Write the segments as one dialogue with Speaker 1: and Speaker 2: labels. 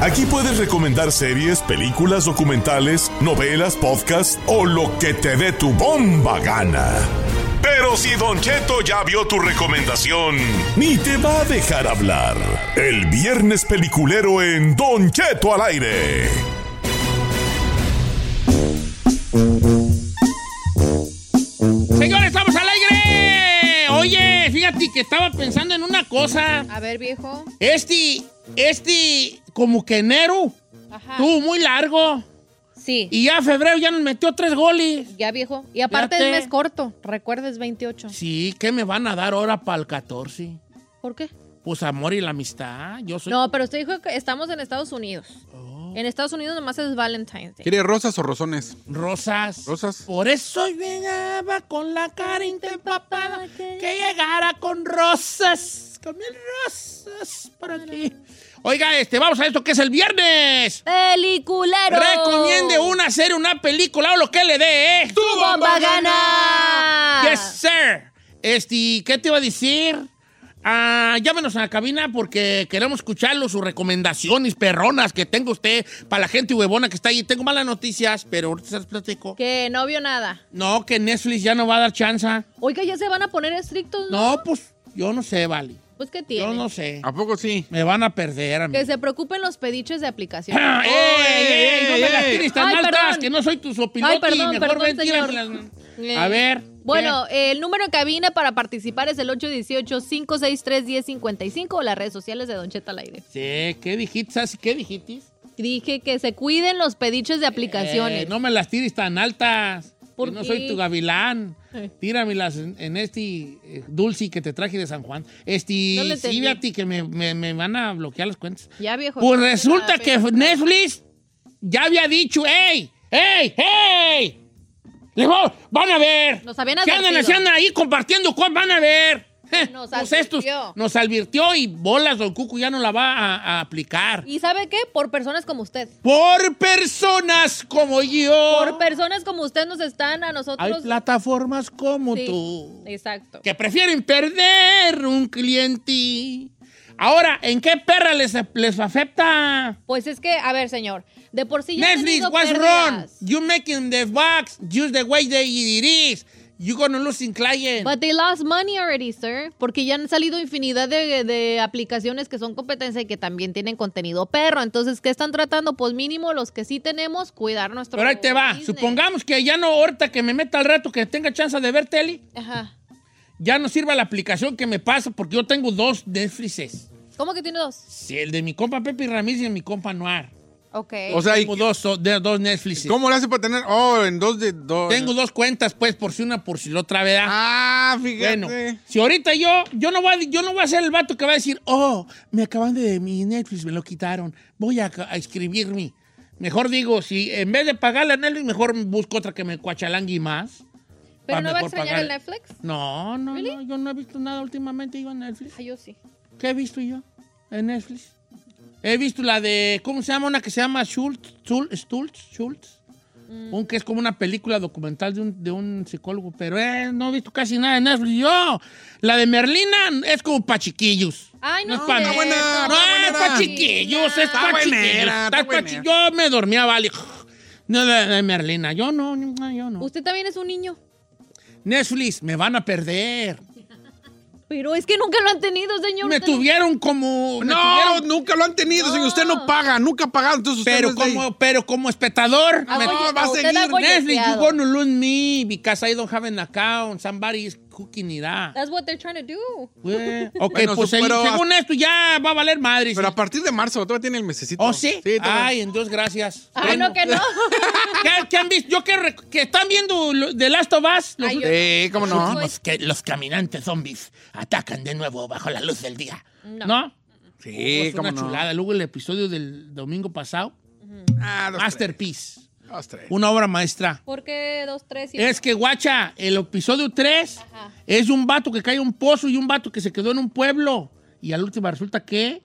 Speaker 1: Aquí puedes recomendar series, películas, documentales, novelas, podcasts o lo que te dé tu bomba gana. Pero si Don Cheto ya vio tu recomendación, ni te va a dejar hablar. El viernes peliculero en Don Cheto al aire.
Speaker 2: Señores, estamos alegre. Oye, fíjate que estaba pensando en una cosa.
Speaker 3: A ver, viejo.
Speaker 2: Este, este, como que enero,
Speaker 3: Ajá.
Speaker 2: estuvo muy largo.
Speaker 3: Sí.
Speaker 2: Y ya febrero ya nos metió tres goles.
Speaker 3: Ya, viejo. Y aparte
Speaker 2: Fíjate.
Speaker 3: es mes corto. Recuerdes 28.
Speaker 2: Sí, ¿qué me van a dar ahora para el 14?
Speaker 3: ¿Por qué?
Speaker 2: Pues amor y la amistad. Yo soy. Oh.
Speaker 3: No, pero usted dijo que estamos en Estados Unidos. En Estados Unidos nomás es Valentine's Day.
Speaker 4: ¿Quiere rosas o rosones?
Speaker 2: Rosas.
Speaker 4: Rosas.
Speaker 2: Por eso llegaba con la cara empapada que llegara con rosas. Con mil rosas por aquí. Oiga, este, vamos a esto que es el viernes.
Speaker 3: ¡Peliculero!
Speaker 2: Recomiende una serie, una película o lo que le dé, ¿eh? ¡Tu
Speaker 3: bomba gana!
Speaker 2: Yes, sir. Este, ¿qué te iba a decir? Ah, llámenos a la cabina porque queremos escucharlo, sus recomendaciones perronas que tenga usted para la gente huevona que está ahí. Tengo malas noticias, pero ahorita se las platico.
Speaker 3: Que no vio nada.
Speaker 2: No, que Netflix ya no va a dar chance.
Speaker 3: Oiga, ya se van a poner estrictos, ¿no?
Speaker 2: No, pues yo no sé, Vale.
Speaker 3: Pues que
Speaker 2: Yo
Speaker 3: tiene.
Speaker 2: no sé.
Speaker 4: ¿A poco sí?
Speaker 2: Me van a perder a mí.
Speaker 3: Que se preocupen los pediches de aplicación.
Speaker 2: ¡Ey, ey, ey! No me las tires tan
Speaker 3: Ay,
Speaker 2: altas,
Speaker 3: perdón.
Speaker 2: que no soy tu sopilote.
Speaker 3: Ay, perdón,
Speaker 2: Mejor
Speaker 3: perdón,
Speaker 2: ven,
Speaker 3: señor.
Speaker 2: tíramelas.
Speaker 3: Eh.
Speaker 2: A ver.
Speaker 3: Bueno, eh, el número en cabina para participar es el 818-563-1055 o las redes sociales de Don Cheta al aire.
Speaker 2: ¿qué? Sí, ¿qué dijiste? ¿Sabes qué dijiste?
Speaker 3: Dije que se cuiden los pediches de aplicaciones.
Speaker 2: Eh, no me las tires tan altas.
Speaker 3: ¿Por
Speaker 2: que No
Speaker 3: qué?
Speaker 2: soy tu gavilán.
Speaker 3: Eh.
Speaker 2: Tíramelas en, en este eh, dulce que te traje de San Juan. Este,
Speaker 3: No le
Speaker 2: sí,
Speaker 3: entendí.
Speaker 2: fíjate que me, me- me van a bloquear las cuentas.
Speaker 3: Ya, viejo.
Speaker 2: Pues
Speaker 3: no hace
Speaker 2: resulta
Speaker 3: nada,
Speaker 2: que
Speaker 3: pero-
Speaker 2: Netflix ya había dicho, ¡ey! ¡Ey! ¡Ey! Les va- van a ver.
Speaker 3: Nos habían
Speaker 2: ¿Qué andan,
Speaker 3: advertido.
Speaker 2: ¿Qué andan ahí compartiendo? ¿Cuál van a ver? Eh,
Speaker 3: Nos
Speaker 2: pues
Speaker 3: advirtió.
Speaker 2: estos nos advirtió y bolas Don Cucu ya no la va a, a aplicar.
Speaker 3: ¿Y sabe qué? Por personas como usted.
Speaker 2: Por personas como yo.
Speaker 3: Por personas como usted nos están a nosotros.
Speaker 2: Hay plataformas como
Speaker 3: Sí,
Speaker 2: tú
Speaker 3: Exacto.
Speaker 2: que prefieren perder un cliente. Ahora, ¿en qué perra les, les afecta?
Speaker 3: Pues es que, a ver, señor, de por sí ya he
Speaker 2: Netflix,
Speaker 3: tenido
Speaker 2: what's wrong?
Speaker 3: pérdidas.
Speaker 2: You making the box use the way they it is. You gonna lose in client.
Speaker 3: But they lost money already, sir. Porque ya han salido infinidad de, de aplicaciones que son competencia y que también tienen contenido perro. Entonces, ¿qué están tratando? Pues mínimo los que sí tenemos, cuidar nuestro.
Speaker 2: Pero ahí te va.
Speaker 3: business.
Speaker 2: Supongamos que ya no, ahorita que me meta al rato que tenga chance de ver tele,
Speaker 3: Ajá.
Speaker 2: ya no sirva la aplicación que me pasa porque yo tengo dos Netflixes.
Speaker 3: ¿Cómo que tiene dos?
Speaker 2: Sí, el de mi compa Pepe Ramírez y el de mi compa Noir.
Speaker 3: Ok.
Speaker 4: O sea, ¿y
Speaker 2: Tengo dos, so- de- dos Netflixes.
Speaker 4: ¿cómo le hace para tener? Oh, en dos de dos.
Speaker 2: Tengo dos cuentas, pues, por si una, por si la otra, ¿verdad?
Speaker 4: Ah, fíjate.
Speaker 2: Bueno, si ahorita yo, yo no voy a, yo no voy a ser el vato que va a decir, oh, me acaban de mi Netflix, me lo quitaron, voy a, a escribirme. Mejor digo, si en vez de pagarle a Netflix, mejor busco otra que me cuachalangue más.
Speaker 3: ¿Pero
Speaker 2: pa'
Speaker 3: no va a
Speaker 2: mejor
Speaker 3: extrañar
Speaker 2: pagar.
Speaker 3: el Netflix?
Speaker 2: No, no,
Speaker 3: ¿Really?
Speaker 2: no, yo no he visto nada últimamente, digo, en Netflix.
Speaker 3: Ah, yo sí.
Speaker 2: ¿Qué he visto yo en Netflix? He visto la de, ¿cómo se llama? Una que se llama Schultz, Schultz, Schultz, Schultz.
Speaker 3: Mm.
Speaker 2: Un que es como una película documental de un, de un psicólogo, pero eh, no he visto casi nada de Netflix. Yo, la de Merlina es como pa' chiquillos.
Speaker 3: Ay, no.
Speaker 2: es pa'
Speaker 3: sé.
Speaker 4: está
Speaker 2: mí.
Speaker 4: buena,
Speaker 2: No,
Speaker 4: está
Speaker 2: es
Speaker 4: buena.
Speaker 2: pa' chiquillos, es
Speaker 3: Está
Speaker 2: pa'
Speaker 4: buenera,
Speaker 2: chiquillos.
Speaker 4: está
Speaker 2: Está pa'
Speaker 4: buena.
Speaker 2: chi- Yo me dormía, vale. No, la de Merlina, yo no, no, yo no.
Speaker 3: Usted también es un niño.
Speaker 2: Netflix, me van a perder.
Speaker 3: Pero es que nunca lo han tenido, señor.
Speaker 2: Me
Speaker 3: Usted-
Speaker 2: tuvieron como. me
Speaker 4: No,
Speaker 2: tuvieron-
Speaker 4: nunca lo han tenido, señor. Usted no paga, nunca ha pagado. Entonces usted
Speaker 2: pero
Speaker 4: no es de
Speaker 2: como, pero como espectador.
Speaker 3: Ah,
Speaker 2: me-
Speaker 3: oye,
Speaker 4: va a
Speaker 3: usted
Speaker 4: seguir
Speaker 3: da
Speaker 2: Netflix, you
Speaker 3: golpeado.
Speaker 2: gonna lose me because I don't have an account. Somebody is cooking it up.
Speaker 3: That's what they're trying to do.
Speaker 2: Güey. Ok,
Speaker 4: Bueno,
Speaker 2: pues
Speaker 4: su- pero-
Speaker 2: eh, según esto ya va a valer madre.
Speaker 4: ahí. Pero a partir de marzo, todavía tiene el mesecito.
Speaker 2: ¿Oh, sí?
Speaker 4: Sí, todavía.
Speaker 2: Ay, en Dios, gracias.
Speaker 3: Ay,
Speaker 2: Bueno.
Speaker 3: Ah, no, que no.
Speaker 2: ¿Qué, qué han visto? Yo que, rec- que están viendo lo- The Last of Us. Los,
Speaker 3: Ay, yo-
Speaker 4: Sí, cómo
Speaker 2: los
Speaker 4: no.
Speaker 2: últimos que los caminantes zombies atacan de nuevo bajo la luz del día. ¿No? Oh,
Speaker 3: No.
Speaker 4: Sí,
Speaker 2: es
Speaker 4: cómo
Speaker 2: una
Speaker 4: no.
Speaker 2: chulada. Luego el episodio del domingo pasado.
Speaker 4: Ah, dos,
Speaker 2: Masterpiece.
Speaker 4: tres, dos, tres.
Speaker 2: Una obra maestra.
Speaker 3: ¿Por qué dos, tres y
Speaker 2: Es que, guacha, el episodio 3 es un vato que cae a un pozo y un vato que se quedó en un pueblo. Y al último resulta que,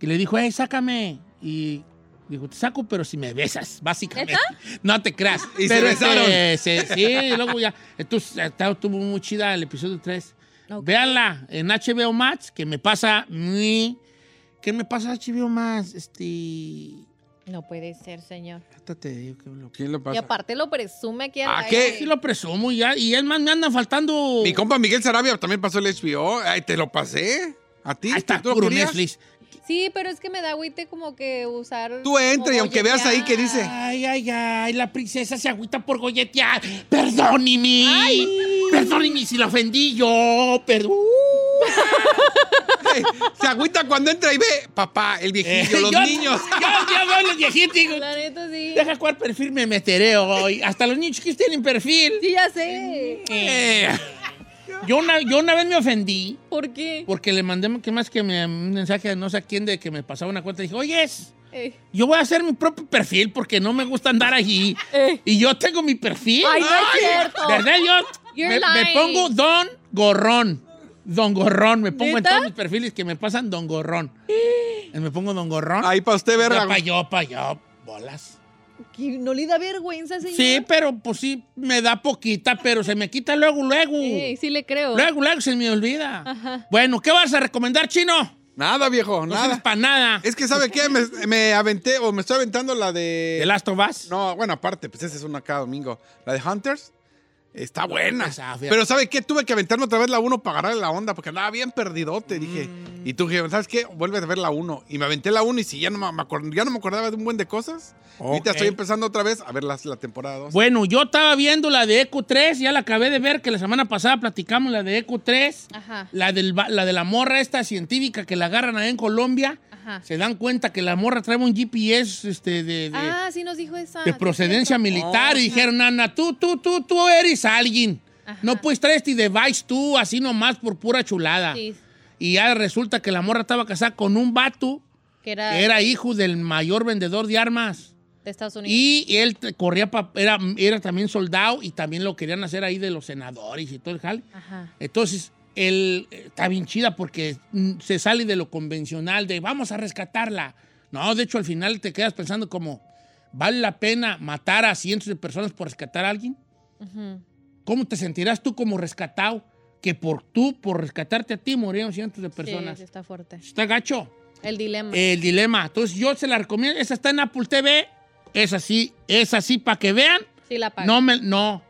Speaker 2: que le dijo, hey, sácame. Y dijo, te saco, pero si me besas, básicamente. No te creas.
Speaker 4: Y se
Speaker 2: Pero este,
Speaker 4: besaron.
Speaker 2: se- sí, y luego ya. Entonces, eh, está- estuvo muy chida el episodio 3.
Speaker 3: Ok.
Speaker 2: Véanla en HBO Max, que me pasa mi... ¿Qué me pasa HBO Max? Este...
Speaker 3: No puede ser, señor.
Speaker 2: ahorita te digo que me lo-
Speaker 4: ¿Quién lo
Speaker 3: Y
Speaker 4: pasa?
Speaker 3: aparte lo presume que
Speaker 4: ¿A
Speaker 3: al
Speaker 4: qué?
Speaker 3: aire.
Speaker 2: Sí lo presumo y ya. Y es más, me andan faltando...
Speaker 4: Mi compa Miguel Sarabia también pasó el HBO. Ay, te lo pasé. A ti.
Speaker 2: Ahí está,
Speaker 4: ¿Tú lo
Speaker 2: puro
Speaker 4: querías?
Speaker 2: Netflix.
Speaker 3: Sí, pero es que me da agüite como que usar.
Speaker 4: Tú entra y
Speaker 3: como
Speaker 4: aunque veas ahí que dice-
Speaker 2: Ay, ay, ay, la princesa se agüita por golletear. Perdóneme. Perdóneme si la ofendí yo. Perdón.
Speaker 4: Ey, Se agüita cuando entra y ve, papá, el viejillo, los
Speaker 2: Eh, Yo-
Speaker 4: niños.
Speaker 2: Yo, yo veo a los viejitos y digo,
Speaker 3: La neta sí.
Speaker 2: deja cuál perfil me meteré hoy. Hasta los niños que tienen perfil.
Speaker 3: Sí, ya sé.
Speaker 2: Eh, Yo una, yo una vez me ofendí
Speaker 3: ¿Por qué?
Speaker 2: porque le mandé que más que me- un mensaje de no sé a quién de que me pasaba una cuenta. Dije, oyes,
Speaker 3: Eh.
Speaker 2: yo voy a hacer mi propio perfil porque no me gusta andar allí.
Speaker 3: Eh.
Speaker 2: Y yo tengo mi perfil.
Speaker 3: Ay, no es cierto.
Speaker 2: ¿Verdad? Yo
Speaker 3: You're
Speaker 2: me, me
Speaker 3: lying.
Speaker 2: pongo Don Gorrón. Don Gorrón. Me pongo en
Speaker 3: ¿Neta?
Speaker 2: todos mis perfiles que me pasan Don Gorrón. Eh, Me pongo Don Gorrón.
Speaker 4: Ahí para usted ver.
Speaker 2: Ya pa' yo, pa' yo. Bolas.
Speaker 3: ¿Que ¿No le da vergüenza, señor?
Speaker 2: Sí, pero pues sí, me da poquita, pero se me quita luego, luego.
Speaker 3: Sí, sí le creo.
Speaker 2: Luego, luego se me olvida. Bueno, ¿qué vas a recomendar, Chino?
Speaker 4: Nada, viejo,
Speaker 2: No
Speaker 4: nada.
Speaker 2: sirves para nada.
Speaker 4: Es que, ¿sabe qué? Me, me aventé, o me estoy aventando la de.
Speaker 2: ¿El Astro vas?
Speaker 4: No, bueno, aparte, pues esa es una cada domingo. La de Hunters está buena.
Speaker 2: esa, fíjate.
Speaker 4: Pero ¿sabe qué? Tuve que aventarme otra vez la 1 para agarrarle la onda, porque andaba bien
Speaker 2: Mm.
Speaker 4: perdidote, dije. Y tú dije, ¿sabes qué? Vuelve a ver la 1. Y me aventé la 1 y si ya no me, me acor- ya no me acordaba de un buen de cosas. Ahorita
Speaker 2: Ok.
Speaker 4: estoy empezando otra vez a ver las- la temporada 2.
Speaker 2: Bueno, yo estaba viendo la de Eco 3, ya la acabé de ver, que la semana pasada platicamos la de Eco 3,
Speaker 3: Ajá.
Speaker 2: la, del, va- la de la morra esta científica que la agarran ahí en Colombia,
Speaker 3: Ajá.
Speaker 2: se dan cuenta que la morra trae un GPS este, de, de-
Speaker 3: Ah, sí nos dijo esa.
Speaker 2: de
Speaker 3: sí,
Speaker 2: procedencia
Speaker 3: cierto. Oh,
Speaker 2: militar y dijeron, Ana, tú, tú, tú, tú eres alguien. No puedes traer este device tú, así nomás por pura chulada.
Speaker 3: Sí,
Speaker 2: Y ya resulta que la morra estaba casada con un vato
Speaker 3: que era,
Speaker 2: que era hijo del mayor vendedor de armas.
Speaker 3: de Estados Unidos.
Speaker 2: Y él t- corría, pa- era, era también soldado y también lo querían hacer ahí de los senadores y todo el jale.
Speaker 3: Ajá.
Speaker 2: Entonces, él eh, está bien chida porque mm, se sale de lo convencional de vamos a rescatarla. No, de hecho, al final te quedas pensando como, ¿vale la pena matar a cientos de personas por rescatar a alguien?
Speaker 3: Ujú.
Speaker 2: ¿Cómo te sentirás tú como rescatado? Que por tú, por rescatarte a ti, murieron cientos de personas.
Speaker 3: Sí, Mm. sí, está fuerte.
Speaker 2: Está gacho.
Speaker 3: El dilema.
Speaker 2: El dilema. Entonces, yo se la recomiendo. Esa está en Apple TV. Es así, es así para que vean.
Speaker 3: sí, la paga.
Speaker 2: No, me, no.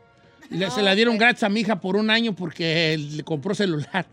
Speaker 2: Le-
Speaker 3: No,
Speaker 2: se la dieron
Speaker 3: pues.
Speaker 2: gratis a mi hija por un año porque le compró celular.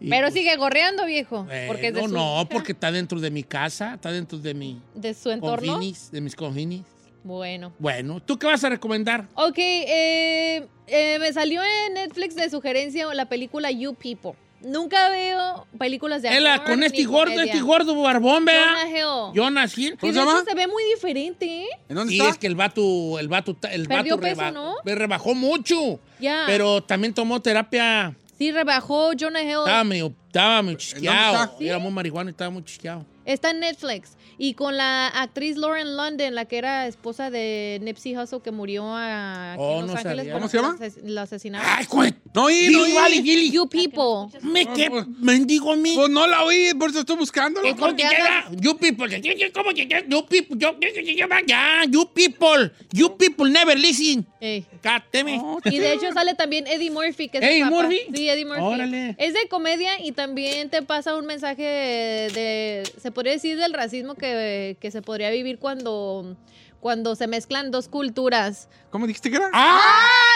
Speaker 2: Y,
Speaker 3: Pero
Speaker 2: pues,
Speaker 3: sigue gorreando, viejo.
Speaker 2: eh,
Speaker 3: porque es de
Speaker 2: no,
Speaker 3: su,
Speaker 2: no, porque está dentro de mi casa, está dentro de mi
Speaker 3: de su entorno.
Speaker 2: confinis, de mis confinis.
Speaker 3: Bueno.
Speaker 2: Bueno, ¿tú qué vas a recomendar?
Speaker 3: Ok, eh, eh, me salió en Netflix de sugerencia la película You People. Nunca veo películas de
Speaker 2: Eh, la-
Speaker 3: amor
Speaker 2: con
Speaker 3: ni
Speaker 2: este gordo,
Speaker 3: comedia.
Speaker 2: este gordo barbón,
Speaker 3: Jonah
Speaker 2: ¿verdad?
Speaker 3: Hill.
Speaker 2: Jonas Hill.
Speaker 3: Y
Speaker 4: ¿Cómo
Speaker 3: de
Speaker 4: se llama?
Speaker 3: hecho se ve muy diferente, ¿eh?
Speaker 4: ¿En dónde
Speaker 2: Sí,
Speaker 4: está?
Speaker 2: es que el vato, el vato, ta- el
Speaker 3: Perdió
Speaker 2: vato
Speaker 3: peso,
Speaker 2: reba-
Speaker 3: ¿no?
Speaker 2: re- rebajó mucho.
Speaker 3: Ya.
Speaker 2: Pero también tomó terapia.
Speaker 3: Sí, rebajó Jonah Hill.
Speaker 2: Estaba medio, estaba medio
Speaker 4: está?
Speaker 2: chisqueado.
Speaker 3: ¿Sí?
Speaker 2: Era muy marihuana y estaba muy chisqueado.
Speaker 3: Está en Netflix. Y con la actriz Lauren London, la que era esposa de Nipsey Hussle, que murió a, aquí
Speaker 2: Oh,
Speaker 3: en Los
Speaker 2: no
Speaker 3: Ángeles.
Speaker 2: sabía.
Speaker 3: por
Speaker 4: ¿Cómo se llama?
Speaker 3: la ases- La asesinaron.
Speaker 2: ¡Ay, güey!
Speaker 4: No oí,
Speaker 2: Gili,
Speaker 4: no oí.
Speaker 2: vale, Gili.
Speaker 3: You People.
Speaker 2: Me que
Speaker 4: pues.
Speaker 2: mendigo mi.
Speaker 4: Pues no la oí, por eso estoy buscando.
Speaker 2: ¿Cómo que
Speaker 3: porque
Speaker 2: llega? You people. que- que- que- ¿Cómo que llega? You people. yo- que- que- que lleva Ya, you people. You people never listen.
Speaker 3: Ey.
Speaker 2: God damn it.
Speaker 3: Y de hecho sale también Eddie Murphy, que es
Speaker 2: Oh, ¿Eddie
Speaker 3: el papá.
Speaker 2: Murphy?
Speaker 3: Sí, Eddie Murphy.
Speaker 2: Órale.
Speaker 3: Es de comedia y también te pasa un mensaje de, se podría decir, del racismo que, que se podría vivir cuando, cuando se mezclan dos culturas.
Speaker 4: ¿Cómo dijiste que era?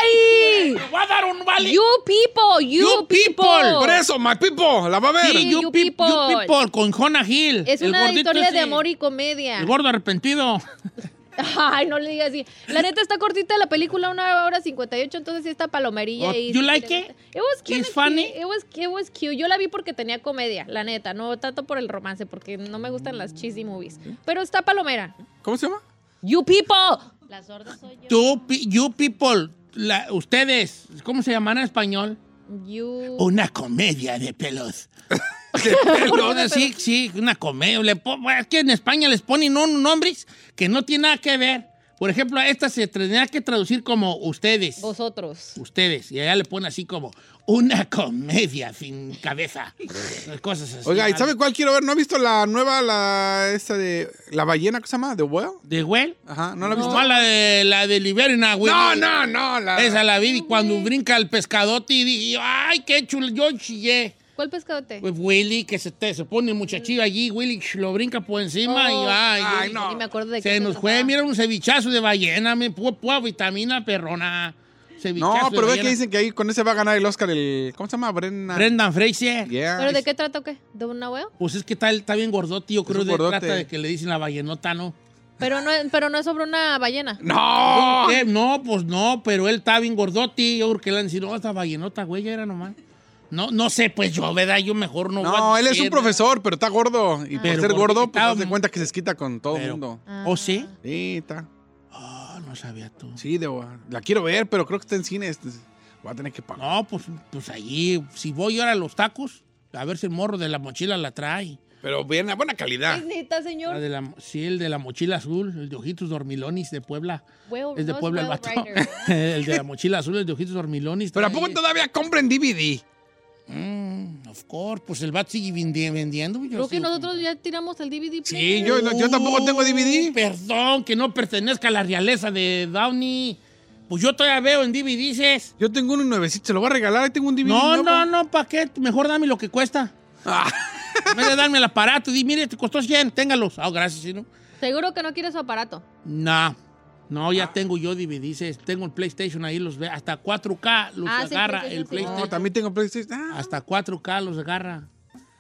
Speaker 3: ¡Ay!
Speaker 2: Te voy a dar un vale.
Speaker 3: You people, you, people.
Speaker 4: Por eso, my people, la va a ver.
Speaker 3: Sí. You
Speaker 2: You Pe- You
Speaker 3: People.
Speaker 2: People, con Jonah Hill.
Speaker 3: Es
Speaker 2: el
Speaker 3: una
Speaker 2: gordito
Speaker 3: historia de
Speaker 2: ese,
Speaker 3: amor y comedia.
Speaker 2: El gordo arrepentido.
Speaker 3: Ay, no le digas así. La neta está cortita la película, una hora 58, entonces sí está palomerilla.
Speaker 2: Oh,
Speaker 3: y
Speaker 2: you
Speaker 3: sí
Speaker 2: like
Speaker 3: tiene-
Speaker 2: it?
Speaker 3: It was cute.
Speaker 2: It's funny?
Speaker 3: It was, it was cute. Yo la vi porque tenía comedia, la neta. No tanto por el romance, porque no me gustan las cheesy movies. Pero está palomera.
Speaker 4: ¿Cómo se llama?
Speaker 3: You people.
Speaker 2: Tú, pe- you People. la- ustedes. ¿Cómo se llaman en español?
Speaker 3: You.
Speaker 2: Una comedia de pelos.
Speaker 4: Pero-
Speaker 2: Ahora sí, sí, una comedia. Le po- bueno, es que en España les ponen un- nombres que no tienen nada que ver. Por ejemplo, a esta se tendría que traducir como ustedes.
Speaker 3: Vosotros.
Speaker 2: Ustedes. Y allá le ponen así como una comedia sin cabeza. Cosas así.
Speaker 4: Oiga, ¿y sabe cuál quiero ver? ¿No ha visto la nueva, la esa de la ballena que se llama? ¿The Whale?
Speaker 2: ¿De Well?
Speaker 4: Ajá, ¿no la ha
Speaker 2: No,
Speaker 4: visto?
Speaker 2: la de la de Liberina, güey.
Speaker 4: No, no, no. La...
Speaker 2: Esa la vi y cuando brinca el pescadote y dije, ay, qué chulo, yo chillé.
Speaker 3: ¿Cuál pescadote?
Speaker 2: Pues Willy, que se, te, se pone el muchachillo allí, Willy sh, lo brinca por encima
Speaker 3: Oh.
Speaker 2: y ay,
Speaker 4: Ay,
Speaker 2: Willy,
Speaker 4: no.
Speaker 3: Ni me acuerdo de qué
Speaker 2: Se nos fue,
Speaker 3: trataba.
Speaker 2: mira un cevichazo de ballena, me pu- pua vitamina perrona. Cevichazo
Speaker 4: No, pero
Speaker 2: de
Speaker 4: ve que
Speaker 2: ballena.
Speaker 4: dicen que ahí con ese va a ganar el Oscar el... ¿Cómo se llama? Brenna.
Speaker 2: Brendan Fraser.
Speaker 4: Yeah.
Speaker 3: ¿Pero de qué trata o qué? ¿De una huevo?
Speaker 2: Pues es que está, está bien gordote, yo creo
Speaker 4: un
Speaker 2: que
Speaker 4: gordote.
Speaker 2: trata de que le dicen la ballenota, ¿no?
Speaker 3: Pero no, es- pero no es sobre una ballena.
Speaker 4: ¡No!
Speaker 2: Eh, no, pues no, pero él está bien gordote, yo creo que le han decir, no, esta ballenota, güey, ya era nomás. No, no sé, pues yo, ¿verdad? Yo mejor no. voy
Speaker 4: No,
Speaker 2: a
Speaker 4: él es un
Speaker 2: decir,
Speaker 4: profesor, pero está gordo. Y por
Speaker 2: Pero
Speaker 4: ser gordo,
Speaker 2: gordito,
Speaker 4: pues haz
Speaker 2: está-
Speaker 4: de cuenta que se esquita con todo el
Speaker 2: Pero-
Speaker 4: mundo.
Speaker 2: ¿O sí?
Speaker 4: Sí, está.
Speaker 2: Ah, no sabía tú.
Speaker 4: Sí, de... ah, la quiero ver, pero creo que está en cine. este, Voy a tener que pagar.
Speaker 2: No, pues, pues allí, si voy ahora a los tacos, a ver si el morro de la mochila la trae.
Speaker 4: Pero bien, a buena calidad.
Speaker 3: Es neta,
Speaker 2: La
Speaker 3: señor.
Speaker 2: de la, sí, el de la mochila azul, el de ojitos dormilonis de Puebla.
Speaker 3: Huevo,
Speaker 2: es de
Speaker 3: no es
Speaker 2: Puebla el
Speaker 3: huevo
Speaker 2: vato.
Speaker 3: rider.
Speaker 2: el de la mochila azul, el de ojitos dormilonis.
Speaker 4: Pero ¿a
Speaker 2: trae-
Speaker 4: poco todavía compren DVD?
Speaker 2: Mm, of course, pues el vato sigue vendi- vendiendo. yo
Speaker 3: Creo que
Speaker 2: sigo
Speaker 3: nosotros ya tiramos el DVD.
Speaker 4: Sí,
Speaker 3: player.
Speaker 4: yo, no- yo tampoco tengo
Speaker 2: Uh,
Speaker 4: DVD.
Speaker 2: Perdón, que no pertenezca a la realeza de Downey. Pues yo todavía veo en DVD, dices.
Speaker 4: Yo tengo uno nuevecito, se lo voy a regalar, ahí tengo un DVD
Speaker 2: No,
Speaker 4: nuevo.
Speaker 2: no, no, ¿para qué? Mejor dame lo que cuesta.
Speaker 4: Ah,
Speaker 2: En vez de darme el aparato, di, mire, te costó 100, téngalos. Ah, gracias, sí, ¿no?
Speaker 3: Seguro que no quiere su aparato.
Speaker 2: No, no,
Speaker 4: Ah.
Speaker 2: ya tengo yo DVD, dices, tengo el PlayStation ahí, los ve, hasta 4K los
Speaker 3: Ah, sí,
Speaker 2: agarra
Speaker 3: PlayStation,
Speaker 2: el
Speaker 3: sí.
Speaker 2: PlayStation.
Speaker 4: no, también tengo PlayStation. Ah,
Speaker 2: Hasta 4K los agarra.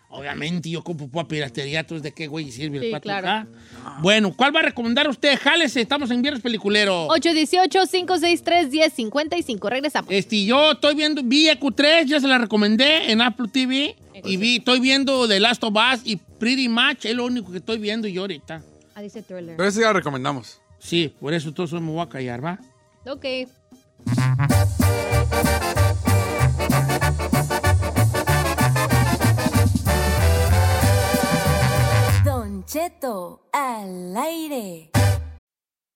Speaker 2: Obviamente, yo compro para piratería, entonces de qué güey sirve
Speaker 3: Sí,
Speaker 2: el 4K.
Speaker 3: claro.
Speaker 4: Ah.
Speaker 2: Bueno, ¿cuál va a recomendar usted? Jálese, estamos en Viernes
Speaker 3: Oh.
Speaker 2: Peliculero.
Speaker 3: 818-563-1055. Regresamos.
Speaker 2: Este, yo estoy viendo, vi EQ3, ya se la recomendé en Apple TV. Y vi, estoy viendo The Last of Us y Pretty Much, es lo único que estoy viendo yo ahorita.
Speaker 3: Ah, dice thriller.
Speaker 4: pero eso ya lo recomendamos.
Speaker 2: Sí, por eso todo eso me voy a callar, ¿va?
Speaker 3: Ok.
Speaker 5: Don Cheto al aire.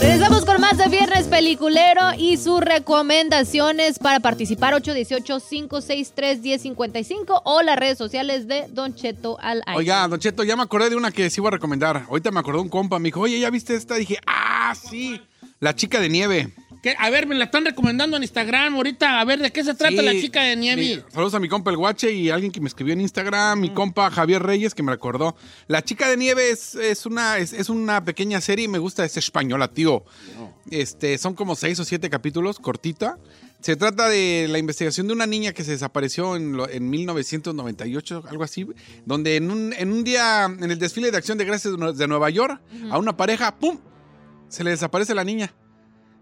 Speaker 3: Regresamos con más de Viernes peliculero y sus recomendaciones para participar 818-563-1055 o las redes sociales de Don Cheto al aire.
Speaker 4: Oiga, Don Cheto, ya me acordé de una que sí iba a recomendar. Ahorita me acordó un compa, me dijo, oye, ¿ya viste esta? Dije, ah, sí, La Chica de Nieve.
Speaker 2: ¿Qué? A ver, me la están recomendando en Instagram ahorita. A ver, ¿de qué se trata
Speaker 4: Sí,
Speaker 2: la chica de nieve? Mm.
Speaker 4: mi- saludos a mi compa El Guache y alguien que me escribió en Instagram, mi compa Javier Reyes, que me recordó. La Chica de Nieve es, es una, es, es una pequeña serie y me gusta, es española, tío. Este, son como seis o siete capítulos, cortita. Se trata de la investigación de una niña que se desapareció en, lo- en 1998, algo así, donde en un, en un día, en el desfile de acción de gracias de Nue- de Nueva York, a una pareja, ¡pum! Se le desaparece la niña.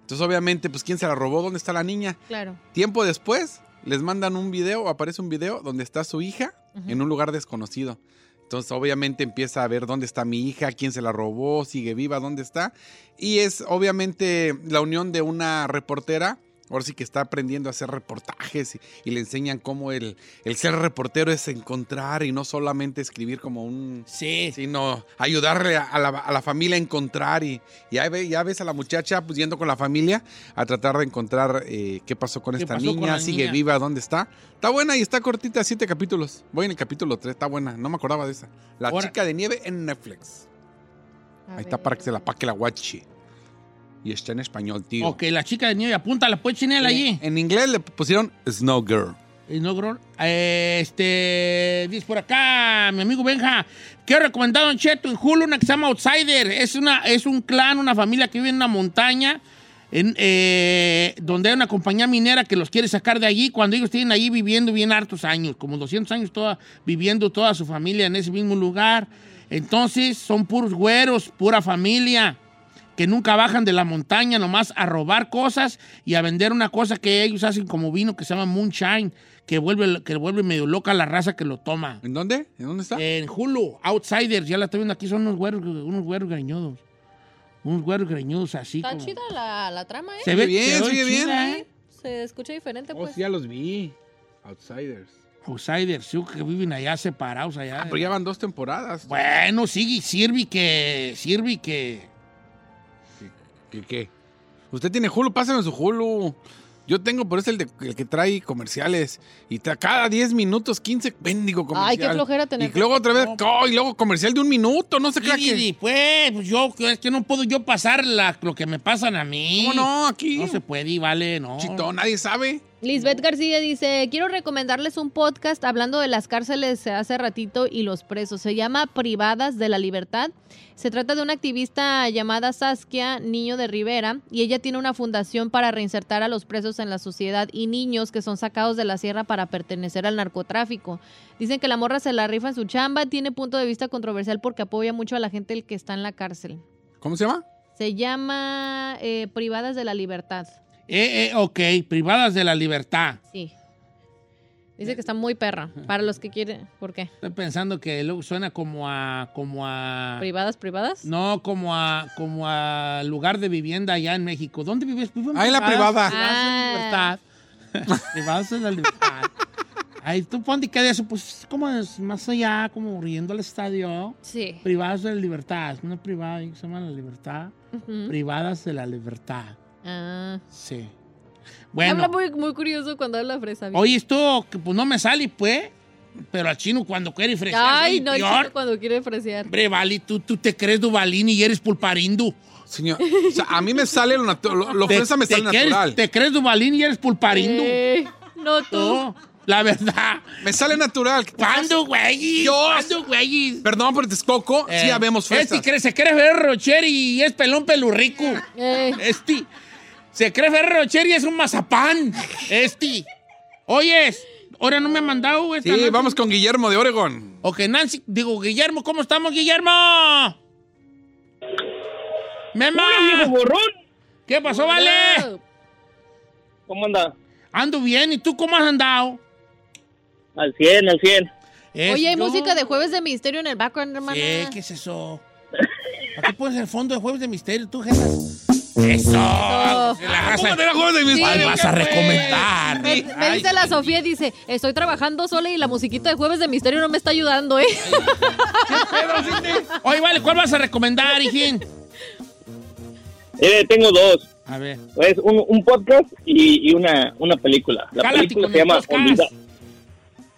Speaker 4: Entonces, obviamente, pues, ¿quién se la robó? ¿Dónde está la niña?
Speaker 3: Claro.
Speaker 4: Tiempo después, les mandan un video, aparece un video donde está su hija en un lugar desconocido. Entonces, obviamente, empieza a ver dónde está mi hija, quién se la robó, sigue viva, dónde está. Y es, obviamente, la unión de una reportera. Ahora sí que está aprendiendo a hacer reportajes y, y le enseñan cómo el, el ser reportero es encontrar y no solamente escribir como un,
Speaker 2: Sí.
Speaker 4: sino ayudarle a la, a la familia a encontrar y, y ya, ve- ya ves a la muchacha pues, yendo con la familia a tratar de encontrar eh, qué pasó con
Speaker 2: ¿Qué
Speaker 4: esta
Speaker 2: pasó con
Speaker 4: niña,
Speaker 2: la
Speaker 4: sigue
Speaker 2: niña?
Speaker 4: viva, dónde está. Está buena y está cortita, siete capítulos. Voy en el capítulo 3, está buena, no me acordaba de esa. La
Speaker 2: Ahora-
Speaker 4: chica de nieve en Netflix.
Speaker 3: A
Speaker 4: Ahí está
Speaker 3: ver.
Speaker 4: para que se la paque la guachi. Y está en español, tío.
Speaker 2: Ok, la chica de nieve, apúntala, pues chinela allí.
Speaker 4: En inglés le pusieron Snow Girl.
Speaker 2: Y no, Gror. Eh, este, dice por acá, mi amigo Benja, quiero recomendar a Don Cheto en Hulu una que se llama Outsider. Es, una, es un clan, una familia que vive en una montaña en, eh, donde hay una compañía minera que los quiere sacar de allí cuando ellos tienen allí viviendo bien hartos años, como 200 años toda, viviendo toda su familia en ese mismo lugar. Entonces son puros güeros, pura familia que nunca bajan de la montaña nomás a robar cosas y a vender una cosa que ellos hacen como vino que se llama moonshine, que vuelve, que vuelve medio loca la raza que lo toma.
Speaker 4: ¿En dónde? ¿En dónde está?
Speaker 2: En Hulu, Outsiders, ya la estoy viendo aquí, son unos güeros, unos güeros greñudos. Unos güeros greñudos así
Speaker 3: Está
Speaker 2: como-
Speaker 3: chida la, la trama, ¿eh?
Speaker 2: Se ve
Speaker 4: bien,
Speaker 2: se ve
Speaker 4: se ve bien.
Speaker 2: chida, ¿eh?
Speaker 3: Se escucha diferente,
Speaker 4: Oh,
Speaker 3: pues.
Speaker 4: sí, ya los vi. Outsiders.
Speaker 2: Outsiders, sí, que viven allá separados allá.
Speaker 4: Ah, pero ya van dos temporadas.
Speaker 2: Bueno, sí, sirve que, sirve que...
Speaker 4: ¿Qué qué? Usted tiene Hulu, pásame su Hulu. Yo tengo, pero es el, de- el que trae comerciales. Y tra- cada 10 minutos, 15, bendigo comercial.
Speaker 3: Ay, qué flojera tener
Speaker 4: Y luego otra vez,
Speaker 2: No.
Speaker 4: oh, y luego comercial de un minuto, no se crea
Speaker 2: Sí,
Speaker 4: que...
Speaker 2: pues, pues, yo, es que no puedo yo pasar la- lo que me pasan a mí.
Speaker 4: ¿Cómo no? Aquí,
Speaker 2: No se puede y vale, no.
Speaker 4: chito, nadie sabe.
Speaker 3: Lisbeth García dice, quiero recomendarles un podcast hablando de las cárceles hace ratito y los presos. Se llama Privadas de la Libertad. Se trata de una activista llamada Saskia Niño de Rivera y ella tiene una fundación para reinsertar a los presos en la sociedad y niños que son sacados de la sierra para pertenecer al narcotráfico. Dicen que la morra se la rifa en su chamba, tiene punto de vista controversial porque apoya mucho a la gente el que está en la cárcel.
Speaker 4: ¿Cómo se llama?
Speaker 3: Se llama eh, Privadas de la Libertad.
Speaker 2: Eh, eh, ok, privadas de la libertad.
Speaker 3: Sí.
Speaker 2: Eh,
Speaker 3: Dice que está muy perra. Para los que quieren. ¿Por qué?
Speaker 2: Estoy pensando que luego suena como a. como a.
Speaker 3: ¿Privadas, privadas?
Speaker 2: No, como a. como a lugar de vivienda allá en México. ¿Dónde vives? Vivo
Speaker 4: Ah, en la privada.
Speaker 3: Ah.
Speaker 2: Privadas de la libertad. privadas de la libertad. Ay, tú ponte que de eso, pues como es más allá, como riendo al estadio.
Speaker 3: Sí.
Speaker 2: Privadas de la libertad. Es una privada ahí que se llama la libertad.
Speaker 3: Ujú.
Speaker 2: Privadas de la libertad.
Speaker 3: Ah.
Speaker 2: Sí. Bueno.
Speaker 3: Habla muy, muy curioso cuando habla fresa. bien.
Speaker 2: Oye, esto que pues no me sale, pues. Pero al chino cuando quiere fresear,
Speaker 3: Ay,
Speaker 2: soy
Speaker 3: no, el
Speaker 2: peor.
Speaker 3: chico cuando quiere fresear.
Speaker 2: Hombre, vale, tú, tú te crees Dubalini y eres pulparindo.
Speaker 4: Señor, o sea, a mí me sale lo natural, lo, lo fresa me sale
Speaker 2: crees,
Speaker 4: natural.
Speaker 2: Te crees Dubalini y eres pulparindo.
Speaker 3: Eh, no tú.
Speaker 2: No, la verdad.
Speaker 4: Me sale natural. ¿Qué te pasa?
Speaker 2: ¿Cuándo, güey?
Speaker 4: Yo-
Speaker 2: ¿Cuándo, güey?
Speaker 4: Perdón por Texcoco, sí ya vemos fresas.
Speaker 2: Este cree- se cree Ferrero Rocher y es pelón pelurrico.
Speaker 3: Eh,
Speaker 2: Este. Se cree Ferrero Rocher y es un mazapán. Este. Oyes, ahora no me ha mandado esta
Speaker 4: Sí,
Speaker 2: Nancy.
Speaker 4: vamos con Guillermo de Oregon.
Speaker 2: Ok, Nancy, digo, Guillermo, ¿cómo estamos, Guillermo? ¡Mema!
Speaker 6: borrón!
Speaker 2: ¿Qué pasó, vale?
Speaker 3: no.
Speaker 6: ¿Cómo anda?
Speaker 2: Ando bien, ¿y tú cómo has andado?
Speaker 6: Al 100, al 100.
Speaker 2: Es
Speaker 3: Oye, hay
Speaker 2: yo.
Speaker 3: música de Jueves de Misterio en el background, hermana.
Speaker 2: Sí, ¿qué es eso? ¿Para qué pones el fondo de Jueves de Misterio, tú, Jesas? ¡Eso! La raza-
Speaker 4: ¿Cómo te la juegas de mis
Speaker 3: Sí.
Speaker 2: ¿Cuál vas a
Speaker 4: Pues,
Speaker 2: recomendar?
Speaker 3: Me, me
Speaker 2: Ay,
Speaker 3: dice la Sofía y dice, estoy trabajando sola y la musiquita de Jueves de Misterio no me está ayudando, ¿eh?
Speaker 2: Oye, vale, ¿cuál vas a recomendar, hijín?
Speaker 6: Eh, tengo dos.
Speaker 2: A A ver.
Speaker 6: Es un, un podcast y, y una, una película. La
Speaker 2: Cálate
Speaker 6: película
Speaker 2: con
Speaker 6: se
Speaker 2: el
Speaker 6: llama
Speaker 2: podcast.
Speaker 6: Olvida.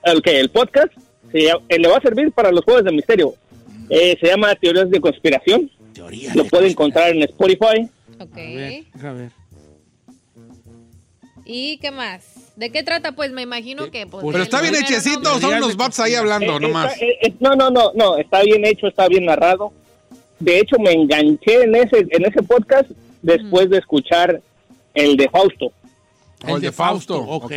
Speaker 6: El, que- el podcast se llama- eh, le va a servir para los juegos de misterio. Eh, se llama Teorías de Conspiración.
Speaker 2: Teoría.
Speaker 6: Lo
Speaker 2: de
Speaker 6: puede encontrar
Speaker 2: conspiración.
Speaker 6: en Spotify.
Speaker 3: Ok.
Speaker 2: A ver, a ver.
Speaker 3: ¿Y qué más? ¿De qué trata? Pues me imagino que... Pues,
Speaker 4: Pero
Speaker 3: el
Speaker 4: está bien
Speaker 3: primero,
Speaker 4: hechecito,
Speaker 3: ¿no?
Speaker 4: son unos vatos ahí hablando
Speaker 6: Eh,
Speaker 4: nomás.
Speaker 6: está- eh, eh, no, no, no, no, está bien hecho, está bien narrado. De hecho, me enganché en ese, en ese podcast después de escuchar el de Fausto.
Speaker 4: O el de Fausto,
Speaker 2: Ok.
Speaker 4: ok.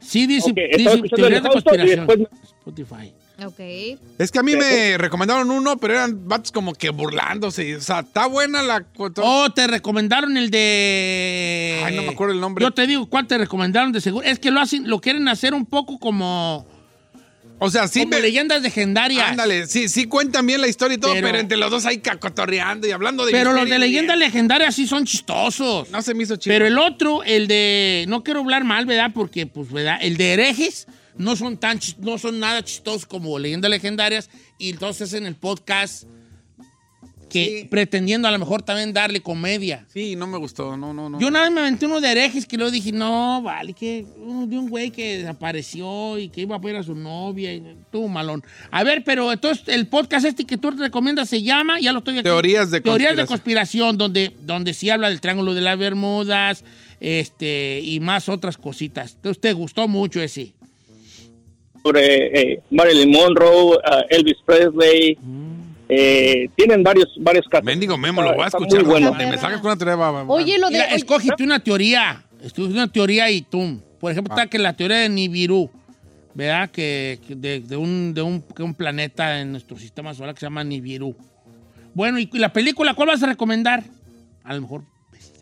Speaker 2: Sí, dice,
Speaker 6: Ok, Eh, estaba
Speaker 2: dice
Speaker 6: escuchando
Speaker 2: teoría
Speaker 6: el de
Speaker 2: de
Speaker 6: Fausto y
Speaker 2: conspiración.
Speaker 6: después-
Speaker 2: Spotify.
Speaker 3: Ok.
Speaker 4: Es que a mí me recomendaron uno, pero eran vatos como que burlándose. O sea, está buena la.
Speaker 2: Oh, te recomendaron el de.
Speaker 4: Ay, no me acuerdo el nombre.
Speaker 2: Yo te digo cuál te recomendaron de seguro. Es que lo hacen, lo quieren hacer un poco como,
Speaker 4: O sea, sí
Speaker 2: como
Speaker 4: me.
Speaker 2: leyendas legendarias.
Speaker 4: Ándale, sí, sí cuentan bien la historia y todo,
Speaker 2: Pero-
Speaker 4: pero, entre los dos ahí cacotorreando y hablando de.
Speaker 2: Pero los
Speaker 4: misterio
Speaker 2: de
Speaker 4: y-
Speaker 2: leyendas legendarias sí son chistosos.
Speaker 4: No se me hizo chido.
Speaker 2: Pero el otro, el de. No quiero hablar mal, ¿verdad? Porque, pues, ¿verdad? El de herejes no son tan chis- no son nada chistosos como leyendas legendarias. Y entonces en el podcast que
Speaker 4: Sí.
Speaker 2: pretendiendo a lo mejor también darle comedia.
Speaker 4: Sí, no me gustó. No, no, no.
Speaker 2: Yo una vez me aventé uno de herejes que luego dije, no, vale, que uno de un güey que desapareció y que iba a ver a su novia y tú, malón. A ver, pero entonces el podcast este que tú recomiendas se llama, ya lo estoy aquí.
Speaker 4: Teorías de
Speaker 2: Teorías de
Speaker 4: conspiración.
Speaker 2: conspiración, donde, donde sí habla del Triángulo de las Bermudas este, y más otras cositas. Entonces, te gustó mucho ese.
Speaker 6: sobre eh, Marilyn Monroe, ah, Elvis Presley.
Speaker 2: Mm.
Speaker 6: eh, tienen varios, varios casos.
Speaker 4: Mendigo Memo, lo voy a
Speaker 6: Está- está muy
Speaker 4: escuchar.
Speaker 6: bueno.
Speaker 4: Me, me sacas con una teoría. va, va, va.
Speaker 3: Oye, lo de...
Speaker 2: Mira,
Speaker 3: oye,
Speaker 2: escoge tú una teoría. Escoge una teoría y tú. Por ejemplo, está que la teoría de Nibiru, ¿verdad? Que, que de, de un, de un, que un planeta en nuestro sistema solar que se llama Nibiru. Bueno, y la película, ¿cuál vas a recomendar? A lo mejor. pues,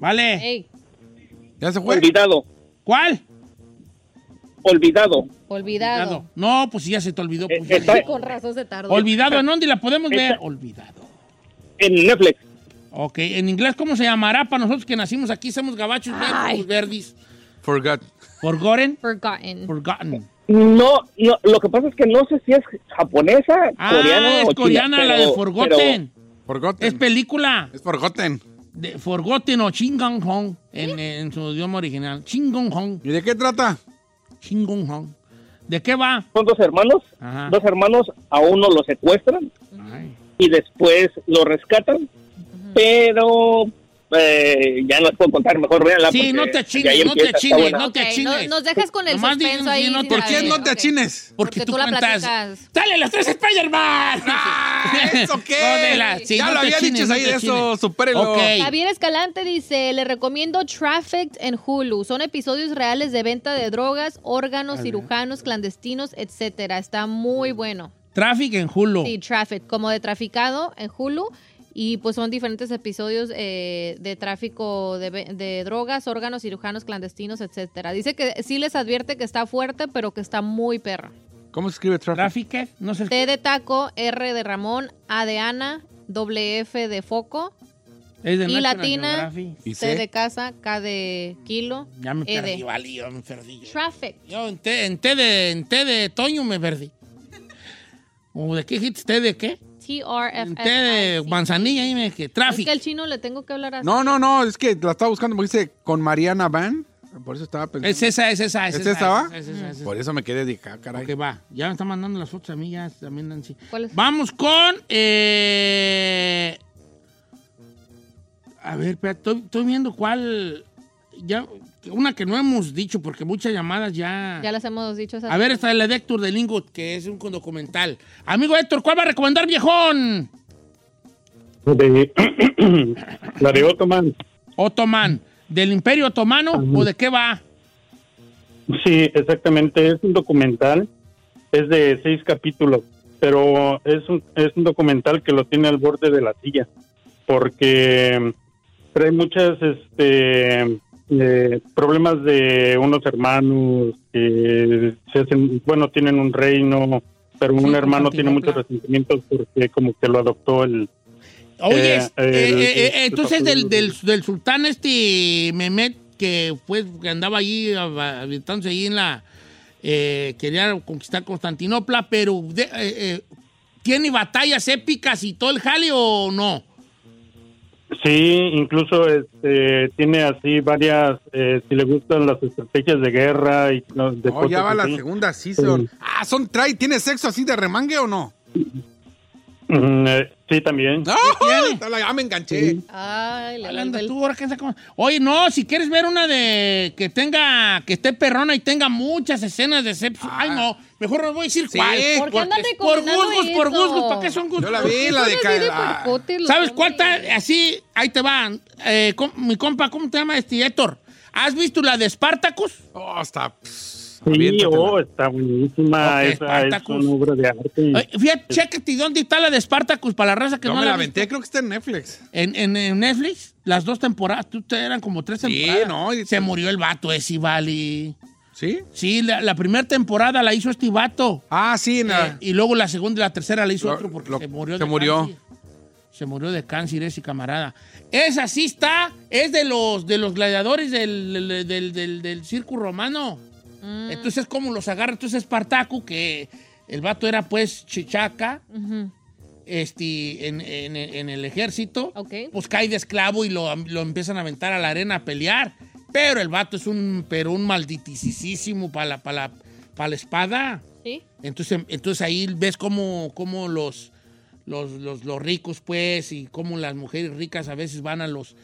Speaker 2: Vale.
Speaker 3: Ey,
Speaker 4: Ya se fue.
Speaker 6: Olvidado,
Speaker 2: ¿Cuál?
Speaker 6: olvidado.
Speaker 3: olvidado.
Speaker 2: No, pues ya se te olvidó. pues, ya
Speaker 6: Eh,
Speaker 2: ni-
Speaker 6: está-
Speaker 3: Con razón se tardó.
Speaker 2: Olvidado, ¿en dónde la podemos ver?
Speaker 6: Esa-
Speaker 2: Olvidado.
Speaker 6: En Netflix.
Speaker 2: Ok, en inglés, ¿cómo se llamará para nosotros que nacimos aquí? Somos gabachos verdes, verdis.
Speaker 4: Forgot.
Speaker 2: Forgotten,
Speaker 3: Forgotten.
Speaker 2: forgotten.
Speaker 6: No, no, lo que pasa es que no sé si es japonesa,
Speaker 2: Ah,
Speaker 6: coreana
Speaker 2: es
Speaker 6: o china,
Speaker 2: coreana la de
Speaker 6: pero-
Speaker 2: Forgotten.
Speaker 4: Forgotten.
Speaker 2: Es
Speaker 4: Es,
Speaker 2: película
Speaker 4: Forgotten.
Speaker 2: de Forgotten o Chingon Hong en, en su idioma original. Chingon Hong,
Speaker 4: ¿Y de qué trata?
Speaker 2: Chingon Hong. ¿De qué va?
Speaker 6: pero son dos hermanos,
Speaker 2: Ajá.
Speaker 6: dos hermanos, a uno lo secuestran
Speaker 2: Ay.
Speaker 6: y después lo rescatan, pero eh, ya no les puedo contar, mejor véanla.
Speaker 2: Sí,
Speaker 6: porque
Speaker 2: no te
Speaker 6: de
Speaker 2: chingues,
Speaker 6: ahí
Speaker 2: no te
Speaker 6: empieza, está
Speaker 2: chingues,
Speaker 6: buena.
Speaker 2: no te
Speaker 3: Ok,
Speaker 2: achines.
Speaker 3: no- nos dejas con el
Speaker 2: Nomás
Speaker 3: suspenso
Speaker 2: digan,
Speaker 3: ahí
Speaker 2: sí, no
Speaker 3: sin
Speaker 2: te
Speaker 4: ¿Por
Speaker 3: A
Speaker 4: qué
Speaker 3: ver,
Speaker 4: no te
Speaker 3: ok.
Speaker 4: achines?
Speaker 2: Porque,
Speaker 3: Porque
Speaker 2: tú,
Speaker 3: tú la
Speaker 2: cantas.
Speaker 3: platicas.
Speaker 2: ¡Dale las tres Spider-Man!
Speaker 4: ¡Ah! ¿Eso qué?
Speaker 2: No, de la- sí,
Speaker 4: ya
Speaker 2: no
Speaker 4: lo
Speaker 2: te
Speaker 4: había
Speaker 2: chines,
Speaker 4: dicho
Speaker 2: no
Speaker 4: ahí
Speaker 2: te
Speaker 4: de eso,
Speaker 2: chines.
Speaker 4: supérelo.
Speaker 2: Ok.
Speaker 3: Javier Escalante dice, le recomiendo Trafficked en Hulu. Son episodios reales de venta de drogas, órganos, cirujanos, clandestinos, etcétera. Está muy bueno.
Speaker 2: Traffic en Hulu.
Speaker 3: Sí, Trafficked, como de traficado en Hulu. Y pues son diferentes episodios eh, de tráfico de, ve- de drogas, órganos, cirujanos, clandestinos, etcétera. Dice que sí les advierte que está fuerte, pero que está muy perra.
Speaker 4: ¿Cómo se escribe Traffic?
Speaker 2: Traffic, ¿qué? no sé.
Speaker 3: T de taco, R de Ramón, A de Ana, doble F de foco,
Speaker 2: Es de
Speaker 3: y
Speaker 2: National
Speaker 3: latina.
Speaker 2: Geographic.
Speaker 4: ¿Y
Speaker 3: C
Speaker 4: C?
Speaker 3: de casa, K de kilo,
Speaker 2: Ya me
Speaker 3: E
Speaker 2: perdí,
Speaker 3: de
Speaker 2: vale, yo me perdí. yo.
Speaker 3: traffic.
Speaker 2: Yo en té, en té de, en té de Toño me perdí. ¿O de qué dijiste? ¿Té de qué?
Speaker 3: T R F
Speaker 2: En té de
Speaker 3: F.
Speaker 2: manzanilla, dime que
Speaker 3: Ah, Es
Speaker 2: tráfico.
Speaker 3: que al chino le tengo que hablar así.
Speaker 4: No, no, no, es que la estaba buscando porque dice con Mariana Van. Por eso estaba pensando.
Speaker 2: Es esa, es esa, es,
Speaker 4: ¿Es
Speaker 2: esa.
Speaker 4: esa, va?
Speaker 2: es esa, es esa.
Speaker 4: Por eso me quedé de ah, caray.
Speaker 2: Ok, va. Ya me están mandando las fotos a mí, ya también Nancy.
Speaker 3: ¿Cuál es?
Speaker 2: Vamos con. eh, A ver, espera, estoy, estoy viendo cuál. Ya, una que no hemos dicho, porque muchas llamadas ya.
Speaker 3: Ya las hemos dicho. esas
Speaker 2: a ver,
Speaker 3: cosas.
Speaker 2: está la de Héctor de Lingut, que es un documental. Amigo Héctor, ¿cuál va a recomendar, viejón?
Speaker 7: de la de Ottoman.
Speaker 2: Otomán. ¿Del Imperio Otomano o de qué va?
Speaker 7: Sí, exactamente. Es un documental. Es de seis capítulos, pero es un, es un documental que lo tiene al borde de la silla, porque trae muchas este eh, problemas de unos hermanos que se hacen, bueno, tienen un reino, pero
Speaker 2: Sí,
Speaker 7: un hermano tiene muchos
Speaker 2: Constantinopla.
Speaker 7: resentimientos porque como que lo adoptó el
Speaker 2: Oye,
Speaker 7: Eh,
Speaker 2: es-
Speaker 7: el-
Speaker 2: eh, eh, eh,
Speaker 7: el-
Speaker 2: entonces
Speaker 7: el-
Speaker 2: del, del, del sultán este Mehmet, que fue, que andaba allí, habitándose allí en la... eh, quería conquistar Constantinopla, pero de- eh, eh, ¿tiene batallas épicas y todo el jale o no?
Speaker 7: Sí, incluso este, tiene así varias, eh, si le gustan las estrategias de guerra y no, de
Speaker 4: Oh, ya
Speaker 7: cosas
Speaker 4: va la
Speaker 7: así.
Speaker 4: segunda season. Ah, son trae, ¿tiene sexo así de remangue o no?
Speaker 7: Mm, eh, sí, también.
Speaker 4: No,
Speaker 2: tiene?
Speaker 4: ya me enganché.
Speaker 3: Ay, le
Speaker 2: Anda
Speaker 3: vuelve el-
Speaker 2: tú, ahora que saca- Oye, no, si quieres ver una de que tenga, que esté perrona y tenga muchas escenas de sexo. Ay, no, mejor no voy a decir
Speaker 4: Sí.
Speaker 2: cuál.
Speaker 4: ¿Por
Speaker 3: qué andan
Speaker 2: Por
Speaker 3: recomendando
Speaker 2: gustos, por
Speaker 3: eso?
Speaker 2: gustos, ¿para qué son gustos?
Speaker 4: Yo la vi, la de
Speaker 3: Son así de
Speaker 4: Cala-
Speaker 3: puercotes los
Speaker 2: ¿Sabes cuál
Speaker 3: hombres.
Speaker 2: está? Así, ahí te van. Eh, com- mi compa, ¿cómo te llama este Héctor? ¿Has visto la de Spartacus?
Speaker 4: Oh, está.
Speaker 7: Sí,
Speaker 4: aviéntatela.
Speaker 7: oh, está buenísima.
Speaker 2: Ok,
Speaker 7: esa es
Speaker 2: Spartacus.
Speaker 7: una obra de arte.
Speaker 2: Eh, fíjate, chécate, ¿y dónde está la de Spartacus para la raza que
Speaker 4: Yo
Speaker 2: no
Speaker 4: me
Speaker 2: la
Speaker 4: la
Speaker 2: ha visto?
Speaker 4: aventé, creo que está en Netflix.
Speaker 2: En, en- en Netflix, las dos temporadas, tú, te- eran como tres
Speaker 4: Sí,
Speaker 2: temporadas.
Speaker 4: no, y-
Speaker 2: Se murió el vato ese, Vali.
Speaker 4: ¿Sí?
Speaker 2: Sí, la, la primera temporada la hizo este vato.
Speaker 4: Ah, sí, en la-
Speaker 2: Eh, y luego la segunda y la tercera la hizo
Speaker 4: Lo-
Speaker 2: otro porque
Speaker 4: lo-
Speaker 2: se murió.
Speaker 4: se
Speaker 2: de
Speaker 4: murió.
Speaker 2: cáncer. Se murió de cáncer ese camarada. Esa sí está, es de los, de los gladiadores del, del, del- del- del circo romano.
Speaker 4: Mm.
Speaker 2: Entonces, ¿cómo los agarra? Entonces, Espartaco, que el vato era pues chichaca
Speaker 3: Ujú.
Speaker 2: este, en, en- en el ejército,
Speaker 3: Ok.
Speaker 2: pues cae de esclavo y lo, lo empiezan a aventar a la arena a pelear. Pero el vato es un, pero un malditisísimo para la, para la, para la espada.
Speaker 3: Sí.
Speaker 2: Entonces, em, entonces ahí ves cómo, cómo los, los, los, los ricos, pues, y cómo las mujeres ricas a veces van a los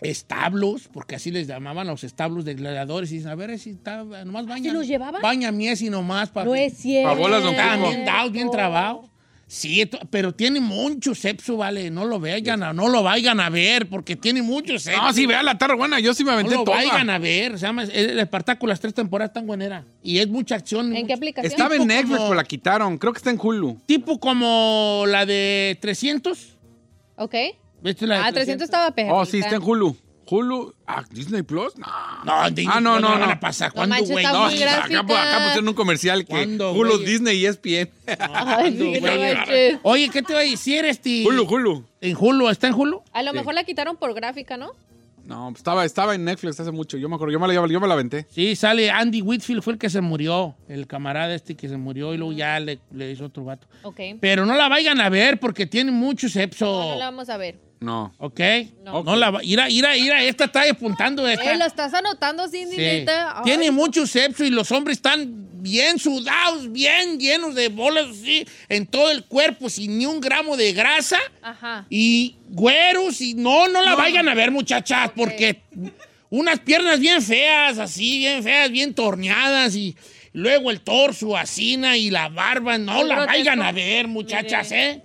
Speaker 2: establos, porque así les llamaban los establos de gladiadores, y dicen, a ver, si está, nomás baña,
Speaker 3: los llevaban?
Speaker 2: baña mies y nomás para...
Speaker 3: No es cierto.
Speaker 4: bolas, don
Speaker 2: Estaban
Speaker 4: Cuco.
Speaker 2: bien dados, bien trabados. Sí, esto- pero tiene mucho sexo, vale, no lo vayan a, no lo vayan a ver, porque tiene mucho sexo.
Speaker 4: No, sí, vea la tarde buena. Yo sí me
Speaker 2: No
Speaker 4: aventé
Speaker 2: lo
Speaker 4: toda.
Speaker 2: vayan a ver, se llama, el Espartaco, las tres temporadas tan buenera, y es mucha acción.
Speaker 3: ¿En
Speaker 2: mucho-
Speaker 3: qué aplicación?
Speaker 4: Estaba en
Speaker 2: Tipo
Speaker 4: Netflix,
Speaker 2: como-
Speaker 4: pero la quitaron. Creo que está en Hulu.
Speaker 2: Tipo como la de 300.
Speaker 3: Ok.
Speaker 2: ¿Viste la de
Speaker 3: Ah, 300 estaba peor.
Speaker 4: Oh, sí, está en Hulu. Hulu. Ah, Disney Plus. No.
Speaker 2: No, en Disney
Speaker 4: Ah, no,
Speaker 2: Plus
Speaker 4: no,
Speaker 2: la van
Speaker 4: no.
Speaker 2: a pasar.
Speaker 3: No
Speaker 2: ¿Cuándo,
Speaker 3: manches,
Speaker 2: güey?
Speaker 3: está
Speaker 2: No,
Speaker 3: muy
Speaker 2: sí,
Speaker 3: grande.
Speaker 4: acá, acá pusieron un comercial que
Speaker 2: ¿Cuándo,
Speaker 4: Hulu,
Speaker 2: güey?
Speaker 4: Disney y ESPN.
Speaker 3: Ay, sí,
Speaker 2: ¿cuándo,
Speaker 3: no
Speaker 2: güey?
Speaker 3: manches.
Speaker 2: Oye, ¿qué te iba a decir, este?
Speaker 4: Hulu, Hulu.
Speaker 2: ¿En Hulu? ¿Está en Hulu?
Speaker 3: A lo
Speaker 4: Sí.
Speaker 3: mejor la quitaron por gráfica, ¿no?
Speaker 4: No, pues, estaba, estaba en Netflix hace mucho. Yo me acuerdo, yo me la, yo me la aventé.
Speaker 2: Sí, sale Este, Andy Whitfield, fue el que se murió. El camarada este que se murió y luego ya le, le hizo otro vato.
Speaker 3: Ok. Ah,
Speaker 2: Pero no la vayan a ver porque tiene mucho sexo.
Speaker 3: No, no la vamos a ver.
Speaker 4: No.
Speaker 2: ¿Ok?
Speaker 3: No.
Speaker 2: No. la va... Ira, ira, ira, esta está apuntando esta.
Speaker 3: Eh, lo estás anotando, Cindy,
Speaker 2: Sí.
Speaker 3: neta. Ay,
Speaker 2: Tiene mucho sepso y los hombres están bien sudados, bien llenos de bolas así en todo el cuerpo, sin ni un gramo de grasa
Speaker 3: Ajá.
Speaker 2: y güeros y no, no la vayan a ver muchachas porque unas piernas bien feas, así, bien feas, bien torneadas y luego el torso, asina y la barba, no
Speaker 3: Muy
Speaker 2: la
Speaker 3: grotesco.
Speaker 2: vayan a ver muchachas,
Speaker 3: Mire.
Speaker 2: ¿eh?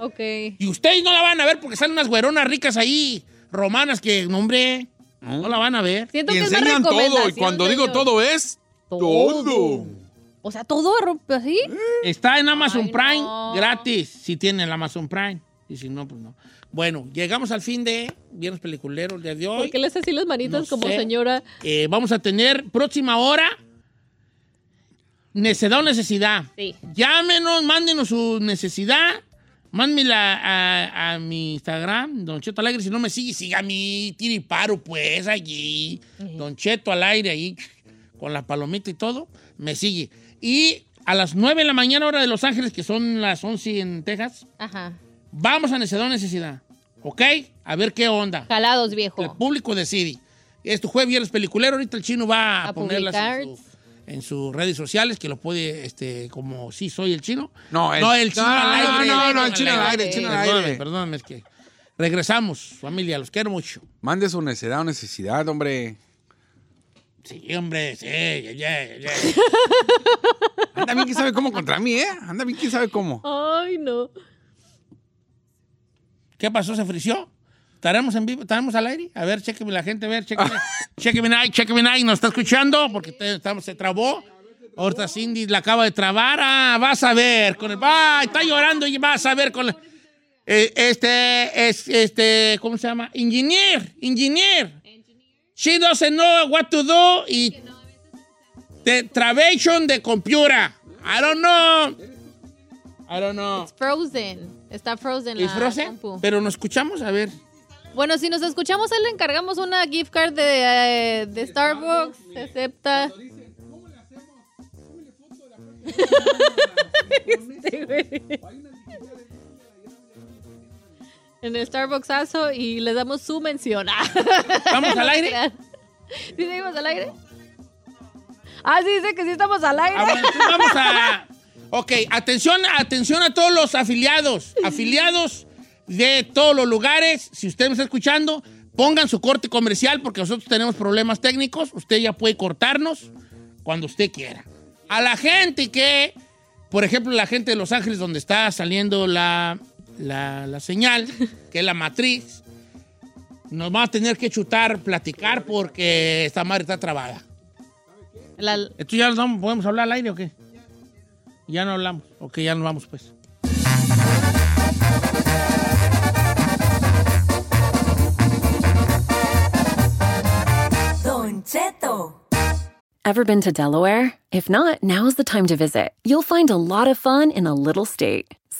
Speaker 3: Ok.
Speaker 2: Y ustedes no la van a ver porque salen unas güeronas ricas ahí, romanas, que, no, hombre, no la van a ver.
Speaker 3: Siento
Speaker 4: Y
Speaker 3: que es una
Speaker 4: enseñan todo. Y
Speaker 3: recomendación,
Speaker 4: cuando digo
Speaker 3: señor.
Speaker 4: todo es.
Speaker 3: Todo.
Speaker 4: Todo.
Speaker 3: O sea, todo rompe así.
Speaker 2: Está en Amazon
Speaker 3: Ay,
Speaker 2: Prime
Speaker 3: no.
Speaker 2: gratis, si tienen el Amazon Prime. Y si no, pues no. Bueno, llegamos al fin de Viernes Peliculero el día de
Speaker 3: ¿Por
Speaker 2: hoy.
Speaker 3: qué le hace así las manitas
Speaker 2: No
Speaker 3: como
Speaker 2: sé.
Speaker 3: señora?
Speaker 2: Eh, vamos a tener próxima hora. Necesidad o necesidad.
Speaker 3: Sí.
Speaker 2: Llámenos, mándenos su necesidad. Mándenmela a, a mi Instagram, Don Cheto al aire. Si no me sigue, siga a mí, tira y paro, pues, allí. Don Cheto al aire, ahí, con la palomita y todo, me sigue. Y a las 9 de la mañana, hora de Los Ángeles, que son las 11 en Texas,
Speaker 3: Ajá.
Speaker 2: vamos a necesidad o necesidad. ¿Ok? A ver qué onda.
Speaker 3: Jalados,
Speaker 2: El
Speaker 3: viejo.
Speaker 2: público decide. Esto jueves viernes peliculero, ahorita el chino va a,
Speaker 3: A
Speaker 2: ponerlas en,
Speaker 3: publicar.
Speaker 2: su- en sus redes sociales, que lo puede, este, como sí soy el chino.
Speaker 4: No, el-
Speaker 2: chino
Speaker 4: no,
Speaker 2: al aire.
Speaker 4: no, no, no, el chino al aire,
Speaker 3: el
Speaker 4: chino al
Speaker 2: Perdóname,
Speaker 4: aire.
Speaker 2: Perdóname, es que regresamos, familia, los quiero mucho.
Speaker 4: Mande su necesidad o necesidad, hombre.
Speaker 2: Sí, hombre, sí, ya, ya, ya.
Speaker 4: Anda bien, quién sabe cómo contra mí, ¿eh? Anda bien, quién sabe cómo.
Speaker 3: Ay, no.
Speaker 2: ¿Qué pasó? ¿Se frició? ¿Estaremos en vivo? ¿Estaremos al aire? A ver, chequeme la gente, a ver, chequeme. chequeme ahí, chequeme ahí, ¿nos está escuchando? Porque te- estamos, se trabó. Ahorita Cindy la acaba de trabar. Ah, vas a ver. Con el, ah, está llorando y vas a ver con la- Eh, este, es, este, ¿cómo se llama? Engineer, engineer. She doesn't know what to do y... The travation de computer. I don't know. I don't know.
Speaker 3: Frozen. Está Frozen la
Speaker 2: ¿Es Frozen?
Speaker 3: compu.
Speaker 2: Pero nos escuchamos, a ver.
Speaker 3: Bueno, si nos escuchamos, ahí le encargamos una gift card de, eh, de Starbucks. Se acepta. Este güey. en el Starbucksazo y les damos su mención.
Speaker 2: ¿Estamos al aire?
Speaker 3: ¿Sí seguimos al aire? Ah, sí, dice que sí estamos al aire.
Speaker 2: Ah, bueno, entonces vamos a. Ok, atención, atención a todos los afiliados. Afiliados de todos los lugares. Si usted me está escuchando, pongan su corte comercial porque nosotros tenemos problemas técnicos. Usted ya puede cortarnos cuando usted quiera. A la gente que, por ejemplo, la gente de Los Ángeles, donde está saliendo la, la, la señal, que es la matriz, nos va a tener que chutar, platicar porque esta madre está trabada.
Speaker 3: La-
Speaker 2: ¿Esto ya nos vamos- podemos hablar al aire o qué? Ya no hablamos. Ok, ya nos vamos pues.
Speaker 5: Don Cheto.
Speaker 8: Ever been to Delaware? If not, now is the time to visit. You'll find a lot of fun in a little state.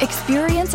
Speaker 9: Experience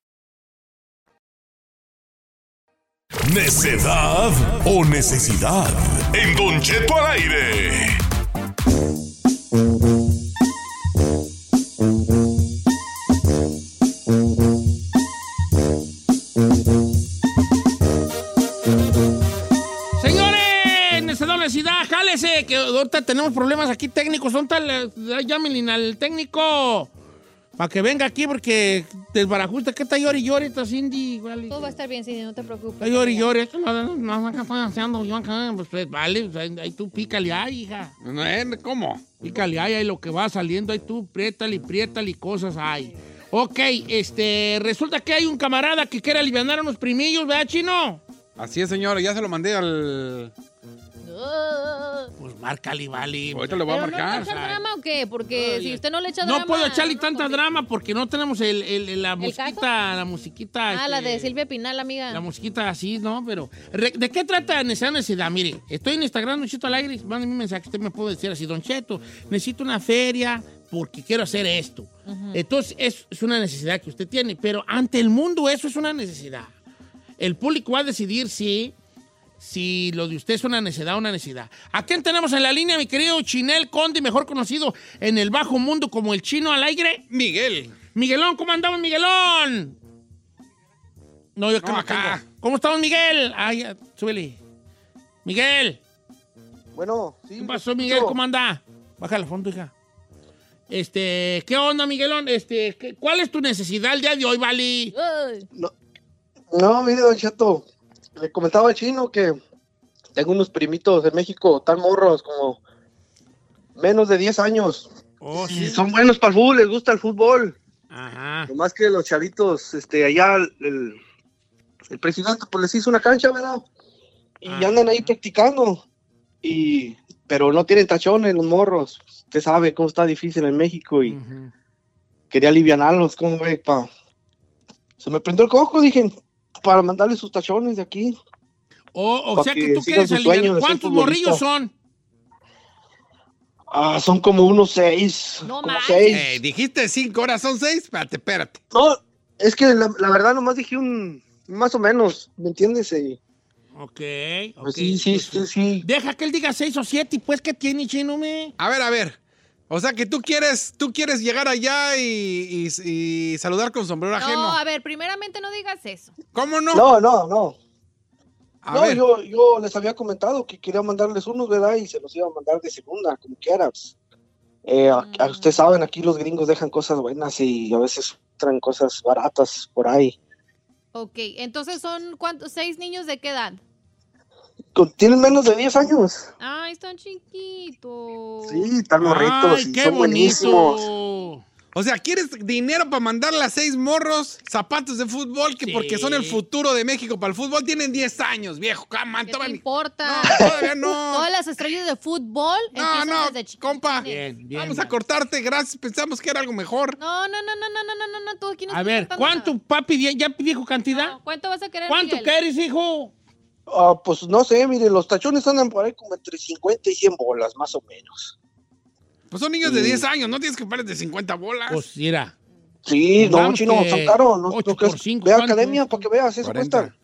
Speaker 1: ¿Necedad o necesidad? En Don Cheto al aire.
Speaker 2: Señores, necesidad, necesidad, jálese, que ahorita tenemos problemas aquí técnicos. ¿Dónde está la- la- Llámenle al técnico para que venga aquí porque desbarajusta que está llori y llori, está Cindy. Vale.
Speaker 3: Todo va a estar bien, Cindy, no te preocupes.
Speaker 2: Está llori Pues y llori. Esto No, no, acá estoy haciendo yo acá. Pues, pues, vale, pues, ahí, ahí tú pícale ahí, hija.
Speaker 4: No, eh, ¿Cómo?
Speaker 2: Pícale ahí, ahí lo que va saliendo, ahí tú priétale, priétale y cosas ahí. Ok, este, resulta que hay un camarada que quiere aliviar a unos primillos, ¿verdad, chino?
Speaker 4: Así es, señor. Ya se lo mandé al.
Speaker 3: Ah.
Speaker 2: Pues márcale, vale.
Speaker 4: Ahorita lo voy a
Speaker 3: ¿Pero no le
Speaker 4: marcar.
Speaker 3: echa drama o qué? Porque si usted no le echa drama...
Speaker 2: No puedo echarle
Speaker 3: no
Speaker 2: tanta
Speaker 3: complica.
Speaker 2: drama porque no tenemos el, el- el- la musiquita, la musiquita.
Speaker 3: Ah, la de
Speaker 2: este,
Speaker 3: Silvia Pinal, amiga.
Speaker 2: La musiquita así, ¿no? Pero, re- ¿de qué trata necesidad, necesidad? Mire, estoy en Instagram, Don Cheto al aire, mándenme un mensaje, usted me puede decir así, Don Cheto, necesito una feria porque quiero hacer esto. Entonces, es, es una necesidad que usted tiene, pero ante el mundo eso es una necesidad. El público va a decidir si, si lo de usted es una necesidad o una necesidad. ¿A quién tenemos en la línea, mi querido Chinel Conde, mejor conocido en el bajo mundo como el chino al aire?
Speaker 4: Miguel.
Speaker 2: Miguelón, ¿cómo andamos, Miguelón? No, yo acá
Speaker 4: No,
Speaker 2: no
Speaker 4: acá.
Speaker 2: tengo. ¿Cómo estamos, Miguel? Ay, ya, súbele. Miguel,
Speaker 10: Bueno, sí.
Speaker 2: ¿qué pasó, Miguel? ¿Cómo anda? Baja la fondo, hija. Este, ¿qué onda, Miguelón? Este, ¿qué- ¿cuál es tu necesidad el día de hoy, Vali?
Speaker 3: Ay.
Speaker 10: No, mire, Don Cheto, le comentaba al chino que tengo unos primitos de México tan morros como menos de 10 años.
Speaker 2: Oh,
Speaker 10: Y son buenos para el fútbol, les gusta el fútbol.
Speaker 2: Ajá.
Speaker 10: Nomás que los chavitos, este, allá el, el- el presidente pues les hizo una cancha, ¿verdad? Y
Speaker 2: Ah.
Speaker 10: andan ahí practicando. Y, pero no tienen tachones los morros. Usted sabe cómo está difícil en México y
Speaker 2: Ujú.
Speaker 10: quería alivianarlos, ¿cómo ve, pa? Se me prendió el coco, dije, para mandarle sus tachones de aquí.
Speaker 2: O, o
Speaker 10: Pa'
Speaker 2: sea que
Speaker 10: que
Speaker 2: tú
Speaker 10: sigan
Speaker 2: quieres
Speaker 10: sus sueños
Speaker 2: aliviar.
Speaker 10: de ser
Speaker 2: ¿Cuántos morrillos
Speaker 10: futbolista.
Speaker 2: son?
Speaker 10: Ah, son como unos seis.
Speaker 3: No
Speaker 10: como
Speaker 3: manches.
Speaker 10: seis.
Speaker 4: Eh, dijiste cinco horas, son seis. Espérate, espérate.
Speaker 10: No, es que la, la verdad nomás dije un, más o menos, ¿me entiendes? Eh,
Speaker 2: Ok, ok.
Speaker 10: pues sí, sí, sí, sí.
Speaker 2: Deja que él diga seis o siete, y pues, ¿qué tiene, chino, me?
Speaker 4: A ver, a ver. O sea que tú quieres, tú quieres llegar allá y, y- y saludar con sombrero ajeno.
Speaker 3: No, a ver, primeramente no digas eso.
Speaker 4: ¿Cómo no?
Speaker 10: No, no, no.
Speaker 4: a
Speaker 10: no,
Speaker 4: ver.
Speaker 10: yo, yo les había comentado que quería mandarles unos, ¿verdad? Y se los iba a mandar de segunda, como quieras. Eh, a- a- Ustedes saben, aquí los gringos dejan cosas buenas y a veces traen cosas baratas por ahí.
Speaker 3: Ok, entonces son cuántos, seis niños de qué edad?
Speaker 10: con- tienen menos de 10 años.
Speaker 3: Ay, están chiquitos.
Speaker 10: Sí, están gorritos y son buenísimos.
Speaker 4: O sea, ¿quieres dinero para mandarle a seis morros zapatos de fútbol? Que porque son el futuro de México para el fútbol. Tienen 10 años, viejo. Come on,
Speaker 3: ¿Qué
Speaker 4: toma
Speaker 3: te
Speaker 4: mi-
Speaker 3: importa?
Speaker 4: todavía no.
Speaker 3: Todas las estrellas de fútbol
Speaker 4: No,
Speaker 3: empiezan
Speaker 4: Ah, no,
Speaker 3: desde chiquitos.
Speaker 4: compa. Vamos a cortarte, gracias. Pensamos que era algo mejor.
Speaker 3: No, no, no, no, no, no, no, no, no, tú aquí no
Speaker 2: A
Speaker 3: estás
Speaker 2: ver,
Speaker 3: contando
Speaker 2: ¿cuánto papi di- ya dijo cantidad?
Speaker 3: nada. ¿Cuánto vas a querer,
Speaker 2: ¿Cuánto
Speaker 3: Miguel?
Speaker 2: quieres, hijo?
Speaker 10: Ah, pues no sé, mire, los tachones andan por ahí como entre 50 y 100 bolas, más o menos.
Speaker 4: Pues son niños de
Speaker 10: Sí.
Speaker 4: 10 años, no tienes que pagarles de 50 bolas.
Speaker 2: Pues mira.
Speaker 10: Sí, no,
Speaker 2: Pongamos
Speaker 10: chino,
Speaker 2: que
Speaker 10: son caros. No,
Speaker 2: ocho
Speaker 10: no crees-
Speaker 2: por cinco,
Speaker 10: Ve a
Speaker 2: ¿cuánto?
Speaker 10: academia para que veas, eso
Speaker 4: 40.
Speaker 10: cuesta.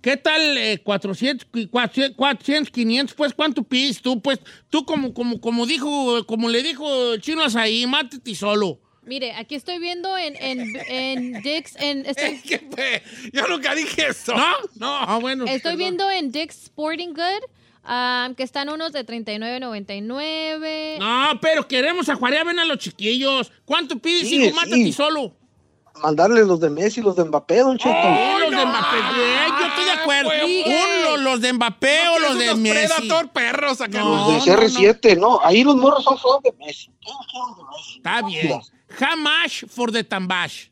Speaker 2: ¿Qué tal eh, 400, cu- 400, 400, 500? Pues, ¿cuánto pides tú? Pues, tú como, como, como dijo, como le dijo el chino ahí, mátete solo.
Speaker 3: Mire, aquí estoy viendo en, en, en Dix, en, estoy,
Speaker 4: ¿Qué fue? Yo nunca dije eso.
Speaker 2: ¿No?
Speaker 4: No.
Speaker 2: Ah, bueno.
Speaker 3: estoy
Speaker 2: perdón.
Speaker 3: viendo en Dix Sporting Good ah, que están unos de 39.99.
Speaker 2: No, pero queremos ajuarear ven a los chiquillos. ¿Cuánto pides,
Speaker 10: Sí,
Speaker 2: hijo?
Speaker 10: sí.
Speaker 2: Mátete solo.
Speaker 10: Mandarle los de Messi, los de Mbappé, don Cheto.
Speaker 2: Oh, los de Mbappé.
Speaker 4: Ah,
Speaker 2: Bien, yo estoy de acuerdo. Uno, los de Mbappé o los de
Speaker 4: Unos
Speaker 2: Messi.
Speaker 4: Predator perros acá.
Speaker 2: No.
Speaker 10: los de CR7, no, Ahí los morros son solo de Messi. Todos son de Messi.
Speaker 2: Está bien. Hamash for the Tambash.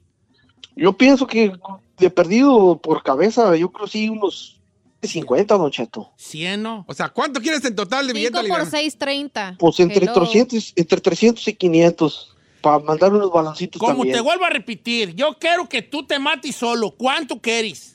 Speaker 10: Yo pienso que de perdido por cabeza, yo creo sí unos 50, don Cheto.
Speaker 2: 100, ¿no?
Speaker 4: O sea, ¿cuánto quieres en total de billete
Speaker 3: 5 por
Speaker 4: Olivia?
Speaker 3: 6, 30.
Speaker 10: Pues entre
Speaker 3: Hello.
Speaker 10: 300, entre 300 y 500. Para mandar unos balancitos
Speaker 2: Como
Speaker 10: también.
Speaker 2: te vuelvo a repetir, yo quiero que tú te mates solo. ¿Cuánto quieres?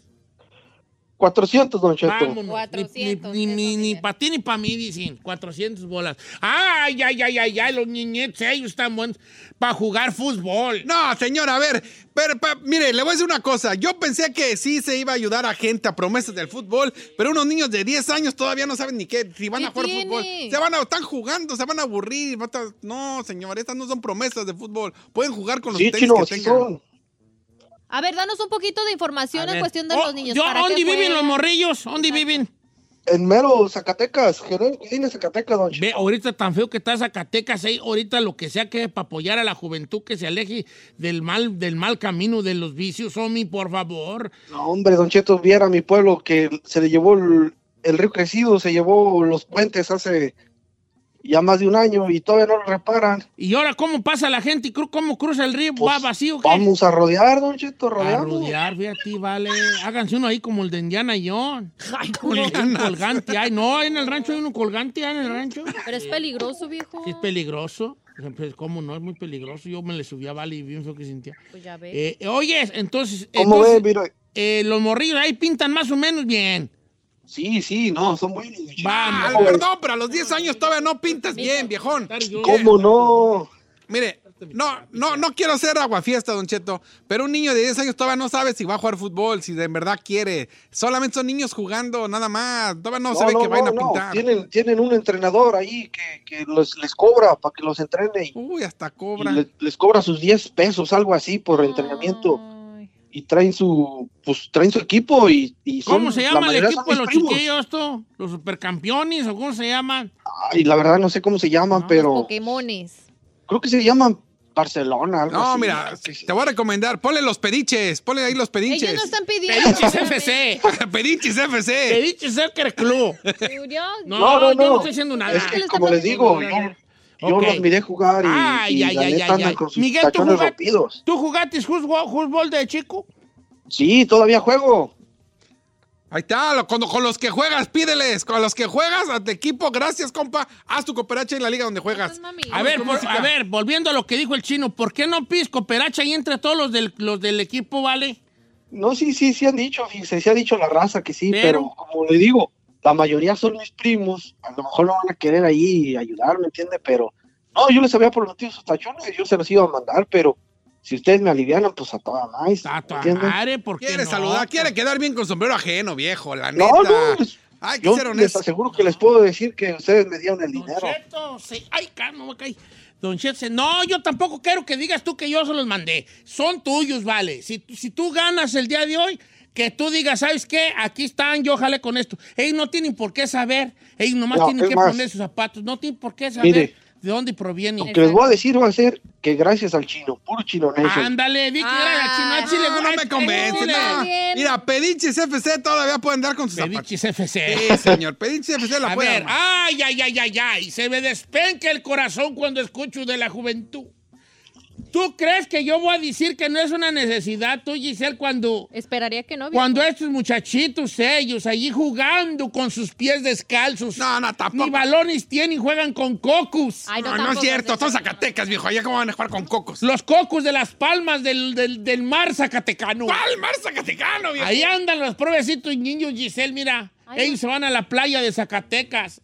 Speaker 10: 400, don Cheto.
Speaker 2: Vámonos. Ni-
Speaker 3: 400,
Speaker 2: Ni, ni,
Speaker 3: eso,
Speaker 2: ni,
Speaker 3: Miguel.
Speaker 2: para ti ni para mí dicen. 400 bolas. Ay, ay, ay, ay, ay, los niñetes, ellos están buenos para jugar fútbol.
Speaker 4: No, señora, a ver, pero, pa- mire, le voy a decir una cosa. Yo pensé que sí se iba a ayudar a gente a promesas del fútbol, pero unos niños de 10 años todavía no saben ni qué, si van
Speaker 3: ¿Qué
Speaker 4: a jugar
Speaker 3: tiene?
Speaker 4: fútbol. Se van a, están jugando, se van a aburrir. van a- no, señor, estas no son promesas de fútbol. Pueden jugar con los
Speaker 10: Sí,
Speaker 4: tenis
Speaker 10: chino,
Speaker 4: que
Speaker 10: sí
Speaker 4: tengan.
Speaker 10: son.
Speaker 3: A ver, danos un poquito de información
Speaker 2: A
Speaker 3: en
Speaker 2: ver.
Speaker 3: cuestión de
Speaker 2: Oh,
Speaker 3: los niños.
Speaker 2: yo,
Speaker 3: ¿Para
Speaker 2: ¿Dónde
Speaker 3: qué
Speaker 2: viven
Speaker 3: juegan?
Speaker 2: los morrillos? ¿Dónde viven?
Speaker 10: En mero Zacatecas, General Godínez, Zacatecas, don Cheto.
Speaker 2: Ve, ahorita tan feo que está Zacatecas, ahí, ahorita lo que sea que para apoyar a la juventud que se aleje del mal, del mal camino de los vicios, Omi, por favor.
Speaker 10: No, hombre, don Cheto, viera mi pueblo que se le llevó el, el río crecido, se llevó los puentes hace ya más de un año y todavía no lo reparan.
Speaker 2: Y ahora, ¿cómo pasa la gente? y cru- ¿Cómo cruza el río? ¿Va
Speaker 10: Pues,
Speaker 2: vacío? ¿qué?
Speaker 10: Vamos a rodear, don Cheto,
Speaker 2: A
Speaker 10: rodeamos.
Speaker 2: rodear, fíjate, vale. Háganse uno ahí como el de Indiana John.
Speaker 4: Ay,
Speaker 2: Un
Speaker 4: Juliana.
Speaker 2: colgante. Ay, no, ahí en el rancho hay uno colgante, ahí en el rancho.
Speaker 3: Pero es peligroso, viejo.
Speaker 2: Sí, es peligroso. Pues, ¿Cómo no? Es muy peligroso. Yo me le subí a Vale y bien feo que sentía.
Speaker 3: Pues ya ves.
Speaker 2: Eh, oye, entonces,
Speaker 10: ¿Cómo ve?
Speaker 2: entonces
Speaker 10: Mira,
Speaker 2: eh, los morrillos ahí pintan más o menos bien.
Speaker 10: sí, sí, no, son buenos. pues. don Cheto.
Speaker 2: Vamos.
Speaker 4: Ah, perdón, pero a los 10 años todavía no pintas bien, viejón.
Speaker 10: ¿Cómo no?
Speaker 4: Mire, no, no, no quiero ser aguafiesta, Don Cheto, pero un niño de 10 años todavía no sabe si va a jugar fútbol, si de verdad quiere. Solamente son niños jugando, nada más. Todavía no, se ve que vayan a
Speaker 10: no,
Speaker 4: pintar.
Speaker 10: Tienen, tienen un entrenador ahí que, que los- les cobra para que los entrene y,
Speaker 4: Uy, hasta
Speaker 10: y
Speaker 4: cobra.
Speaker 10: le- les cobra sus 10 pesos, algo así, por entrenamiento.
Speaker 3: Ay.
Speaker 10: Y traen su, pues, traen su equipo y, y son-
Speaker 2: ¿Cómo se
Speaker 10: la
Speaker 2: llama el
Speaker 10: mayoría son
Speaker 2: equipo de
Speaker 10: mis
Speaker 2: los
Speaker 10: primos.
Speaker 2: chiquillos, esto? ¿Los supercampeones o cómo se llaman?
Speaker 10: Ay, la verdad no sé cómo se llaman,
Speaker 2: Ah,
Speaker 10: pero
Speaker 3: Pokémones.
Speaker 10: creo que se llaman Barcelona, algo
Speaker 4: No,
Speaker 10: así.
Speaker 4: mira,
Speaker 10: Sí, sí.
Speaker 4: te voy a recomendar. Ponle los pediches, ponle ahí los
Speaker 3: Ellos
Speaker 4: pediches.
Speaker 3: no están pidiendo.
Speaker 2: Pediches FC.
Speaker 4: pediches FC.
Speaker 2: Pediches Soccer Club.
Speaker 3: Julio,
Speaker 2: No,
Speaker 10: No, no,
Speaker 2: yo no
Speaker 10: no.
Speaker 2: estoy diciendo nada.
Speaker 10: Es
Speaker 3: ¿Por qué
Speaker 10: que
Speaker 3: le
Speaker 10: como
Speaker 3: están
Speaker 10: les digo, yo,
Speaker 3: dando-
Speaker 10: yo
Speaker 2: Ok.
Speaker 10: los miré jugar y,
Speaker 2: Ay,
Speaker 10: y
Speaker 2: ay,
Speaker 10: la
Speaker 2: ay,
Speaker 10: neta
Speaker 2: ay,
Speaker 10: andan
Speaker 2: ay.
Speaker 10: con sus
Speaker 2: Miguel, ¿tú
Speaker 10: tachones
Speaker 2: jugaste?
Speaker 10: rompidos.
Speaker 2: ¿Tú jugaste fútbol, fútbol de chico?
Speaker 10: Sí, todavía juego.
Speaker 4: Ahí está, lo- con, con los que juegas, pídeles. Con los que juegas, a tu equipo, gracias, compa. Haz tu cooperacha en la liga donde
Speaker 3: No
Speaker 4: juegas.
Speaker 3: seas mami.
Speaker 2: A
Speaker 4: Vamos
Speaker 2: ver,
Speaker 4: con
Speaker 2: por-
Speaker 4: música.
Speaker 2: a ver, volviendo a lo que dijo el chino, ¿por qué no pisco peracha y entre todos los del, los del equipo, vale?
Speaker 10: No, sí, sí, sí han dicho, fíjense, sí ha dicho la raza que sí,
Speaker 2: Pero-
Speaker 10: pero, como le digo, la mayoría son mis primos, a lo mejor no van a querer ahí ayudar, ¿me entiende? Pero no, yo les había prometido sus tachones, yo se los iba a mandar, pero si ustedes me alivianan, pues a toda más,
Speaker 2: A tu
Speaker 10: ¿me entiende?
Speaker 2: madre, ¿por qué
Speaker 4: Quiere
Speaker 2: no?
Speaker 4: saludar, quiere quedar bien con sombrero ajeno, viejo, la neta.
Speaker 10: No, no, pues,
Speaker 4: Ay, ¿qué
Speaker 10: yo
Speaker 4: hicieron
Speaker 10: les
Speaker 4: eso?
Speaker 10: aseguro que les puedo decir que ustedes me dieron el
Speaker 2: Don
Speaker 10: dinero.
Speaker 2: Cheto, sí. Ay, ca- no me caí. Don Cheto, dice, no, yo tampoco quiero que digas tú que yo se los mandé. Son tuyos, vale. Si, si tú ganas el día de hoy, que tú digas, ¿sabes qué? Aquí están, yo jalé con esto. Ellos no tienen por qué saber. Ellos nomás
Speaker 10: No,
Speaker 2: tienen
Speaker 10: es
Speaker 2: que
Speaker 10: más.
Speaker 2: poner sus zapatos. No tienen por qué saber
Speaker 10: Mire,
Speaker 2: de dónde proviene.
Speaker 10: Lo que les voy a decir va a ser que gracias al chino, puro chino nation.
Speaker 2: Ándale, di que era el chino. al chile,
Speaker 4: no, no
Speaker 2: güey,
Speaker 4: me convence.
Speaker 2: chile.
Speaker 4: no. Mira, Pedichis FC todavía puede andar con sus zapatos.
Speaker 2: Pedichis FC.
Speaker 4: Sí, señor. Pedichis FC la
Speaker 2: A
Speaker 4: puede
Speaker 2: ver,
Speaker 4: armar.
Speaker 2: ay, ay, ay, ay, ay. Se me despenca el corazón cuando escucho de la juventud. ¿Tú crees que yo voy a decir que no es una necesidad tú, Giselle, cuando,
Speaker 3: Esperaría que no. viejo.
Speaker 2: cuando estos muchachitos, ellos, allí jugando con sus pies descalzos?
Speaker 4: No, no, tampoco.
Speaker 2: Ni balones tienen, juegan con cocos.
Speaker 3: Ay,
Speaker 4: No, no es
Speaker 3: tampoco,
Speaker 4: cierto.
Speaker 3: Andrés.
Speaker 4: Son Zacatecas, viejo. Allá cómo van a jugar con cocos.
Speaker 2: Los cocos de las palmas del, del- del mar Zacatecano.
Speaker 4: ¡Palmar Zacatecano, viejo!
Speaker 2: Ahí andan los provecitos niños, Giselle, mira.
Speaker 3: Ay,
Speaker 2: Ellos se van a la playa de Zacatecas.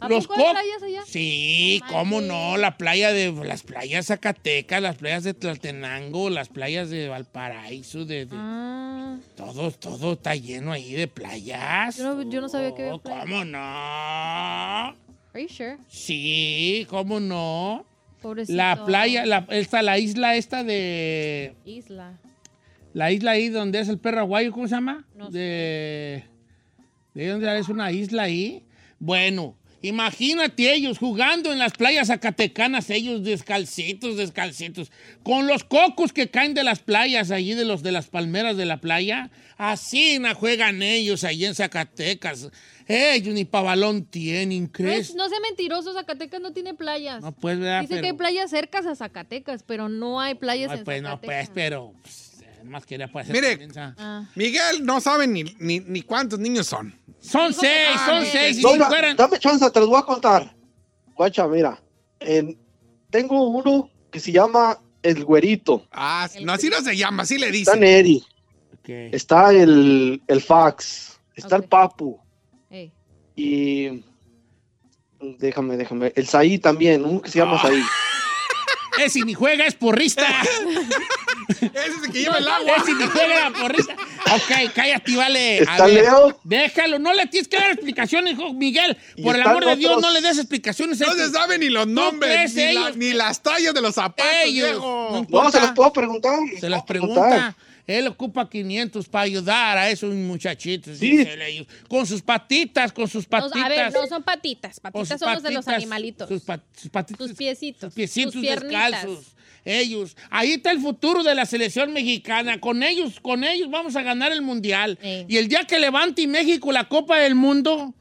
Speaker 3: ¿A
Speaker 2: Los
Speaker 3: poco hay
Speaker 2: co-
Speaker 3: playas allá?
Speaker 2: Sí,
Speaker 3: No
Speaker 2: cómo
Speaker 3: manches.
Speaker 2: no, la playa de las playas Zacatecas, las playas de Tlaltenango, las playas de Valparaíso, de, de-
Speaker 3: Ah,
Speaker 2: todo, todo está lleno ahí de playas.
Speaker 3: Yo no- yo no sabía que había
Speaker 2: Oh,
Speaker 3: playas.
Speaker 2: ¿Cómo no?
Speaker 3: are you sure?
Speaker 2: Sí, cómo no.
Speaker 3: Pobrecito.
Speaker 2: La playa, la, esta, la isla esta de
Speaker 3: Isla.
Speaker 2: la isla ahí donde es el perro aguayo, ¿cómo se llama?
Speaker 3: No sé.
Speaker 2: de, de donde es una isla ahí. Bueno, imagínate ellos jugando en las playas zacatecanas, ellos descalcitos, descalcitos, con los cocos que caen de las playas allí, de los de las palmeras de la playa. Así na juegan ellos allí en Zacatecas. Ellos ni pabalón tienen,
Speaker 3: No,
Speaker 2: ¿crees?
Speaker 3: es- no sea mentiroso, Zacatecas no tiene playas.
Speaker 2: No, pues, ¿verdad?
Speaker 3: Dice que
Speaker 2: Pero-
Speaker 3: hay playas cercas a Zacatecas, pero no hay playas
Speaker 2: Ay,
Speaker 3: en
Speaker 2: pues no,
Speaker 3: Zacatecas.
Speaker 2: pues, pero pues, más quería pues, hacer
Speaker 4: Mire.
Speaker 2: defensa.
Speaker 3: Ah.
Speaker 4: Miguel no sabe ni, ni, ni cuántos niños son.
Speaker 2: Son
Speaker 3: Dijo que
Speaker 2: seis,
Speaker 3: no,
Speaker 2: son
Speaker 3: mire.
Speaker 2: seis. Y si
Speaker 10: Oiga,
Speaker 2: fueran-
Speaker 10: dame chance, te los voy a contar. Guacha, mira. en- tengo uno que se llama El Güerito.
Speaker 4: Ah, no, así no se llama, así le
Speaker 10: Está
Speaker 4: dicen.
Speaker 10: Neri.
Speaker 2: Ok.
Speaker 10: Está el, el Fax. Está
Speaker 3: Ok.
Speaker 10: el Papu.
Speaker 3: Ey.
Speaker 10: Y. Déjame, déjame. El Saí también, uno que se
Speaker 2: Ah,
Speaker 10: llama Saí.
Speaker 2: Ese ni juega, es porrista.
Speaker 4: Ese es el que lleva el agua.
Speaker 2: Ese ni juega, era porrista. Ok, cállate, vale. A
Speaker 10: Está
Speaker 2: ver,
Speaker 10: Leo.
Speaker 2: Déjalo, no le tienes que dar explicaciones, hijo Miguel.
Speaker 10: Y
Speaker 2: Por el
Speaker 10: están
Speaker 2: amor de Dios,
Speaker 10: otros-
Speaker 2: no le des explicaciones. a
Speaker 4: No
Speaker 2: estos.
Speaker 4: se sabe ni los nombres,
Speaker 2: crees
Speaker 4: ni, la-
Speaker 2: ellos?
Speaker 4: ni las tallas de los zapatos,
Speaker 2: Ellos.
Speaker 4: viejo.
Speaker 2: No
Speaker 10: No, se
Speaker 2: importa.
Speaker 10: los puedo preguntar.
Speaker 2: Se las
Speaker 10: puedo preguntar.
Speaker 2: pregunta. Él ocupa 500 para ayudar a esos muchachitos.
Speaker 10: Sí.
Speaker 2: dicen ellos. Con sus patitas, con sus
Speaker 3: No,
Speaker 2: patitas.
Speaker 3: a ver, no son patitas.
Speaker 2: Con sus
Speaker 3: Patitas son los de los
Speaker 2: patitas,
Speaker 3: animalitos.
Speaker 2: Sus, pat- sus patitas.
Speaker 3: Sus piecitos,
Speaker 2: Sus piecitos
Speaker 3: sus piernitas.
Speaker 2: descalzos. Ellos. Ahí está el futuro de la selección mexicana. Con ellos, con ellos vamos a ganar el mundial.
Speaker 3: Sí.
Speaker 2: Y el día que levante México la Copa del Mundo,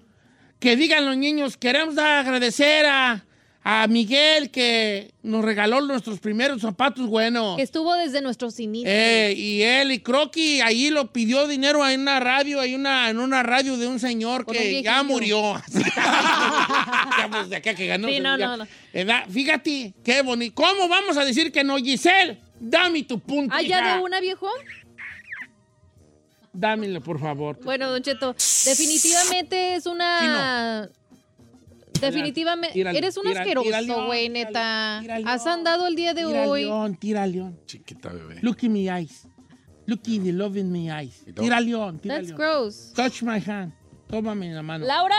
Speaker 2: que digan los niños, queremos agradecer a, a Miguel que nos regaló nuestros primeros zapatos buenos.
Speaker 3: que estuvo desde nuestros inicios.
Speaker 2: Eh, y él, y creo que ahí lo pidió dinero en una radio, hay una, en una radio de un señor
Speaker 3: Por un
Speaker 2: que
Speaker 3: viejillo.
Speaker 2: ya murió. Ya, pues, de acá que ganó.
Speaker 3: Sí, no,
Speaker 2: ya.
Speaker 3: no, no.
Speaker 2: Eh, da- Fíjate, qué bonito. ¿Cómo vamos a decir que no, Giselle? Dame tu punto.
Speaker 3: Ah, ya
Speaker 2: hija.
Speaker 3: de una, viejo.
Speaker 2: Dámelo, por favor.
Speaker 3: Bueno, Don Cheto, definitivamente es una. Definitivamente.
Speaker 2: Tíralo,
Speaker 3: eres un
Speaker 2: tíralo,
Speaker 3: asqueroso,
Speaker 2: tíralo,
Speaker 3: güey,
Speaker 2: tíralo,
Speaker 3: neta.
Speaker 2: tíralo.
Speaker 3: Has andado el día de
Speaker 2: Tira
Speaker 3: hoy.
Speaker 2: león, tira león.
Speaker 4: Chiquita bebé.
Speaker 2: Look in my eyes. Look in the love in my eyes.
Speaker 4: Y luego-
Speaker 2: Tira león, tira
Speaker 3: That's
Speaker 2: león.
Speaker 3: gross.
Speaker 2: Touch my hand. Tómame la mano.
Speaker 3: ¡Laura!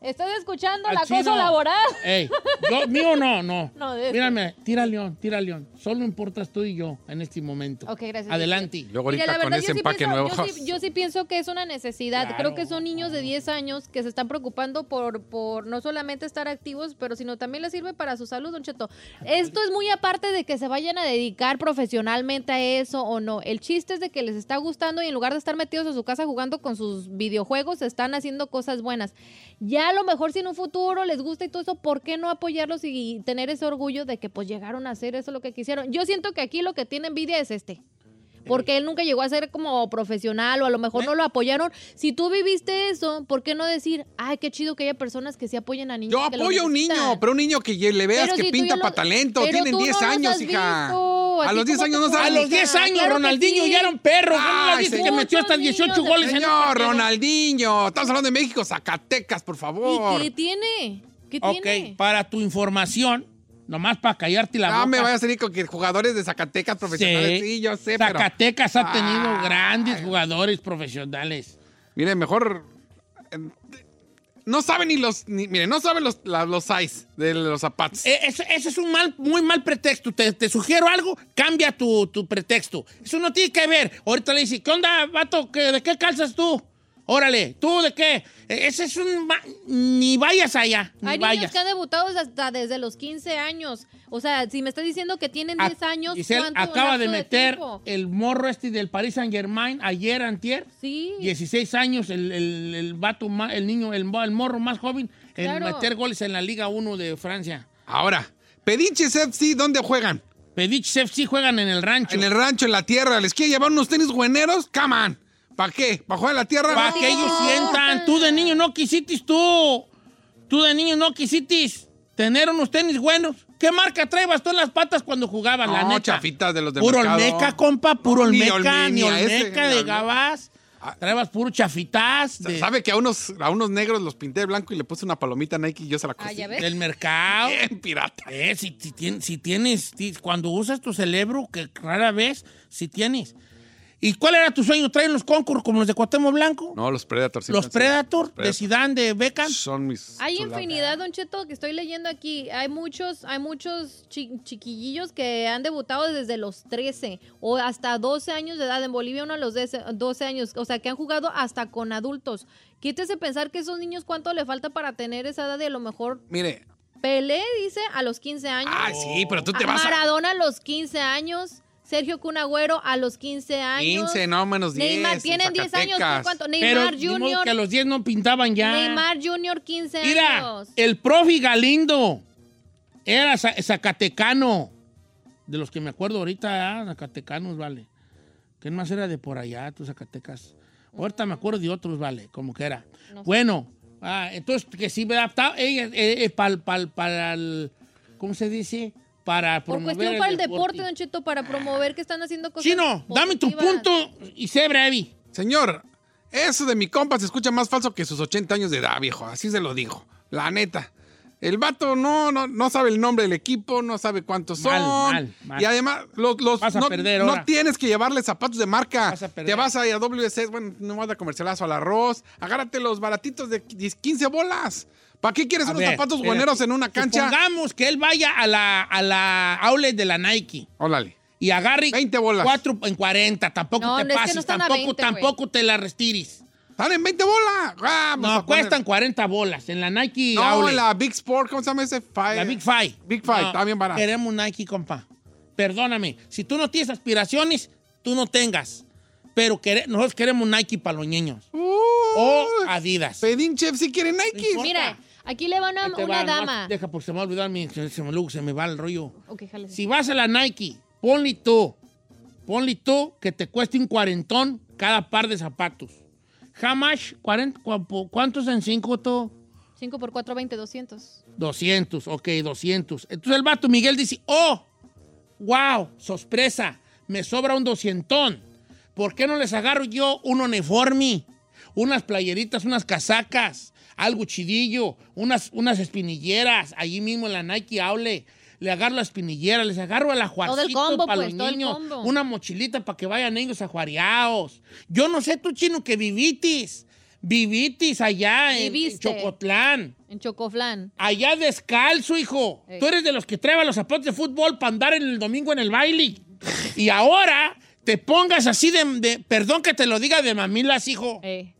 Speaker 3: ¿Estás escuchando
Speaker 2: Al
Speaker 3: la
Speaker 2: chino.
Speaker 3: cosa laboral?
Speaker 2: Ey, yo- mío no, no.
Speaker 3: No, de-
Speaker 2: Mírame, tira león, tira león. Solo importas tú y yo en este momento.
Speaker 3: Ok, gracias.
Speaker 2: Adelante.
Speaker 4: Y Luego ahorita
Speaker 3: Mira, la
Speaker 4: con
Speaker 3: verdad,
Speaker 4: ese
Speaker 3: yo sí
Speaker 4: empaque
Speaker 3: pienso-
Speaker 4: nuevo.
Speaker 3: Yo sí, yo sí pienso que es una necesidad.
Speaker 2: Claro.
Speaker 3: Creo que son niños de 10 años que se están preocupando por, por no solamente estar activos, pero sino también les sirve para su salud, Don Cheto. Esto es muy aparte de que se vayan a dedicar profesionalmente a eso o no. El chiste es de que les está gustando y en lugar de estar metidos en su casa jugando con sus videojuegos, están haciendo cosas buenas. Ya a lo mejor si en un futuro les gusta y todo eso, ¿por qué no apoyarlos y tener ese orgullo de que pues llegaron a hacer eso lo que quisieron? Yo siento que aquí lo que tiene envidia es este. Porque él nunca llegó a ser como profesional o a lo mejor no lo apoyaron. Si tú viviste eso, ¿por qué no decir, ay, qué chido que haya personas que sí apoyen a niños?
Speaker 4: Yo
Speaker 3: que lo
Speaker 4: apoyo a un niño,
Speaker 3: necesitan"?
Speaker 4: pero un niño que ye- le veas
Speaker 3: Pero
Speaker 4: que
Speaker 3: si tú
Speaker 4: pinta
Speaker 3: ya lo-
Speaker 4: para talento.
Speaker 3: pero
Speaker 4: Tienen
Speaker 3: tú
Speaker 4: 10
Speaker 3: no los
Speaker 4: años,
Speaker 3: has
Speaker 4: hija.
Speaker 3: visto,
Speaker 4: A
Speaker 3: así
Speaker 4: los 10
Speaker 3: como
Speaker 4: años
Speaker 3: te
Speaker 4: no
Speaker 2: A
Speaker 4: saben.
Speaker 2: los
Speaker 3: Claro
Speaker 2: 10 años,
Speaker 3: que
Speaker 2: Ronaldinho,
Speaker 3: sí.
Speaker 2: ya era un perro. ¿Cómo no
Speaker 4: Ay,
Speaker 2: dice que
Speaker 4: señor.
Speaker 2: metió hasta
Speaker 3: Muchos
Speaker 2: 18
Speaker 3: niños
Speaker 2: goles? en un
Speaker 4: Señor
Speaker 2: partido?
Speaker 4: Ronaldinho, estamos hablando de México, Zacatecas, por favor.
Speaker 3: ¿Y qué tiene? ¿Qué
Speaker 2: Ok,
Speaker 3: tiene?
Speaker 2: para tu información, nomás para callarte la boca.
Speaker 4: No Ah, me vayas a salir con que jugadores de Zacatecas profesionales. Sí, yo sé, pero.
Speaker 2: Zacatecas ha tenido
Speaker 4: Ay.
Speaker 2: grandes jugadores profesionales.
Speaker 4: Mire, mejor. eh, No saben ni los. ni- mire, no saben los, la- los size de los zapatos.
Speaker 2: Eh, Ese ese es un mal, muy mal pretexto. Te, te sugiero algo, cambia tu, tu pretexto. Eso no tiene que ver. Ahorita le dice, ¿qué onda, vato? ¿Qué- ¿De qué calzas tú? Órale, ¿tú de qué? E- Ese es un... ma- Ni vayas allá, ni
Speaker 3: Hay niños
Speaker 2: vayas.
Speaker 3: que han debutado hasta desde los 15 años. O sea, si me estás diciendo que tienen 10 años,
Speaker 2: Ah, Giselle
Speaker 3: ¿cuánto
Speaker 2: acaba de
Speaker 3: lapso
Speaker 2: meter
Speaker 3: tiempo?
Speaker 2: el morro este del Paris Saint Germain ayer, antier.
Speaker 3: Sí.
Speaker 2: 16 años, el, el, el vato ma- el niño, el, mo- el morro más joven en
Speaker 3: Claro.
Speaker 2: meter goles en la Liga 1 de Francia.
Speaker 4: Ahora, Pediches FC, ¿dónde juegan?
Speaker 2: Pediches FC juegan en el rancho.
Speaker 4: En el rancho, en la tierra. ¿Les quiere llevar unos tenis bueneros? Come on. ¿Para qué? ¿Para jugar en la tierra?
Speaker 2: Para
Speaker 4: No.
Speaker 2: que ellos sientan, tú de niño no quisitis tú. Tú de niño no quisitis tener unos tenis buenos. ¿Qué marca traebas tú en las patas cuando jugabas, la
Speaker 4: No,
Speaker 2: neta?
Speaker 4: chafitas de los de
Speaker 2: Puro
Speaker 4: mercado.
Speaker 2: Olmeca, compa, puro
Speaker 4: No, ni Olmi-
Speaker 2: Olmeca, ni
Speaker 4: ni a ese,
Speaker 2: Olmeca
Speaker 4: ni
Speaker 2: de
Speaker 4: Olmeca.
Speaker 2: Gabás. Traebas puro chafitas. de-
Speaker 4: ¿Sabe que a unos, a unos negros los pinté de blanco y le puse una palomita Nike y yo se la cosí?
Speaker 3: Ah, ya ves.
Speaker 2: Pues Del mercado.
Speaker 4: Bien pirata.
Speaker 2: Eh, si, si tien- si tienes, ti- cuando usas tu cerebro, que rara vez, si tienes. ¿Y cuál era tu sueño? ¿Traen los concursos como los de Cuauhtémoc Blanco?
Speaker 4: No, los Predators. sí
Speaker 2: ¿Los
Speaker 4: pensé.
Speaker 2: Predator, de
Speaker 4: Predator.
Speaker 2: Zidane, de Beckham?
Speaker 4: Son mis
Speaker 3: Hay
Speaker 4: chuladas.
Speaker 3: infinidad, Don Cheto, que estoy leyendo aquí. Hay muchos, hay muchos chi- chiquillillos que han debutado desde los 13 o hasta 12 años de edad. En Bolivia uno a los 10 12 años. O sea, que han jugado hasta con adultos. Quítese pensar que esos niños cuánto le falta para tener esa edad y a lo mejor
Speaker 4: Mire.
Speaker 3: Pelé, dice, a los 15 años.
Speaker 4: Ah, sí, pero tú te vas a...
Speaker 3: Maradona a los 15 años. Sergio Cunagüero a los 15 años.
Speaker 4: 15, no, menos 10.
Speaker 3: Neymar,
Speaker 4: en
Speaker 3: tienen 10 años.
Speaker 4: Zacatecas.
Speaker 3: ¿tú ¿Cuánto?
Speaker 2: Pero
Speaker 3: Neymar
Speaker 2: ni modo
Speaker 3: Junior.
Speaker 2: que a los 10 no pintaban ya.
Speaker 3: Neymar Junior, 15
Speaker 2: Mira,
Speaker 3: años.
Speaker 2: el profe Galindo era za- zacatecano. De los que me acuerdo ahorita, ah, zacatecanos, vale. ¿Quién más era de por allá, tus Zacatecas? Ahorita me acuerdo de otros, vale, como que era.
Speaker 3: No sé.
Speaker 2: Bueno, ah, entonces que sí me adaptaba ella eh, eh, pal- pal- para el, ¿cómo se dice? Para
Speaker 3: Por
Speaker 2: promover
Speaker 3: cuestión para el deporte, Don Cheto, para promover que están haciendo cosas.
Speaker 2: Chino, dame tu
Speaker 3: positivas.
Speaker 2: punto y sé breve.
Speaker 4: Señor, eso de mi compa se escucha más falso que sus 80 años de edad, viejo. Así se lo digo. La neta. El vato no, no, no sabe el nombre del equipo, no sabe cuántos
Speaker 2: Mal,
Speaker 4: son.
Speaker 2: mal, mal.
Speaker 4: Y además, los, los-
Speaker 2: Vas a
Speaker 4: no,
Speaker 2: perder
Speaker 4: no
Speaker 2: ahora.
Speaker 4: tienes que llevarle zapatos de marca.
Speaker 2: Vas a perder.
Speaker 4: Te vas a ir a WC, bueno, no vas a comercialazo al arroz. Agárrate los baratitos de 10, 15 bolas. ¿Para qué quieres
Speaker 2: A
Speaker 4: unos
Speaker 2: ver,
Speaker 4: zapatos
Speaker 2: espérate.
Speaker 4: bueneros en una cancha?
Speaker 2: Supongamos que él vaya a la, a la outlet de la Nike.
Speaker 4: Órale.
Speaker 2: y agarre
Speaker 4: 20 bolas.
Speaker 2: cuatro en 40. Tampoco
Speaker 3: No,
Speaker 2: te
Speaker 3: no, es que no
Speaker 2: pases,
Speaker 3: están a
Speaker 2: tampoco,
Speaker 3: 20, güey.
Speaker 2: tampoco te la restires.
Speaker 4: ¡Están en 20 bolas! Ah, pues, a
Speaker 2: No,
Speaker 4: poner-
Speaker 2: cuestan 40 bolas en la Nike
Speaker 4: No,
Speaker 2: Outlet.
Speaker 4: en la Big Sport, ¿cómo se llama ese? Fire.
Speaker 2: La Big Five.
Speaker 4: Big Five,
Speaker 2: No,
Speaker 4: está bien barato.
Speaker 2: Queremos Nike, compa. Perdóname, si tú no tienes aspiraciones, tú no tengas. Pero quere- nosotros queremos Nike para los niños. o Adidas.
Speaker 4: Pedinchev si quiere Nike.
Speaker 2: No importa.
Speaker 3: Mira, aquí le va una,
Speaker 2: Ahí te
Speaker 3: una
Speaker 2: va, nomás
Speaker 3: dama.
Speaker 2: Deja, porque se me va a olvidar, mi- se, se me, luego se me va el rollo.
Speaker 3: Ok, jálese.
Speaker 2: Si vas a la Nike, ponle tú, ponle tú que te cueste un cuarentón cada par de zapatos. Jamás, ¿cuántos en cinco tú?
Speaker 3: 5 por 4, 20, 200.
Speaker 2: 200, ok, 200. Entonces el vato Miguel dice, oh, wow, sorpresa, me sobra un doscientón. ¿Por qué no les agarro yo un uniforme? Unas playeritas, unas casacas, algo chidillo, unas, unas espinilleras, allí mismo en la Nike Aule. Le agarro la espinillera, les agarro a la
Speaker 3: combo,
Speaker 2: para
Speaker 3: pues, todo
Speaker 2: los
Speaker 3: el
Speaker 2: niños,
Speaker 3: combo.
Speaker 2: una mochilita para que vayan ellos ajuareados. Yo no sé tú, chino, que vivitis, vivitis allá en- en
Speaker 3: Viviste.
Speaker 2: Chocotlán.
Speaker 3: En Chocoflan.
Speaker 2: Allá descalzo, hijo.
Speaker 3: Ey.
Speaker 2: Tú eres de los que trae los zapatos de fútbol para andar en el domingo en el baile. Y ahora te pongas así de, de- perdón que te lo diga, de mamilas, hijo.
Speaker 3: Eh.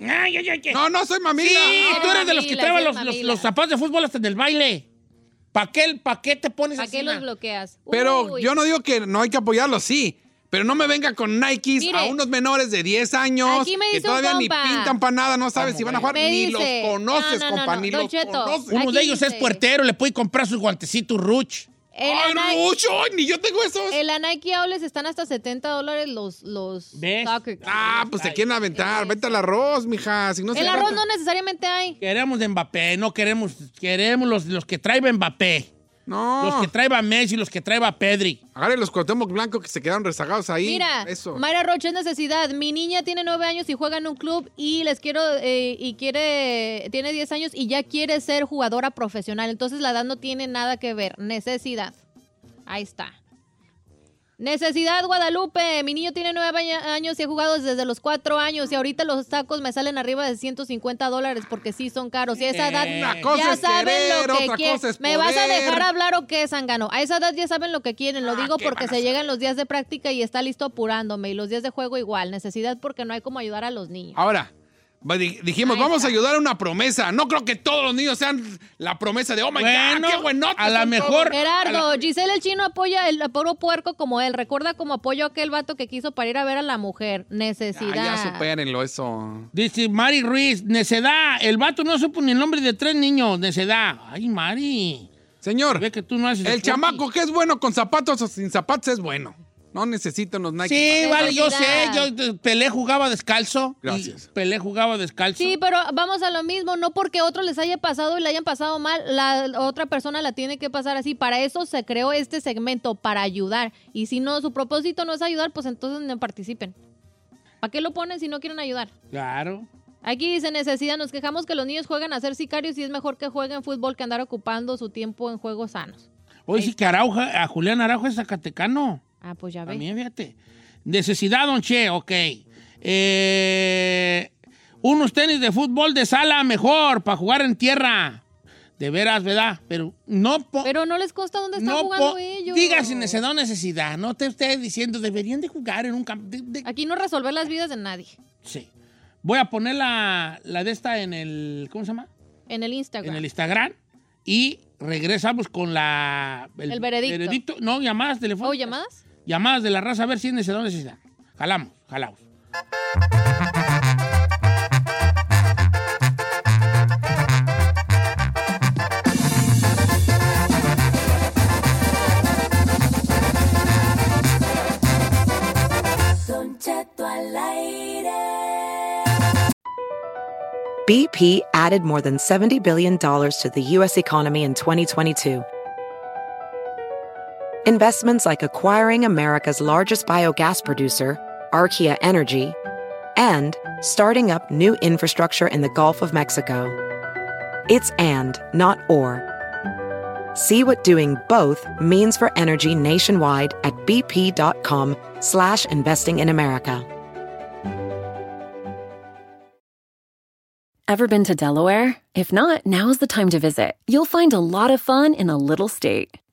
Speaker 2: Ay, ay, ay, que-
Speaker 4: No, no soy mamila.
Speaker 2: Sí,
Speaker 3: no,
Speaker 2: tú eres de los que
Speaker 3: mamilas,
Speaker 2: trae
Speaker 3: es
Speaker 2: los, los-
Speaker 3: mamila.
Speaker 2: los zapatos de fútbol hasta en el baile. ¿Para qué, pa' qué te pones
Speaker 3: ¿Para
Speaker 2: así?
Speaker 3: qué los
Speaker 2: na?
Speaker 3: bloqueas?
Speaker 4: Pero
Speaker 3: Uy.
Speaker 4: yo no digo que no hay que apoyarlo, sí. Pero no me venga con Nikes
Speaker 3: Mire.
Speaker 4: a unos menores de 10 años
Speaker 3: Aquí me
Speaker 4: que
Speaker 3: dice un
Speaker 4: todavía ni
Speaker 3: compa.
Speaker 4: pintan para nada, no sabes si van a jugar,
Speaker 3: Me
Speaker 4: ni
Speaker 3: dice-
Speaker 4: los conoces,
Speaker 3: No, no, no,
Speaker 4: compa,
Speaker 3: no,
Speaker 4: ni
Speaker 3: Don
Speaker 4: los
Speaker 3: Cheto.
Speaker 4: conoces.
Speaker 2: Uno
Speaker 3: Aquí
Speaker 2: de ellos es
Speaker 3: dice.
Speaker 2: puertero, le puede comprar sus guantecitos Ruch.
Speaker 3: En
Speaker 4: ¡Ay,
Speaker 3: la Ni-
Speaker 4: mucho! ¡Ay, ni yo tengo esos!
Speaker 3: En la Nike Aules están hasta 70 dólares los, los
Speaker 2: ¿Ves?
Speaker 3: soccer kits.
Speaker 4: Ah, pues te quieren aventar. Vete al arroz, mija. Si no se
Speaker 3: El arroz
Speaker 4: trata-
Speaker 3: no necesariamente hay.
Speaker 2: Queremos de Mbappé, no queremos, queremos los, los que trae Mbappé.
Speaker 4: no.
Speaker 2: Los que trae a Messi, los que trae a Pedri.
Speaker 4: Agarre los Cuauhtémoc Blanco que se quedaron rezagados ahí.
Speaker 3: Mira,
Speaker 4: Eso.
Speaker 3: Mayra Rocha es necesidad. Mi niña tiene nueve años y juega en un club y les quiero eh, y quiere tiene 10 años y ya quiere ser jugadora profesional. Entonces la edad no tiene nada que ver. Necesidad. Ahí está. Necesidad Guadalupe. Mi niño tiene nueve aña- años y he jugado desde los cuatro años y ahorita los tacos me salen arriba de 150 dólares porque sí son caros. Y a esa edad
Speaker 2: Eh,
Speaker 4: Una cosa
Speaker 3: ya
Speaker 4: es
Speaker 3: saben
Speaker 4: querer,
Speaker 3: lo que
Speaker 4: otra
Speaker 3: quieren.
Speaker 4: cosa es
Speaker 3: ¿Me vas a
Speaker 4: poder.
Speaker 3: dejar hablar o qué, Zangano? A esa edad ya saben lo que quieren. Lo
Speaker 4: Ah,
Speaker 3: digo
Speaker 4: ¿qué
Speaker 3: porque
Speaker 4: van a
Speaker 3: se
Speaker 4: saber?
Speaker 3: llegan los días de práctica y está listo apurándome. Y los días de juego igual. Necesidad porque no hay como ayudar a los niños.
Speaker 4: Ahora, Va, di- Dijimos, vamos a ayudar a una promesa. No creo que todos los niños sean la promesa de, oh my
Speaker 2: Bueno,
Speaker 4: God, qué buenotes
Speaker 2: a la
Speaker 4: son todos".
Speaker 2: mejor-
Speaker 3: Gerardo, Giselle el chino apoya el puro puerco como él. Recuerda como apoyó a aquel vato que quiso para ir a ver a la mujer.
Speaker 4: Ah,
Speaker 3: Necesidad.
Speaker 4: ya supérenlo eso.
Speaker 2: Dice Mari Ruiz, necedad. El vato no supo ni el nombre de tres niños, necedad. Ay, Mari.
Speaker 4: Señor,
Speaker 2: Ve que tú no haces
Speaker 4: el
Speaker 2: deporte.
Speaker 4: chamaco que es bueno con zapatos o sin zapatos es bueno. No necesita unos Nike.
Speaker 2: Sí, vale, yo sé.
Speaker 3: Necesidad.
Speaker 2: Yo,
Speaker 4: eh,
Speaker 2: de- Pelé jugaba descalzo. y
Speaker 4: Gracias.
Speaker 2: Pelé jugaba descalzo.
Speaker 3: Sí, pero vamos a lo mismo, no porque otros les haya pasado y le hayan pasado mal, la otra persona la tiene que pasar así. Para eso se creó este segmento, para ayudar. Y si no, su propósito no es ayudar, pues entonces no participen. ¿Para qué lo ponen si no quieren ayudar?
Speaker 2: Claro.
Speaker 3: Aquí dice necesidad, nos quejamos que los niños juegan a ser sicarios y es mejor que jueguen fútbol que andar ocupando su tiempo en juegos sanos.
Speaker 2: Hoy sí que Arauja, a Julián Araujo es zacatecano.
Speaker 3: Ah, pues ya ve.
Speaker 2: También, fíjate. Necesidad, don Che, ok. Eh, unos tenis de fútbol de sala mejor para jugar en tierra. De veras, ¿verdad? Pero no... po-
Speaker 3: Pero no les consta dónde están
Speaker 2: no
Speaker 3: jugando
Speaker 2: po-
Speaker 3: ellos.
Speaker 2: Diga sin necesidad o necesidad. No te estés diciendo, deberían de jugar en un campo. de- de-
Speaker 3: Aquí no resolver las vidas de nadie.
Speaker 2: Sí. Voy a poner la, la de esta en el... ¿Cómo se llama?
Speaker 3: En el Instagram.
Speaker 2: En el Instagram. Y regresamos con la...
Speaker 3: El veredicto.
Speaker 2: No, llamadas telefónicas.
Speaker 3: ¿O llamadas?
Speaker 2: Llamadas de la raza a ver si es necesidad o necesidad. Jalamos, jalamos.
Speaker 5: Don Cheto al aire.
Speaker 11: BP added more than $70 billion to the U.S. economy in 2022. Investments like acquiring America's largest biogas producer, Archaea Energy, and starting up new infrastructure in the Gulf of Mexico. It's and, not or. See what doing both means for energy nationwide at bp.com slash investing in America.
Speaker 8: Ever been to Delaware? If not, now's the time to visit. You'll find a lot of fun in a little state.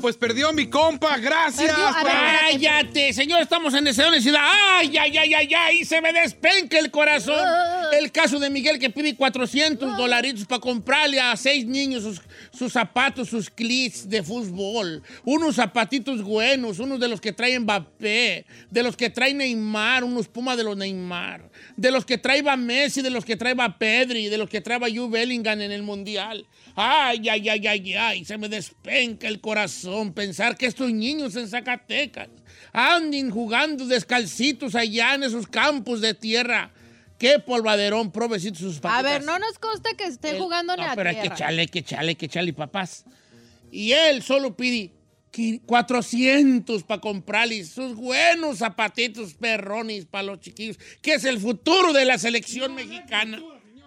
Speaker 4: pues perdió mi compa, gracias.
Speaker 3: Perdió, a
Speaker 4: por-
Speaker 3: ver.
Speaker 2: ¡Cállate! Señor, estamos en necesidad o necesidad. ¡Ay, ay, ay, ay, ay! Se me despenca el corazón.
Speaker 3: Ah.
Speaker 2: El caso de Miguel que pide 400 dolaritos para comprarle a seis niños sus, sus zapatos, sus clits de fútbol. Unos zapatitos buenos, unos de los que trae Mbappé, de los que trae Neymar, unos Puma de los Neymar, de los que trae a Messi, de los que trae a Pedri, de los que trae a Jude Bellingham en el Mundial. ¡Ay, ay, ay, ay, ay! Se me despenca el corazón pensar que estos niños en Zacatecas anden jugando descalcitos allá en esos campos de tierra. ¡Qué polvaderón, provecito sus papás!
Speaker 3: A ver, no nos consta que esté jugando en
Speaker 2: no,
Speaker 3: la
Speaker 2: pero hay
Speaker 3: tierra.
Speaker 2: que chale, que chale, que chale, papás. Y él solo pide qui- 400 para comprarles sus buenos zapatitos perrones para los chiquillos, que es el futuro de la selección mexicana.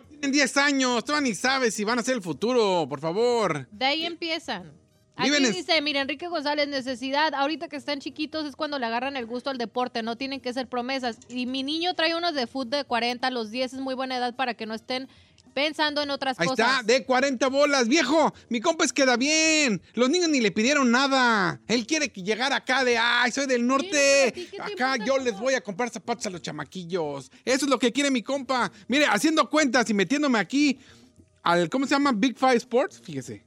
Speaker 4: Tienen 10 años, todavía ni sabes si van a ser el futuro, por favor.
Speaker 3: De ahí empiezan. Aquí
Speaker 4: Viven en-
Speaker 3: dice, mira, Enrique González, necesidad. Ahorita que están chiquitos es cuando le agarran el gusto al deporte, no tienen que ser promesas. Y mi niño trae unos de fútbol de 40, los 10 es muy buena edad para que no estén pensando en otras
Speaker 4: Ahí
Speaker 3: cosas.
Speaker 4: está, de 40 bolas, viejo. Mi compa es queda bien. Los niños ni le pidieron nada. Él quiere que llegar acá de, ay, soy del
Speaker 3: Mira, ¿a
Speaker 4: norte.
Speaker 3: ti qué te
Speaker 4: Acá
Speaker 3: importa,
Speaker 4: yo
Speaker 3: compa?
Speaker 4: les voy a comprar zapatos a los chamaquillos. Eso es lo que quiere mi compa. Mire, haciendo cuentas y metiéndome aquí al, ¿cómo se llama? Big Five Sports, fíjese.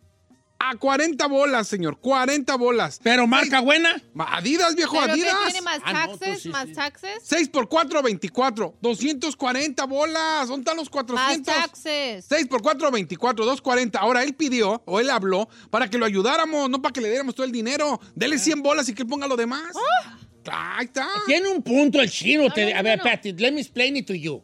Speaker 4: A 40 bolas, señor, 40 bolas.
Speaker 2: Pero marca buena.
Speaker 4: Ma- Adidas, viejo,
Speaker 3: ¿Pero qué
Speaker 4: Adidas.
Speaker 3: tiene más
Speaker 2: Ah, no, tú
Speaker 3: taxes?
Speaker 2: sí,
Speaker 3: ¿Más
Speaker 2: sí.
Speaker 3: taxes?
Speaker 4: 6 por 4, 24. 240 bolas. ¿Dónde están los
Speaker 3: Más
Speaker 4: 400?
Speaker 3: taxes.
Speaker 4: 6 por 4, 24, 240. Ahora él pidió o él habló para que lo ayudáramos, no para que le diéramos todo el dinero.
Speaker 2: Ah.
Speaker 4: Dele 100 bolas y que él ponga lo demás. Ahí está.
Speaker 2: Tiene un punto el chino. te-
Speaker 3: no,
Speaker 2: a ver,
Speaker 3: no, no.
Speaker 2: espérate, let me explain it to you.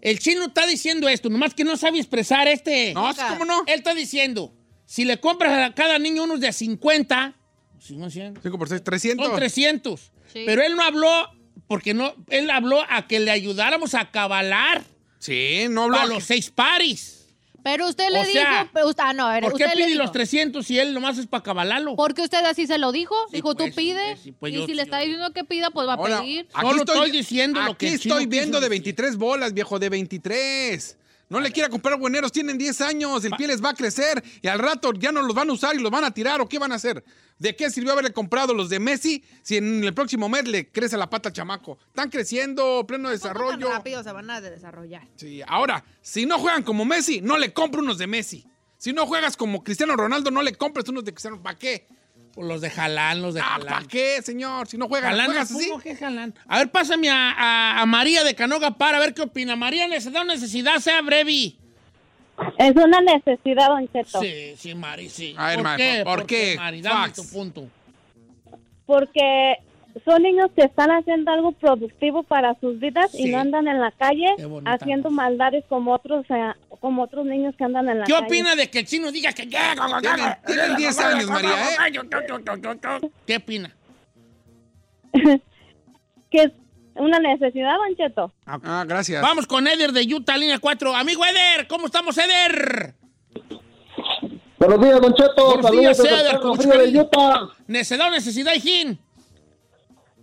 Speaker 2: El chino está diciendo esto, nomás que no sabe expresar este.
Speaker 4: No, sí, ¿cómo no?
Speaker 2: Él está diciendo, si le compras a cada niño unos de 50, si no 100,
Speaker 4: 5 por 6, 300.
Speaker 2: Son 300.
Speaker 3: Sí.
Speaker 2: Pero él no habló, porque no, él habló a que le ayudáramos a cabalar.
Speaker 4: Sí, no hablo.
Speaker 2: A los seis paris.
Speaker 3: Pero usted
Speaker 2: O
Speaker 3: le
Speaker 2: sea,
Speaker 3: dijo. pero usted- ah, no, a ver,
Speaker 2: ¿Por qué
Speaker 3: usted le
Speaker 2: pide
Speaker 3: dijo.
Speaker 2: los 300 si él nomás es para cabalarlo?
Speaker 3: Porque usted así se lo dijo. dijo, tú pide.
Speaker 2: pues
Speaker 3: y
Speaker 2: yo-
Speaker 3: si le está diciendo que pida, pues va a
Speaker 4: Ahora,
Speaker 3: pedir.
Speaker 2: diciendo
Speaker 4: aquí
Speaker 2: lo que el chino
Speaker 4: estoy viendo
Speaker 2: quiso
Speaker 4: de 23 bolas, viejo, de 23. No
Speaker 2: Ah.
Speaker 4: le quiera comprar bueneros, tienen 10 años, el pie les va a crecer y al rato ya no los van a usar y los van a tirar o qué van a hacer. ¿De qué sirvió haberle comprado los de Messi si en el próximo mes le crece la pata al chamaco? Están creciendo, pleno desarrollo.
Speaker 12: rápido se van a desarrollar.
Speaker 4: Sí, ahora, si no juegan como Messi, no le compro unos de Messi. Si no juegas como Cristiano Ronaldo, no le compres unos de Cristiano. ¿Para qué? Ah,
Speaker 2: Pues los de Jalán, los de Jalán.
Speaker 4: ¿Para qué, señor? Si no juegan,
Speaker 2: Jalán,
Speaker 4: juegas así.
Speaker 2: ¿cómo que Jalán? A ver, pásame a, a- a María de Canoga para ver qué opina. María, necesidad necesidad, sea breve.
Speaker 13: Es una necesidad, don Cheto.
Speaker 2: Sí, sí, Mari, sí.
Speaker 4: A ver, Mari, ¿por qué?
Speaker 2: Mari? Dame
Speaker 4: Fax.
Speaker 2: tu punto.
Speaker 13: Porque son niños que están haciendo algo productivo para sus vidas y
Speaker 2: Sí.
Speaker 13: no andan en la calle
Speaker 2: Qué bonita
Speaker 13: haciendo maldades como otros eh, como otros niños que andan en la
Speaker 2: ¿Qué
Speaker 13: calle.
Speaker 2: opina de que el chino diga que...
Speaker 4: Tienen- tienen 10 años, María,
Speaker 2: ¿eh? ¿Qué opina?
Speaker 13: Que es una necesidad, don Cheto.
Speaker 4: Ah, gracias.
Speaker 2: Vamos con Eder de Utah, línea 4. Amigo Eder, ¿cómo estamos, Eder?
Speaker 14: Buenos días, Don Cheto.
Speaker 2: Buenos días,
Speaker 14: Saludos desde
Speaker 2: Eder.
Speaker 14: Fresno,
Speaker 2: con mucho
Speaker 14: Frío de
Speaker 2: cariño.
Speaker 14: Utah.
Speaker 2: Necesidad, necesidad, hijín.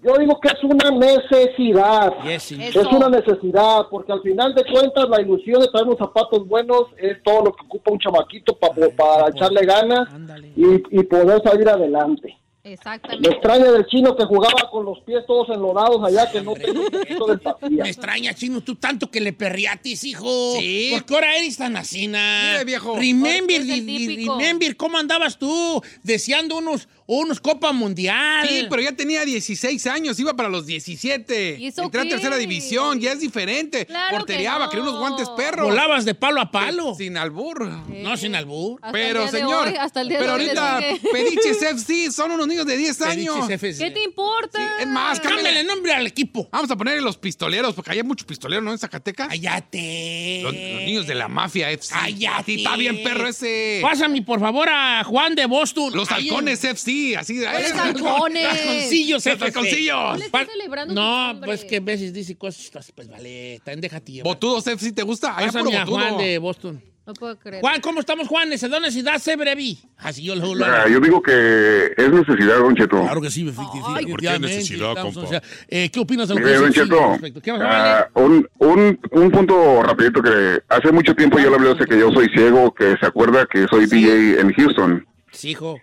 Speaker 14: Yo digo que es una necesidad.
Speaker 2: Eso.
Speaker 14: Es una necesidad, porque al final de cuentas la ilusión de traer unos zapatos buenos es todo lo que ocupa un chamaquito pa- para echarle ganas y, y poder salir adelante. Me
Speaker 3: Exactamente.
Speaker 14: extraña del chino que jugaba con los pies todos enlodados allá, que no tenía un poquito de empatía.
Speaker 2: Me extraña, chino, tú tanto que le perriatis, hijo. Sí. ¿Por qué ahora eres tan asina?
Speaker 4: Mire, viejo.
Speaker 2: Remember,
Speaker 4: Porque es el
Speaker 2: re-
Speaker 4: típico.
Speaker 2: remember, ¿cómo andabas tú? Deseando unos, unos Copa Mundial.
Speaker 4: Sí, pero ya tenía 16 años, iba para los 17.
Speaker 2: ¿Y eso
Speaker 4: Entré a
Speaker 2: qué?
Speaker 4: tercera división, ya es diferente.
Speaker 2: Claro
Speaker 4: Portereaba,
Speaker 2: que no.
Speaker 4: quería unos guantes perros.
Speaker 2: Volabas de palo a palo.
Speaker 4: Sin albur.
Speaker 2: No, sin albur.
Speaker 3: Hasta
Speaker 4: pero,
Speaker 3: el día de
Speaker 4: señor,
Speaker 3: hoy, hasta el día de
Speaker 4: pero
Speaker 3: hoy le
Speaker 4: ahorita
Speaker 3: sigue.
Speaker 4: Pediches FC son unos niños de 10
Speaker 2: Pediches
Speaker 4: años.
Speaker 2: FC.
Speaker 3: ¿Qué te importa?
Speaker 4: Es más, cámbiale
Speaker 2: el nombre al equipo.
Speaker 4: Vamos a ponerle los pistoleros, porque hay mucho pistolero, ¿no? En Zacatecas.
Speaker 2: Cállate.
Speaker 4: Los, los niños de la mafia FC.
Speaker 2: Cállate.
Speaker 4: Sí, Está bien, perro ese.
Speaker 2: Pásame, por favor, a Juan de Boston.
Speaker 4: Los
Speaker 2: Ahí en-
Speaker 4: halcones FC, así.
Speaker 2: ¿Cuáles
Speaker 4: eh,
Speaker 2: halcones? Halconcillos,
Speaker 4: Los
Speaker 2: FC.
Speaker 4: halconcillos.
Speaker 2: ¿Cuál Par- No, pues que a veces dice cosas, pues vale, también deja tiempo.
Speaker 4: Botudos FC, ¿te gusta? Allá
Speaker 2: Pásame
Speaker 4: puro
Speaker 2: a
Speaker 4: botudo.
Speaker 2: Juan de Boston.
Speaker 3: No puedo creer.
Speaker 2: Juan, ¿cómo estamos, Juan? Necesidad, necesidad, sé brevi. Así yo lo... lo-
Speaker 15: Ah, yo digo que es necesidad, Don Cheto.
Speaker 2: Claro que sí, Ay, ¿por qué efectivamente, necesidad, estamos, compa? o sea, eh, ¿Qué opinas de lo que
Speaker 15: Mire,
Speaker 2: dice
Speaker 15: Don
Speaker 2: el
Speaker 15: Cheto,
Speaker 2: siglo al respecto? ¿Qué vas a hablar?
Speaker 15: ah, un, un, un punto rapidito que hace mucho tiempo yo le hablé, o sea, que yo soy ciego, que se acuerda que soy DJ en Houston.
Speaker 2: Sí, hijo.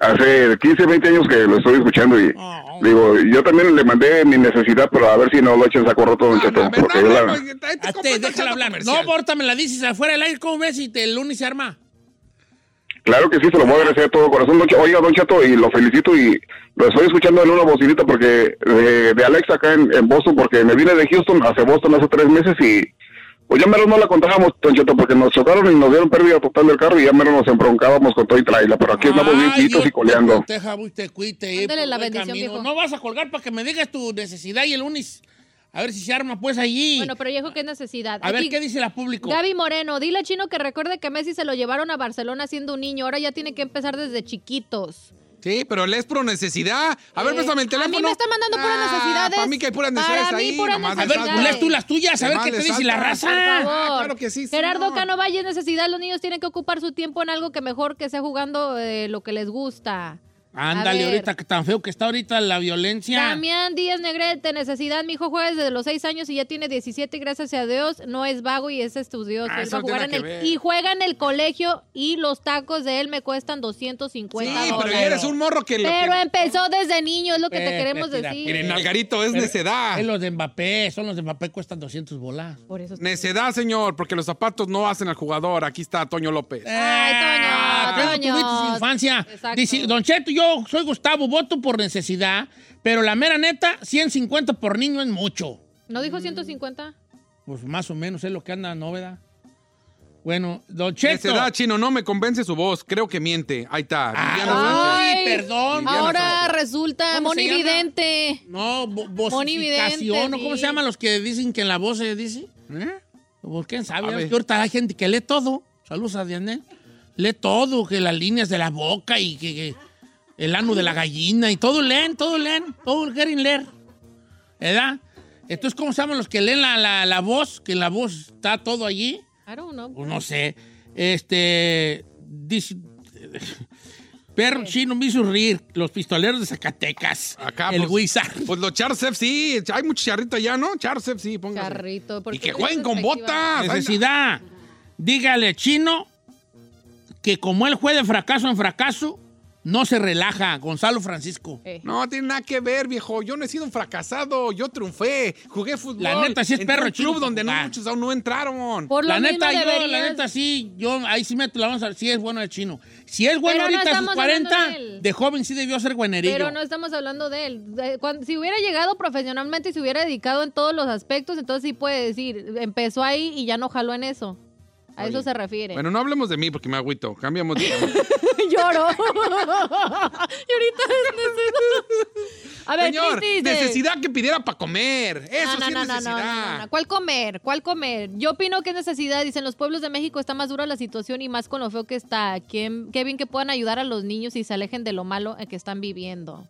Speaker 15: Hace 15, 20 años que lo estoy escuchando y
Speaker 2: Ah,
Speaker 15: digo, yo también le mandé mi necesidad, pero a ver si no lo echen saco roto,
Speaker 2: Ah,
Speaker 15: Don Cheto. porque yo la-
Speaker 2: Hazte, déjala hablar. No, ahorita me la dices afuera del aire, ¿cómo ves? Y te, el lunes se arma.
Speaker 15: Claro que sí, se lo voy a agradecer de todo corazón. Don Ch- Oiga, Don Chato, y lo felicito y lo estoy escuchando en una bocinita porque de, de Alexa acá en, en Boston, porque me vine de Houston hacia Boston hace tres meses y pues ya menos no la contábamos, Don Chato, porque nos chocaron y nos dieron pérdida total del carro y ya menos nos embroncábamos con todo y traila, pero aquí estamos bien chiquitos y coleando.
Speaker 2: Te jabú y te cuite. eh,
Speaker 3: Ándale
Speaker 2: por
Speaker 3: la
Speaker 2: buen
Speaker 3: bendición,
Speaker 2: camino.
Speaker 3: viejo.
Speaker 2: No vas a colgar para que me digas tu necesidad y el lunes. A ver si se arma, pues, allí.
Speaker 3: Bueno, pero viejo, ¿qué necesidad?
Speaker 2: a ver
Speaker 3: Aquí,
Speaker 2: qué dice la público.
Speaker 3: Gaby Moreno, dile a Chino que recuerde que Messi se lo llevaron a Barcelona siendo un niño. Ahora ya tiene que empezar desde chiquitos.
Speaker 4: Sí, pero le es por necesidad. A ver,
Speaker 3: Eh,
Speaker 4: pásame el teléfono. Ah,
Speaker 3: A mí me está mandando puras necesidades.
Speaker 4: Para mí que hay puras necesidades
Speaker 3: Para mí,
Speaker 4: ahí.
Speaker 3: puras
Speaker 4: nomás
Speaker 2: A ver,
Speaker 3: necesidades.
Speaker 2: lees tú las tuyas, a ver
Speaker 4: Nomás
Speaker 2: qué te
Speaker 4: le
Speaker 2: dice la
Speaker 4: salta.
Speaker 2: raza.
Speaker 3: Por favor.
Speaker 4: Ah, claro que sí,
Speaker 3: Gerardo
Speaker 4: señor.
Speaker 3: Cano Valle, necesidad. Los niños tienen que ocupar su tiempo en algo que mejor que sea jugando eh, lo que les gusta.
Speaker 2: Ándale,
Speaker 3: A ver.
Speaker 2: ahorita que tan feo que está ahorita la
Speaker 4: ah.
Speaker 2: violencia.
Speaker 3: Damián Díaz Negrete, necesidad. Mi hijo juega desde los 6 años y ya tiene 17. y Gracias a Dios, no es vago y es estudioso.
Speaker 4: Ah,
Speaker 3: Él
Speaker 4: eso
Speaker 3: va a
Speaker 4: no
Speaker 3: jugar en
Speaker 4: tiene
Speaker 3: el,
Speaker 4: nada que ver.
Speaker 3: y juega en el colegio y los tacos de él me cuestan 250
Speaker 4: Sí, pero
Speaker 3: dólares.
Speaker 4: ya eres un morro que lo que-
Speaker 3: Pero empezó desde niño, es lo que te
Speaker 2: Eh,
Speaker 3: queremos
Speaker 2: mira,
Speaker 3: decir.
Speaker 4: Miren, Algarito, es necedad.
Speaker 2: Es los de Mbappé, son los de Mbappé, cuestan 200 bolas.
Speaker 3: Por eso.
Speaker 4: Necedad, señor, porque los zapatos no hacen al jugador. Aquí está Toño López.
Speaker 2: Eh, Ah,
Speaker 3: Toño.
Speaker 2: tuviste su infancia.
Speaker 3: Exacto.
Speaker 2: Dice, Don Cheto, yo soy Gustavo, voto por necesidad, pero la mera neta, 150 por niño es mucho.
Speaker 3: ¿No dijo 150?
Speaker 2: Pues más o menos es lo que anda, ¿no, verdad? Bueno, Don Cheto.
Speaker 4: Necedad, chino, no me convence su voz. Creo que miente. Ahí está.
Speaker 2: Ah,
Speaker 4: Viviana
Speaker 3: Ay,
Speaker 4: Sánchez.
Speaker 2: perdón.
Speaker 4: Viviana
Speaker 3: Ahora
Speaker 4: Sánchez.
Speaker 3: resulta
Speaker 2: ¿Cómo se llama?
Speaker 3: monividente.
Speaker 2: No, bo-
Speaker 3: Monividente,
Speaker 2: vocalización, ¿no? ¿Cómo
Speaker 3: sí.
Speaker 2: se llaman los que dicen que en la voz se dice? ¿Eh? Pues quién sabe,
Speaker 4: A
Speaker 2: ya ves
Speaker 4: ver.
Speaker 2: que ahorita hay gente que lee todo. Saludos a Dianel. Lee todo, que las líneas de la boca y que, que el ano de la gallina y todo leen, todo leen, todo quieren leer. ¿Verdad? Entonces, ¿cómo se llaman los que leen la, la- la voz? Que en la voz está todo allí.
Speaker 3: I don't know.
Speaker 2: Pues no sé. Este. Dice. Perro chino me hizo reír. Los pistoleros de Zacatecas. Acá, el Wizard.
Speaker 4: Pues los Charcef sí, hay mucho charrito allá, ¿no? Charcef sí, póngase.
Speaker 3: Carrito. ¿por
Speaker 4: Y
Speaker 3: qué
Speaker 4: que
Speaker 3: te
Speaker 4: jueguen
Speaker 3: dices
Speaker 4: con botas.
Speaker 2: Necesidad. Dígale, chino, que como él juega de fracaso en fracaso, no se relaja. Gonzalo Francisco.
Speaker 3: Eh.
Speaker 4: No tiene nada que ver, viejo. Yo no he sido un fracasado. Yo triunfé. Jugué fútbol.
Speaker 2: La neta, sí es
Speaker 4: Entré a
Speaker 2: perro
Speaker 4: un
Speaker 2: chino
Speaker 4: club donde no
Speaker 2: para
Speaker 4: muchos aún no entraron.
Speaker 3: Por lo
Speaker 2: la neta,
Speaker 3: mismo
Speaker 2: yo, la
Speaker 3: deberías-
Speaker 2: neta, sí, yo ahí sí meto la vamos a ver, sí es bueno el chino. Si es bueno
Speaker 3: Pero no
Speaker 2: ahorita a sus
Speaker 3: estamos
Speaker 2: 40,
Speaker 3: hablando de él.
Speaker 2: de joven sí debió ser guanerillo.
Speaker 3: Pero no estamos hablando de él. De- cuando- si hubiera llegado profesionalmente y se hubiera dedicado en todos los aspectos, entonces sí puede decir, empezó ahí y ya no jaló en eso. A eso se refiere.
Speaker 4: Bueno, no hablemos de mí porque me agüito. Cambiamos de tema.
Speaker 3: Lloro. y ahorita necesito- A ver,
Speaker 4: Señor,
Speaker 3: Cristi dice-
Speaker 4: necesidad que pidiera para comer. Eso
Speaker 3: no,
Speaker 4: sí
Speaker 3: no,
Speaker 4: es
Speaker 3: no, no, no,
Speaker 4: necesidad.
Speaker 3: no, no. ¿Cuál comer? ¿Cuál comer? Yo opino que es necesidad. Dicen, los pueblos de México está más dura la situación y más con lo feo que está. Qué, qué bien que puedan ayudar a los niños y se alejen de lo malo eh, que están viviendo.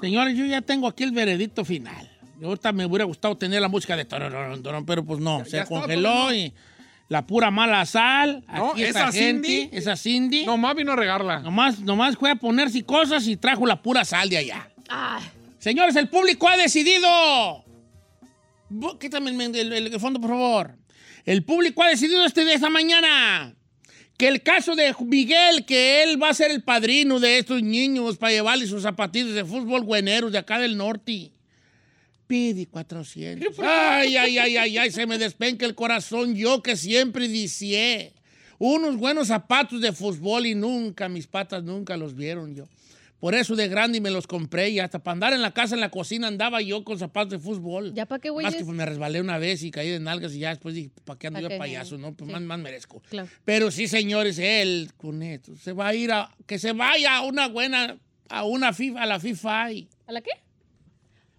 Speaker 2: Señores, yo ya tengo aquí el veredicto final. Ahorita me hubiera gustado tener la música de tororón, tororón, pero pues no, se
Speaker 4: ya estaba,
Speaker 2: congeló
Speaker 4: pues,
Speaker 2: y la pura mala sal.
Speaker 4: No,
Speaker 2: aquí
Speaker 4: esa
Speaker 2: esa gente,
Speaker 4: Cindy-
Speaker 2: esa Cindy. Nomás vino a regarla. Nomás, nomás fue a ponerse cosas y trajo la pura sal de allá. Señores, el público ha decidido. Bo- Quítame el, men- el- el fondo, por favor. El público ha decidido este de esta mañana que el caso de Miguel, que él va a ser el padrino de estos niños para llevarles sus zapatitos de fútbol güeneros de acá del norte. Pidi 400. Ay, ay, ay, ay, ay, se me despenca el corazón. Yo que siempre dicié unos buenos zapatos de fútbol y nunca, mis patas nunca los vieron yo. Por eso de grande me los compré y hasta para andar en la casa, en la cocina, andaba yo con zapatos de fútbol.
Speaker 3: ¿Ya para qué, güey?
Speaker 2: Más que pues, me resbalé una vez y caí de nalgas y ya después dije, ¿para qué ando
Speaker 3: ¿Pa
Speaker 2: yo
Speaker 3: qué?
Speaker 2: de payaso? No, pues
Speaker 3: Sí.
Speaker 2: más, más merezco. Pero sí, señores, él con esto se va a ir a que se vaya a una buena a una FIFA, a la FIFA y-
Speaker 3: ¿A la qué?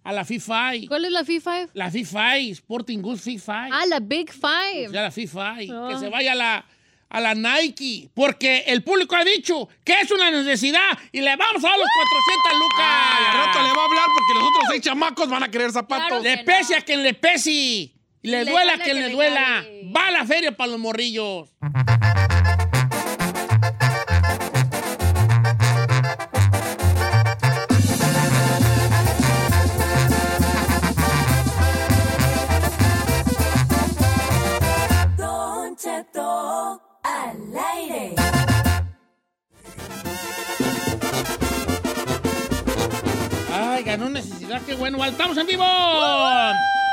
Speaker 2: a la FIFA.
Speaker 3: ¿Cuál es la FIFA?
Speaker 2: La FIFA, Sporting Goods FIFA.
Speaker 3: Ah, la Big Five.
Speaker 2: Ya la FIFA y
Speaker 3: Ah.
Speaker 2: que se vaya a la, a la Nike. Porque el público ha dicho que es una necesidad y le vamos a dar los 400 lucas.
Speaker 4: al rato le va a hablar porque los otros seis chamacos van a querer zapatos.
Speaker 2: Le pese a quien le pese. Y le
Speaker 4: le
Speaker 2: duela a
Speaker 4: duela
Speaker 2: quien
Speaker 4: que
Speaker 2: le
Speaker 4: le
Speaker 2: duela. Va a la feria para los morrillos.
Speaker 5: Don Cheto al aire.
Speaker 2: Ay, ganó necesidad, qué bueno. ¡Estamos en vivo!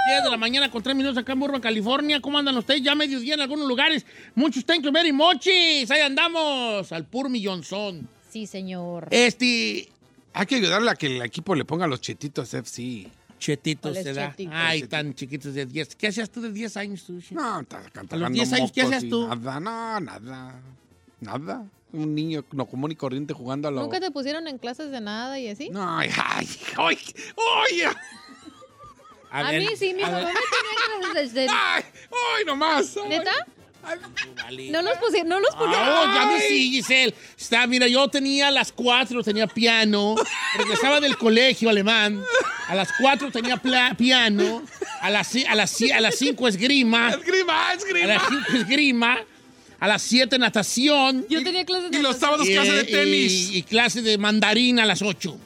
Speaker 2: 10 de la mañana con 3 minutos acá en Burbank, California. ¿Cómo andan ustedes? Ya mediodía en algunos lugares. Muchos thank you very mochis. Ahí andamos. Al pur millonzón.
Speaker 3: Sí, señor.
Speaker 2: Este.
Speaker 4: Hay que ayudarle a que el equipo le ponga los chetitos FC.
Speaker 2: Chetitos
Speaker 4: se
Speaker 2: se da. Ay, tan chiquitos de 10. ¿Qué hacías tú de 10 años tú?
Speaker 4: No, está
Speaker 2: A los 10 años, ¿qué hacías tú?
Speaker 4: Nada, no, nada. Nada. Un niño no común y corriente jugando a lo.
Speaker 3: ¿Nunca te pusieron en clases de nada y así?
Speaker 4: No, ay, ay, ay, ay.
Speaker 3: A, mí sí, mi mamá me tenía clases de...
Speaker 4: ¡Ay! ¡Ay, nomás!
Speaker 3: ¿Neta?
Speaker 2: pues,
Speaker 3: No los pusieron, no
Speaker 2: Ah.
Speaker 3: los
Speaker 4: Pues
Speaker 3: pusieron.
Speaker 2: No, ya me sí, Giselle. Está, mira, yo tenía a las 4, tenía piano. Regresaba del colegio alemán. A las 4 tenía pla- piano. A las, ci- a las, ci- a las 5 esgrima.
Speaker 4: Esgrima,
Speaker 2: A las 5 esgrima. A las 7 natación.
Speaker 3: Yo tenía clases de
Speaker 4: Y los sábados
Speaker 3: natación.
Speaker 4: clase de
Speaker 2: Y-
Speaker 4: tenis.
Speaker 2: Y, y clase de mandarín a las 8.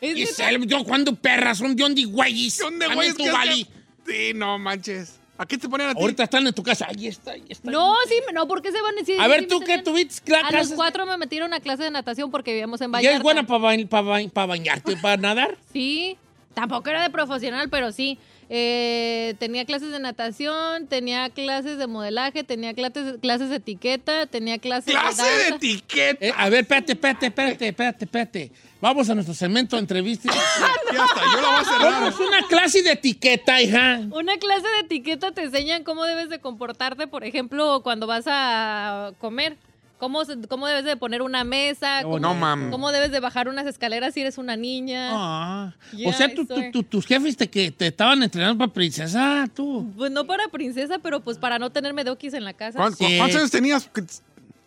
Speaker 3: Es
Speaker 2: Y
Speaker 3: neta.
Speaker 2: sal- yo cuando perras son de ondi güeyes.
Speaker 4: ¿Dónde,
Speaker 2: Están
Speaker 4: güey?
Speaker 2: en
Speaker 4: Es
Speaker 2: tu
Speaker 4: que-
Speaker 2: vali.
Speaker 4: Sí, no manches. ¿A qué te ponían a ti?
Speaker 2: Ahorita están en tu casa. Ahí está, ahí está.
Speaker 3: No, sí, me- no, ¿por qué se van a decir?
Speaker 2: A ver, ¿tú qué tuviste cla-
Speaker 3: A los
Speaker 2: clases?
Speaker 3: cuatro me metieron a clase de natación porque vivíamos en
Speaker 2: ¿Y
Speaker 3: Vallarta.
Speaker 2: es buena para bañarte, para nadar?
Speaker 3: Sí, tampoco era de profesional, pero sí. Eh, tenía clases de natación, tenía clases de modelaje, tenía clases, clases de etiqueta, tenía clases de danza.
Speaker 4: etiqueta!
Speaker 2: Eh, a ver, espérate, espérate, espérate, espérate, espérate. Vamos a nuestro segmento de entrevistas.
Speaker 3: Ah,
Speaker 4: Ya está, yo la voy a cerrar.
Speaker 2: ¿Cómo es una clase de etiqueta, hija?
Speaker 3: Una clase de etiqueta te enseñan cómo debes de comportarte, por ejemplo, cuando vas a comer. Cómo, se- cómo debes de poner una mesa.
Speaker 2: No,
Speaker 3: cómo,
Speaker 2: no, mam.
Speaker 3: cómo debes de bajar unas escaleras si eres una niña.
Speaker 2: Ah,
Speaker 3: Yeah,
Speaker 2: o sea, tú-
Speaker 3: I
Speaker 2: tú-
Speaker 3: swear.
Speaker 2: tú- tus jefes te, que te estaban entrenando para princesa, tú.
Speaker 3: Pues no para princesa, pero pues para no tener medoquis en la casa.
Speaker 4: ¿Cuán- cu- ¿Cuántos años tenías? Que-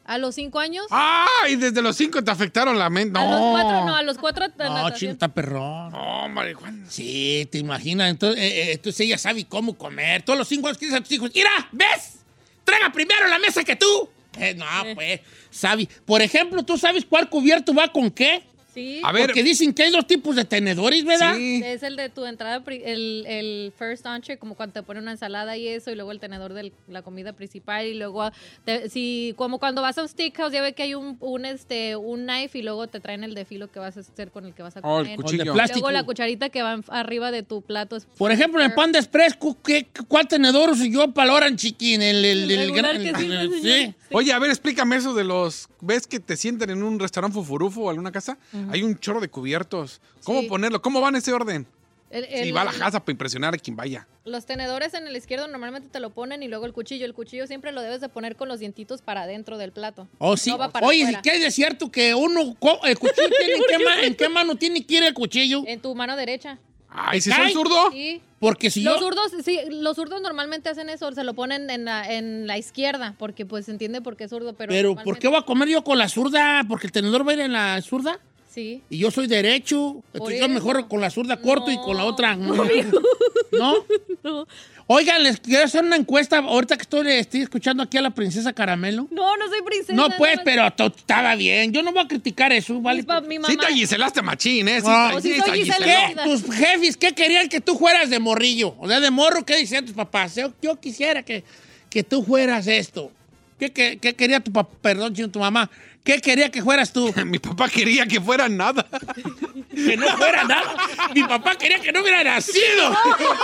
Speaker 3: ¿A los cinco años?
Speaker 4: ¡Ay! Desde los cinco te afectaron la mente.
Speaker 3: A los
Speaker 4: No.
Speaker 3: cuatro, no, a los cuatro.
Speaker 2: Ah, No, chino, está perrón.
Speaker 4: Hombre, Juan.
Speaker 2: Sí, te imaginas. Entonces, eh, eh, entonces ella sabe cómo comer. Todos los cinco años que dices a tus hijos, mira, ¿ves? Traga primero la mesa que tú. Eh, no, pues, sabe. Por ejemplo, ¿tú sabes cuál cubierto va con qué?
Speaker 3: Sí.
Speaker 2: Porque dicen que hay dos tipos de tenedores, ¿verdad?
Speaker 3: Es el de tu entrada, pri- el, el first entree, como cuando te ponen una ensalada y eso, y luego el tenedor de la comida principal, y luego, ah, te- si, como cuando vas a un steakhouse, ya ve que hay un, un, este, un knife y luego te traen el de filo que vas a hacer con el que vas a
Speaker 2: Oh, el
Speaker 3: comer.
Speaker 2: cuchillo.
Speaker 3: Y
Speaker 2: Plástico.
Speaker 3: Luego la cucharita que va en- arriba de tu plato. es-
Speaker 2: Por ejemplo, en el pan de express, ¿cu- qué- ¿cuál tenedor uso yo para el orange chicken? El, el, el
Speaker 3: regular
Speaker 2: gran-
Speaker 3: que sí,
Speaker 2: el-
Speaker 3: sí,
Speaker 2: sí.
Speaker 4: Oye, a ver, explícame eso de los. ¿Ves que te sientan en un restaurante fufurufo o alguna casa?
Speaker 3: Ujú.
Speaker 4: Hay un chorro de cubiertos. ¿Cómo
Speaker 3: Sí.
Speaker 4: ponerlo? ¿Cómo va en ese orden?
Speaker 3: el-
Speaker 4: Y
Speaker 3: el-
Speaker 4: va la jaza para impresionar a quien vaya.
Speaker 3: Los tenedores en el izquierdo normalmente te lo ponen y luego el cuchillo. El cuchillo siempre lo debes de poner con los dientitos para adentro del plato.
Speaker 2: Oh, sí.
Speaker 3: No va para
Speaker 2: Oye,
Speaker 3: afuera.
Speaker 2: ¿qué es de cierto que uno, co- el cuchillo tiene en,
Speaker 3: ¿Por
Speaker 2: qué
Speaker 3: qué?
Speaker 2: ma- en qué mano tiene que ir el cuchillo?
Speaker 3: En tu mano derecha.
Speaker 2: Ay,
Speaker 3: si
Speaker 2: ¿sí soy zurdo?
Speaker 3: Sí.
Speaker 2: Porque si
Speaker 3: los
Speaker 2: yo...
Speaker 3: zurdos, sí, los zurdos normalmente hacen eso, se lo ponen en la, en la izquierda, porque pues se entiende porque es zurdo, pero.
Speaker 2: Pero, ¿por
Speaker 3: normalmente-
Speaker 2: qué voy a comer yo con la zurda? Porque el tenedor va a ir en la zurda.
Speaker 3: Sí.
Speaker 2: Y yo soy derecho. Entonces yo
Speaker 3: eso.
Speaker 2: mejor con la zurda corto y con la otra. No.
Speaker 3: No.
Speaker 2: Oigan, les quiero hacer una encuesta. Ahorita que estoy, estoy escuchando aquí a la princesa Caramelo.
Speaker 3: No, no soy princesa.
Speaker 2: No, pues,
Speaker 3: nomás-
Speaker 2: pero to- estaba bien. Yo no voy a criticar eso, ¿vale?
Speaker 3: pa- mi mamá-
Speaker 4: Sí, te aguiselaste machín, ¿eh? Sí,
Speaker 2: Ah.
Speaker 4: te-
Speaker 2: O
Speaker 3: sí soy
Speaker 4: te
Speaker 3: Gisela
Speaker 4: aguiseló.
Speaker 3: Lerida.
Speaker 2: ¿Tus jefes qué querían que tú fueras de morrillo? O sea, de morro, ¿qué decían tus papás? Yo, yo quisiera que, que tú fueras esto. ¿Qué, qué- qué quería tu papá? Perdón, chino, tu mamá. ¿Qué quería que fueras tú?
Speaker 4: Mi papá quería que fuera nada.
Speaker 2: que no fuera nada. Mi papá quería que no hubiera nacido.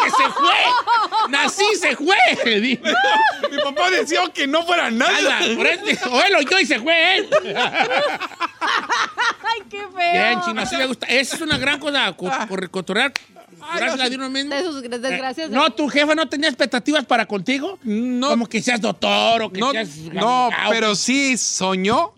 Speaker 2: Que se fue. Nací, se fue.
Speaker 4: Mi papá decía que no fuera nada.
Speaker 2: por este- o él o yo y se fue él.
Speaker 3: Ay, qué feo.
Speaker 2: Bien, chino, así me gusta. Esa es una gran cosa, co-
Speaker 4: Ah.
Speaker 2: cor- cotorrear. Gracias a Dios uno mismo.
Speaker 3: De sus desgracias.
Speaker 2: Eh, No, tu jefa no tenía expectativas para contigo. No. Como que seas doctor o que
Speaker 4: No,
Speaker 2: seas.
Speaker 4: no, pero sí soñó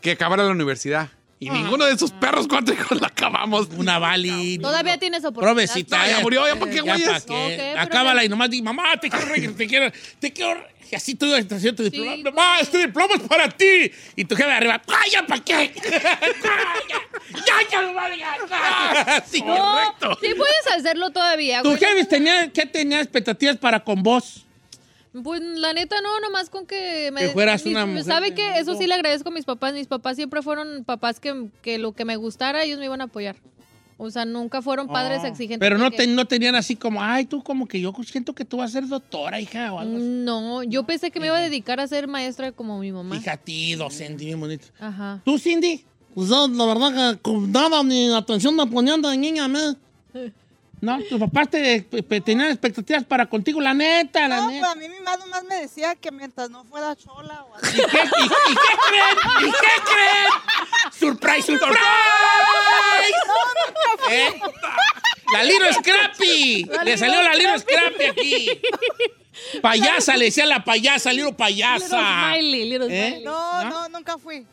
Speaker 4: que acabara la universidad. Y ninguno de esos perros cuatro hijos la acabamos.
Speaker 2: Una Bali.
Speaker 3: Todavía tienes oportunidad. Eh,
Speaker 2: Provecita.
Speaker 4: No, ya murió, ya, ¿por qué, güeyes?
Speaker 2: pa' qué.
Speaker 3: No, ¿qué?
Speaker 2: Acábala y nomás di, mamá, te quiero, re- te quiero, te quiero. re-". Y así tú ibas haciendo tu diploma.
Speaker 3: Sí.
Speaker 2: Mamá, este diploma es para ti. Y tu jefe arriba, ¡ay, ya para qué! ¡Ya, ya, lo vale, ya, ya! Sí,
Speaker 3: No,
Speaker 2: correcto.
Speaker 3: Sí puedes hacerlo todavía,
Speaker 2: ¿Tu
Speaker 3: güey.
Speaker 2: jefe tenía, qué tenía expectativas para con vos?
Speaker 3: Pues la neta no, nomás con que me...
Speaker 2: Que fueras
Speaker 3: mis-
Speaker 2: una mujer
Speaker 3: ¿Sabe
Speaker 2: de
Speaker 3: qué? Eso
Speaker 2: mundo.
Speaker 3: sí le agradezco a mis papás. Mis papás siempre fueron papás que, que lo que me gustara, ellos me iban a apoyar. O sea, nunca fueron padres exigentes.
Speaker 2: Oh. Pero no,
Speaker 3: de que-
Speaker 2: te- no tenían así como, ay, tú como que yo siento que tú vas a ser doctora, hija, o
Speaker 3: Mm,
Speaker 2: algo así.
Speaker 3: No, yo pensé que me iba a dedicar a ser maestra como mi mamá.
Speaker 2: Hija, ti, docente, bien bonito.
Speaker 3: Ajá.
Speaker 2: ¿Tú, Cindy? Pues yo, la verdad que con nada ni atención me ponían de niña, me. No, tus papás te, pe- tenían expectativas para contigo, la neta, la
Speaker 12: No, pues
Speaker 2: neta.
Speaker 12: a mí mi mamá nomás me decía que mientras no fuera chola o así.
Speaker 2: ¿Y qué, y- y qué creen? ¿Y qué creen? ¡Surprise, surprise! ¿Eh? ¡La Liro Scrappy!
Speaker 3: La
Speaker 2: Le
Speaker 3: Little
Speaker 2: salió la Liro Scrappy
Speaker 3: Scrappy.
Speaker 2: aquí. Payasa, le decía la payasa, Liro payasa.
Speaker 3: Little Smiley, Little
Speaker 2: ¿Eh?
Speaker 3: Smiley.
Speaker 12: No, no, nunca fui.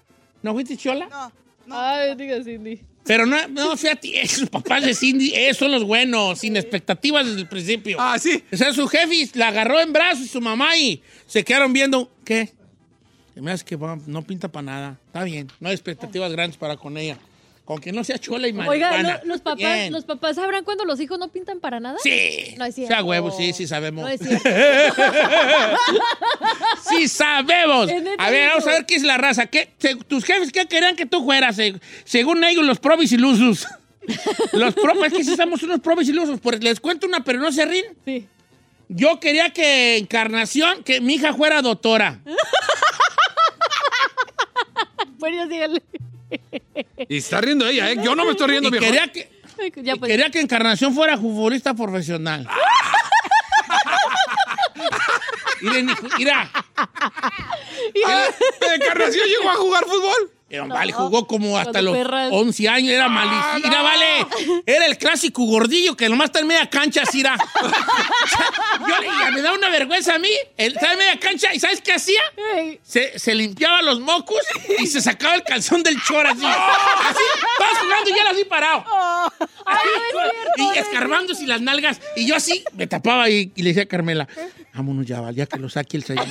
Speaker 2: ¿No fuiste chola?
Speaker 12: No, no.
Speaker 3: Ay, diga Cindy.
Speaker 2: Pero no, no, fíjate, esos papás de Cindy, esos son los buenos, sin expectativas desde el principio.
Speaker 4: Ah, sí.
Speaker 2: O sea, su jefe la agarró en brazos su mamá y se quedaron viendo, ¿qué? Se me hace que va- no pinta para nada. Está bien, no hay expectativas grandes para con ella. Con que no sea chola y
Speaker 3: Oiga,
Speaker 2: marihuana.
Speaker 3: ¿lo- los, papás,
Speaker 2: Bien.
Speaker 3: ¿los papás sabrán cuando los hijos no pintan para nada?
Speaker 2: Sí.
Speaker 3: No es cierto.
Speaker 2: sea huevo, sí, sí sabemos.
Speaker 3: No es cierto.
Speaker 2: ¡Sí sabemos!
Speaker 3: Es neta
Speaker 2: A ver,
Speaker 3: eso.
Speaker 2: vamos a ver qué es la raza. ¿Qué, se- ¿Tus jefes qué querían que tú fueras? Se- según ellos, los probis ilusos. los probis, es que sí somos unos probis ilusos. Por- les cuento una, pero no se ríen.
Speaker 3: Sí.
Speaker 2: Yo quería que Encarnación, que mi hija fuera doctora.
Speaker 3: Bueno, dígale.
Speaker 4: Y está riendo ella, ¿eh? Yo no me estoy riendo,
Speaker 2: Y
Speaker 4: viejo.
Speaker 2: quería que,
Speaker 3: Ya
Speaker 2: y
Speaker 3: pues.
Speaker 2: quería que Encarnación fuera futbolista profesional. Mira, ni- mira,
Speaker 4: Ah, Encarnación llegó a jugar fútbol.
Speaker 2: Eh, Vale, jugó como hasta
Speaker 3: Cuando
Speaker 2: los
Speaker 3: perras. Ah,
Speaker 2: 11 años, era malísimo. Mira, vale, era el clásico gordillo que nomás está en media cancha, Sira. Yo le- me da una vergüenza a mí. Él Estaba en media cancha y ¿sabes qué hacía?
Speaker 3: Ey.
Speaker 2: Se, se limpiaba los mocos y se sacaba el calzón del chor así. Así, estabas jugando y él así parado.
Speaker 3: Oh. Ay, no es cierto.
Speaker 2: Y escarbándose las nalgas. Y yo así me tapaba y, y le decía a Carmela, vámonos ya, vale, ya que lo saque el señor.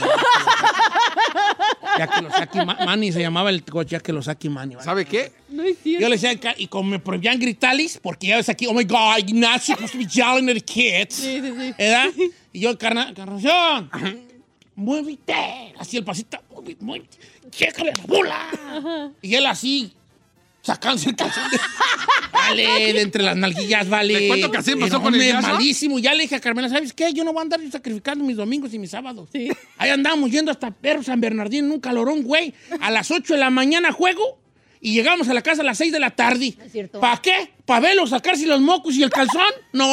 Speaker 2: Yakilosaki Ma- Mani se llamaba el coach Yakilosaki Mani. ¿Sabe
Speaker 4: qué?
Speaker 2: No es cierto. Yo le decía, ca- y como me prohibían gritalis, porque ya ves aquí, oh my God, Ignacio, supposed to be yelling at the kids. Sí, sí, sí. ¿Verdad? Y yo, carna, carnación, muévete. Así el pasito, muévete, muévete. Chécale la bola. Y él así, sacándose el calzón. de- Vale, de entre las nalguillas, vale. Eh,
Speaker 4: ¿Te cuento que así pasó
Speaker 2: Enorme,
Speaker 4: con el Ignacio?
Speaker 2: Malísimo. Ya le dije a Carmela, ¿sabes qué? Yo no voy a andar sacrificando mis domingos y mis sábados. Ahí andamos yendo hasta Perro San Bernardino en un calorón, güey. A las 8 de la mañana juego y llegamos a la casa a las 6 de la tarde. ¿Para qué? ¿Para verlos sacarse los mocos y el calzón? No,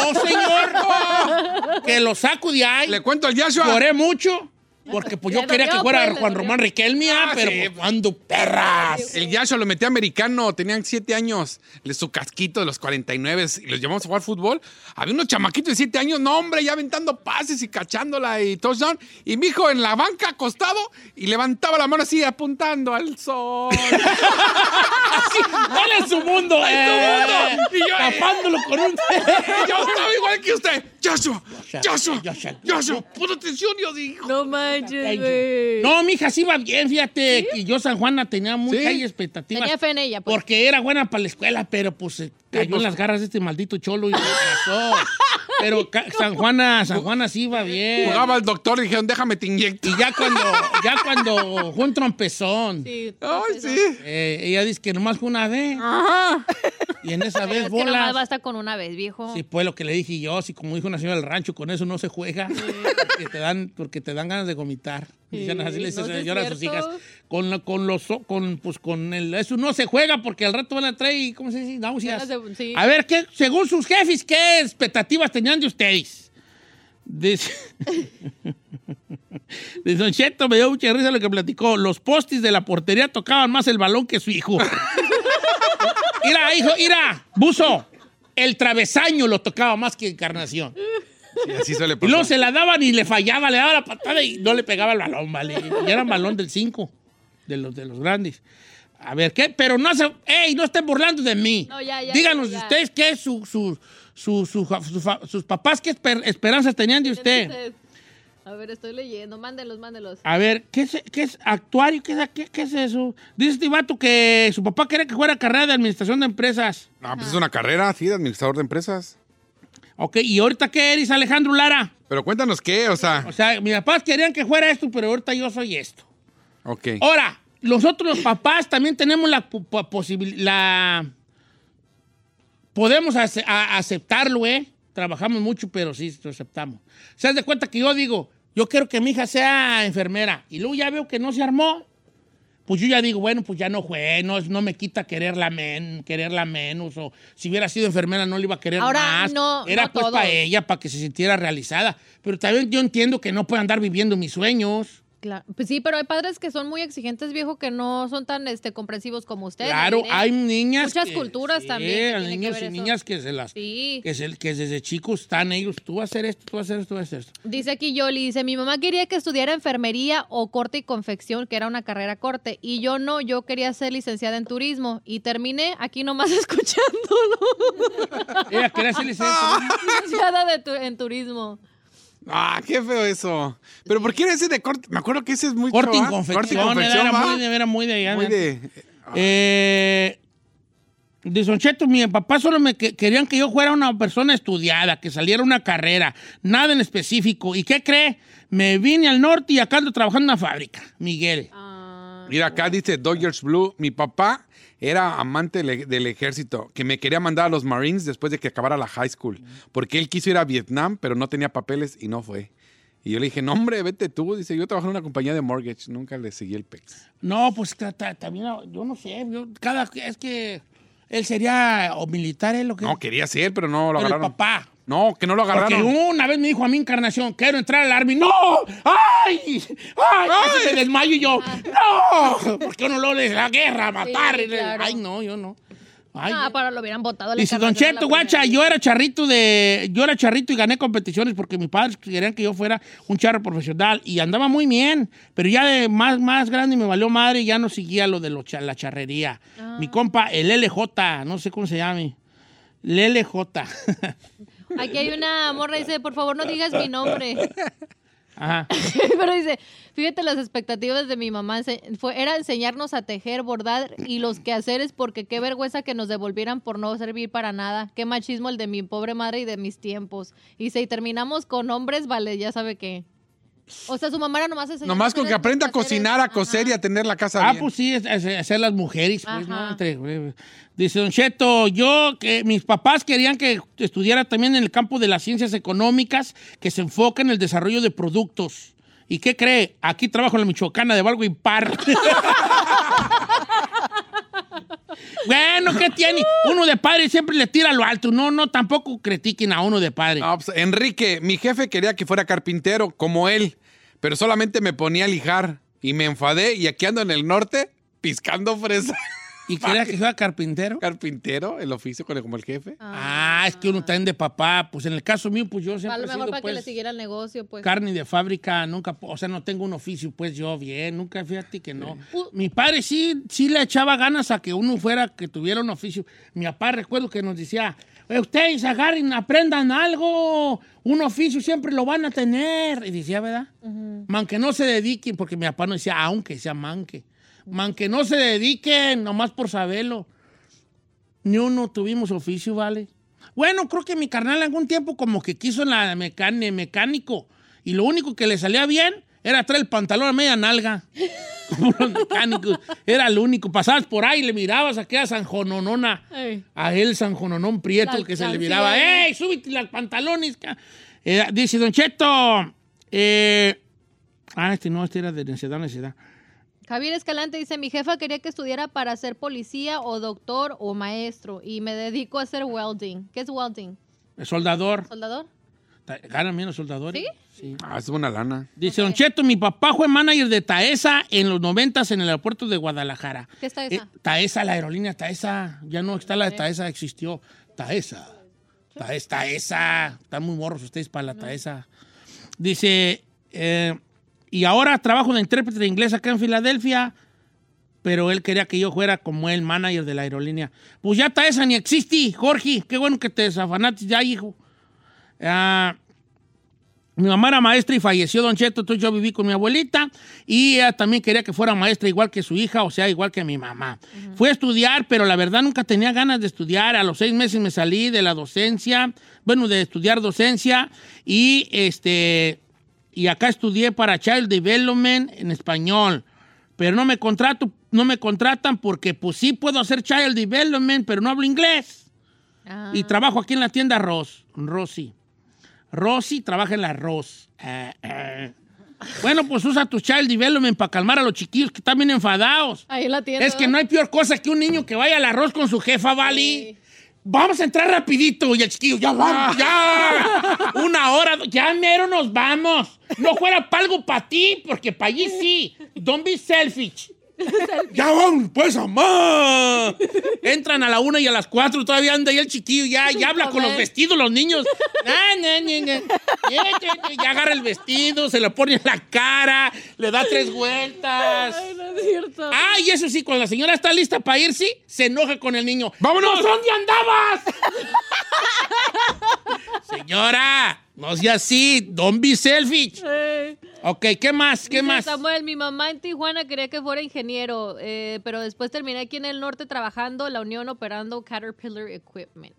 Speaker 2: señor. que lo saco de ahí. Le
Speaker 4: cuento al Yashua.
Speaker 2: Lloré mucho. Porque pues yo
Speaker 4: Le
Speaker 2: quería
Speaker 4: dolió,
Speaker 2: que fuera
Speaker 4: pues, le
Speaker 2: Juan
Speaker 4: dolió.
Speaker 2: Román Riquelme, ah,
Speaker 4: Ah,
Speaker 2: pero
Speaker 4: sí.
Speaker 2: cuando perras.
Speaker 4: El Yasho lo metí americano, tenían siete años, le- su casquito de los 49 y los llevamos a jugar fútbol. Había unos chamaquitos de siete años, no hombre, ya aventando pases y cachándola y touchdown. Y mi hijo en la banca acostado y levantaba la mano así apuntando al sol.
Speaker 2: así, ¿cuál es su mundo? eh".
Speaker 4: ¡Al su mundo! Y yo,
Speaker 2: tapándolo con un...
Speaker 4: yo estaba igual que usted. Joshua, Joshua, Joshua. Pon atención, yo digo.
Speaker 2: No manches, No, mija, sí iba bien, fíjate. Y yo, San Juana, tenía mucha
Speaker 3: Sí.
Speaker 2: ahí expectativa.
Speaker 3: Tenía fe en ella, pues.
Speaker 2: Porque era buena para la escuela, pero pues se cayó
Speaker 4: pues-
Speaker 2: en las garras de este maldito cholo y se casó. Pero ca- San Juana, San Juana sí iba bien.
Speaker 4: Jugaba al doctor y dijeron, déjame te inyecto.
Speaker 2: Y ya cuando, ya cuando fue un trompezón.
Speaker 4: Ay, sí.
Speaker 2: Eh, ella dice que nomás fue una vez. Y en esa vez
Speaker 3: Es que nomás
Speaker 2: bolas.
Speaker 3: basta con una vez, viejo.
Speaker 2: Sí, pues lo que le dije yo, si como dijo una señora del rancho, con eso no se juega, porque te dan, porque te dan ganas de vomitar.
Speaker 3: Sí,
Speaker 2: Dicen, así le dice esa
Speaker 3: no, sí es
Speaker 2: señora a sus hijas,
Speaker 3: cierto.
Speaker 2: con, la- con los, o- con, pues con el, eso no se juega porque al rato van a traer, y, ¿cómo se dice? Náuseas.
Speaker 3: Ganas de- sí.
Speaker 2: A ver, ¿qué, según sus jefes, ¿qué expectativas tenían de ustedes? Dice, de Don Cheto me dio mucha risa lo que platicó. Los postis de la portería tocaban más el balón que su hijo. Mira, hijo, mira, buzo. El travesaño lo tocaba más que encarnación.
Speaker 4: Y así suele
Speaker 2: Y
Speaker 4: pasar.
Speaker 2: luego se la daban y le fallaba, le daba la patada y no le pegaba el balón, ¿vale? Y era un balón del 5, de los, de los grandes. A ver, ¿qué? Pero no se... ¡Ey, no estén burlando de mí!
Speaker 3: No, ya, ya,
Speaker 2: Díganos
Speaker 3: ya.
Speaker 2: ustedes qué su, su, su- su- su- su- sus papás, qué esper- esperanzas tenían de usted.
Speaker 3: Entonces, A ver, estoy leyendo. Mándenlos, mándenlos.
Speaker 2: A ver, ¿qué es, qué es actuario? ¿Qué es, qué- qué es eso? Dice este vato que su papá quería que fuera carrera de administración de empresas.
Speaker 4: Ah, pues es una carrera, sí, de administrador de empresas.
Speaker 2: Ok, ¿y ahorita qué eres, Alejandro Lara?
Speaker 4: Pero cuéntanos qué, o sea,
Speaker 2: O sea, mis papás querían que fuera esto, pero ahorita yo soy esto.
Speaker 4: ok.
Speaker 2: Ahora, nosotros los papás también tenemos la posibilidad. Podemos ace- a- aceptarlo, ¿eh? Trabajamos mucho, pero sí lo aceptamos. ¿Se das de cuenta que yo digo, yo quiero que mi hija sea enfermera? Y luego ya veo que no se armó. Pues yo ya digo, bueno, pues ya no fue, no, no me quita quererla, men, quererla menos, o si hubiera sido enfermera no le iba a querer
Speaker 3: Ahora,
Speaker 2: más.
Speaker 3: no-
Speaker 2: Era
Speaker 3: no
Speaker 2: pues para
Speaker 3: todos.
Speaker 2: ella, para que se sintiera realizada. Pero también yo entiendo que no puede andar viviendo mis sueños.
Speaker 3: Claro. Pues sí, pero hay padres que son muy exigentes, viejo, que no son tan este, comprensivos como usted.
Speaker 2: Claro,
Speaker 3: miren.
Speaker 2: hay niñas.
Speaker 3: Muchas
Speaker 2: que-
Speaker 3: culturas
Speaker 2: sí,
Speaker 3: también. que
Speaker 2: hay
Speaker 3: tiene que
Speaker 2: niños
Speaker 3: ver
Speaker 2: y
Speaker 3: eso.
Speaker 2: niñas que se las.
Speaker 3: Sí.
Speaker 2: Que, se- que desde chicos están ellos. Tú vas a hacer esto, tú vas a hacer esto, tú vas a hacer esto.
Speaker 3: Dice aquí Yoli, dice, mi mamá quería que estudiara enfermería o corte y confección, que era una carrera corte, y yo no, yo quería ser licenciada en turismo, y terminé aquí nomás escuchándolo.
Speaker 2: Ella quería ser
Speaker 3: licenciada de tu- en turismo.
Speaker 4: Ah, qué feo eso. Pero ¿por qué era ese de corte? Me acuerdo que ese es muy
Speaker 2: Corte y
Speaker 4: chaval.
Speaker 2: confección.
Speaker 4: Corte y
Speaker 2: era,
Speaker 4: ¿va?
Speaker 2: muy de, era muy de allá.
Speaker 4: Muy
Speaker 2: de-
Speaker 4: de-
Speaker 2: Eh, de Don Cheto, mi papá solo me que- querían que yo fuera una persona estudiada, que saliera una carrera, nada en específico. ¿Y qué cree? Me vine al norte y acá ando trabajando en una fábrica, Miguel.
Speaker 4: Mira, acá dice Dodgers Blue. Mi papá era amante le- del ejército, que me quería mandar a los Marines después de que acabara la high school, porque él quiso ir a Vietnam, pero no tenía papeles y no fue. Y yo le dije, no, hombre, vete tú. Dice, yo trabajo en una compañía de mortgage. Nunca le seguí el pex.
Speaker 2: No, pues ta- ta- también, yo no sé, yo- cada, es que él sería o militar, es lo que...
Speaker 4: No, quería ser, pero no lo
Speaker 2: Pero el
Speaker 4: agarraron.
Speaker 2: papá.
Speaker 4: No, que no lo
Speaker 2: Porque
Speaker 4: agarraron.
Speaker 2: una vez me dijo a mi encarnación, quiero entrar al Army. ¡No! ¡Ay! ¡Ay! Casi me desmayo y yo. ¡No! Porque uno lo de la guerra, matar.
Speaker 3: Sí, claro.
Speaker 2: Ay, no, yo no. Ay,
Speaker 3: ah, para lo hubieran votado. a la
Speaker 2: Dice Don
Speaker 3: encarnación a la
Speaker 2: Cheto,
Speaker 3: primera.
Speaker 2: guacha, yo era charrito de. Yo era charrito y gané competiciones porque mis padres querían que yo fuera un charro profesional y andaba muy bien, pero ya de más, más grande me valió madre y ya no seguía lo de lo cha- la charrería. Mi compa, el LJ, no sé cómo se llame. El LJ.
Speaker 3: Aquí hay una morra, dice, por favor no digas mi nombre.
Speaker 2: Ajá.
Speaker 3: Pero dice, fíjate las expectativas de mi mamá ense- fue, era enseñarnos a tejer, bordar y los quehaceres porque qué vergüenza que nos devolvieran por no servir para nada. Qué machismo el de mi pobre madre y de mis tiempos. Y si terminamos con hombres, vale, ya sabe qué. O sea, su mamá era nomás enseñar.
Speaker 4: Nomás con que aprenda a cocinar, a coser y a tener la casa
Speaker 2: Ah,
Speaker 4: bien.
Speaker 2: pues sí, es- es- hacer las mujeres. pues,
Speaker 3: Ajá.
Speaker 2: ¿no? Entre- dice Don Cheto, yo, que mis papás querían que estudiara también en el campo de las ciencias económicas, que se enfoca en el desarrollo de productos. ¿Y qué cree? Aquí trabajo en la Michoacana de Valgo Impar. bueno, ¿qué tiene? Uno de padre siempre le tira lo alto. No, no, tampoco critiquen a uno de padre.
Speaker 4: No, pues, Enrique, mi jefe quería que fuera carpintero, como él, pero solamente me ponía a lijar y me enfadé y aquí ando en el norte piscando fresa.
Speaker 2: ¿Y quería que fuera carpintero?
Speaker 4: Carpintero, el oficio con el- como el jefe.
Speaker 2: Ah, es que uno también de papá. Pues en el caso mío, pues yo
Speaker 3: A
Speaker 2: siempre
Speaker 3: lo
Speaker 2: he
Speaker 3: mejor
Speaker 2: sido,
Speaker 3: para que le
Speaker 2: pues,
Speaker 3: siguiera el negocio, pues.
Speaker 2: carne de fábrica, nunca, po- o sea, no tengo un oficio, pues yo bien, nunca fíjate que no. Mi padre sí, sí le echaba ganas a que uno fuera, que tuviera un oficio. Mi papá recuerdo que nos decía, "Eh, ustedes agarren, aprendan algo, un oficio siempre lo van a tener. Y decía, ¿verdad? Manque no se dediquen, porque mi papá no decía, aunque sea manque. Manque no se dediquen, nomás por saberlo. Ni uno tuvimos oficio, ¿vale? Bueno, creo que mi carnal algún tiempo como que quiso en la mecánica, mecánico. Y lo único que le salía bien era traer el pantalón a media nalga. Como los mecánicos. Era lo único. Pasabas por ahí y le mirabas a aquella sanjononona. A él sanjononón prieto
Speaker 16: La
Speaker 2: el que se le
Speaker 16: alcancía,
Speaker 2: miraba.
Speaker 16: ¿eh?
Speaker 2: ¡Ey, súbete los pantalones! ca-". Eh, dice Don Cheto. eh, ah, este no, este era de necedad, necedad.
Speaker 3: Javier Escalante dice, mi jefa quería que estudiara para ser policía o doctor o maestro y me dedico a hacer welding. ¿Qué es welding?
Speaker 2: El soldador.
Speaker 3: ¿Soldador?
Speaker 2: Ta- Ganan bien los soldadores.
Speaker 3: ¿Sí?
Speaker 4: Ah, es una lana.
Speaker 2: Dice Don Cheto, mi papá fue manager de Taesa en los noventas en el aeropuerto de Guadalajara.
Speaker 3: ¿Qué está
Speaker 2: Eh,
Speaker 3: esa?
Speaker 2: Taesa, la aerolínea Taesa, ya no está la de Taesa, existió. Taesa. Taesa, Taesa. Están muy morros ustedes para la Taesa. Dice, eh, y ahora trabajo de intérprete de inglés acá en Filadelfia, pero él quería que yo fuera como el manager de la aerolínea. Pues ya Taesa ni existe, Jorge. Qué bueno que te desafanaste ya, hijo. Ah, mi mamá era maestra y falleció Don Cheto, entonces yo viví con mi abuelita y ella también quería que fuera maestra igual que su hija, o sea, igual que mi mamá. Fui a estudiar, pero la verdad nunca tenía ganas de estudiar. A los seis meses me salí de la docencia, bueno, de estudiar docencia y este y acá estudié para Child Development en español. Pero no me contrato, no me contratan porque pues sí puedo hacer Child Development, pero no hablo inglés.
Speaker 3: Ah,
Speaker 2: Y
Speaker 6: Ah.
Speaker 2: trabajo aquí en la tienda Ross, Rosy. Rosy trabaja en la Ross. Eh, eh. Bueno, pues usa tu child development para calmar a los chiquillos que están bien enfadados.
Speaker 3: Ahí la tiene.
Speaker 2: Es que no hay peor cosa que un niño que vaya al arroz con su jefa, Vali. Vamos a entrar rapidito. Y el chiquillo, ya vamos, ya. Una hora, ya mero nos vamos. No fuera palgo para ti, porque para allí sí. Don't be selfish. ya vamos, pues, amor. Entran a la una y a las cuatro, todavía anda ahí el chiquillo, ya, ya habla con los
Speaker 16: comer.
Speaker 2: vestidos los niños. Na, na, na, na. Ya agarra el vestido, se lo pone en la cara, le da tres vueltas.
Speaker 16: Ay, no es cierto.
Speaker 2: Ah, y eso sí, cuando la señora está lista para ir, sí, se enoja con el niño. ¡Vámonos! ¿Dónde andabas? Señora, no sea así. Don't be selfish.
Speaker 3: Eh.
Speaker 2: Ok, ¿qué más? ¿Qué
Speaker 3: Dice
Speaker 2: más?
Speaker 3: Samuel, mi mamá en Tijuana quería que fuera ingeniero, eh, pero después terminé aquí en el norte trabajando, la Unión operando Caterpillar Equipment.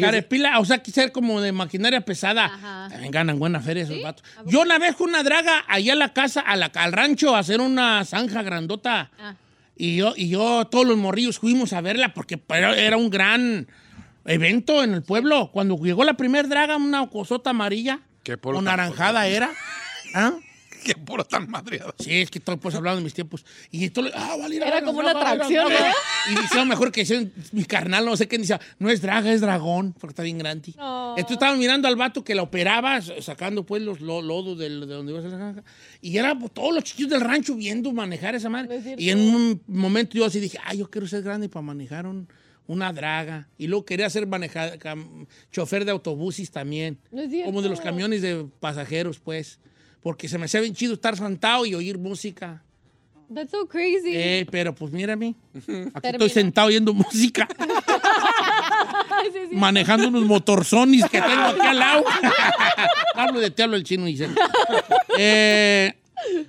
Speaker 2: Carepila, o sea, que ser como de maquinaria pesada.
Speaker 3: Ah.
Speaker 2: También ganan buena feria esos vatos. Yo una vez fui una draga allá a la casa, a la- al rancho, a hacer una zanja grandota.
Speaker 3: Ah.
Speaker 2: Y yo, y yo, todos los morrillos fuimos a verla porque era era un gran evento en el pueblo. Cuando llegó la primer draga, una cosota amarilla
Speaker 4: Qué
Speaker 2: o
Speaker 4: puro tan-
Speaker 2: naranjada era. ¿Ah?
Speaker 4: Qué puro tan madreado.
Speaker 2: Sí, es que todo pues hablando de mis tiempos. Y todo, ah, vale,
Speaker 3: Era como una atracción, ¿eh?
Speaker 2: ¿no? Y decía, mejor que decían, mi carnal, no sé qué, decía, no es draga, es dragón, porque está bien grande. Entonces estaban mirando al vato que la operaba, s- sacando pues los lo- lodos del- de, donde iba a hacer la granja. Y era pues, todos los chiquillos del rancho viendo manejar esa madre. y en un momento yo así dije, ay, yo quiero ser grande para manejar un- una draga. Y luego quería ser maneja- cam- chofer de autobuses también.
Speaker 16: No es cierto.
Speaker 2: como de los camiones de pasajeros, pues. Porque se me hacía bien chido estar sentado y oír música.
Speaker 3: That's so crazy.
Speaker 2: Eh, pero pues mírame. Aquí
Speaker 3: Termina.
Speaker 2: estoy sentado oyendo música.
Speaker 3: Sí, es
Speaker 2: manejando unos motorzonis que tengo aquí al lado. hablo de te hablo el chino, dice.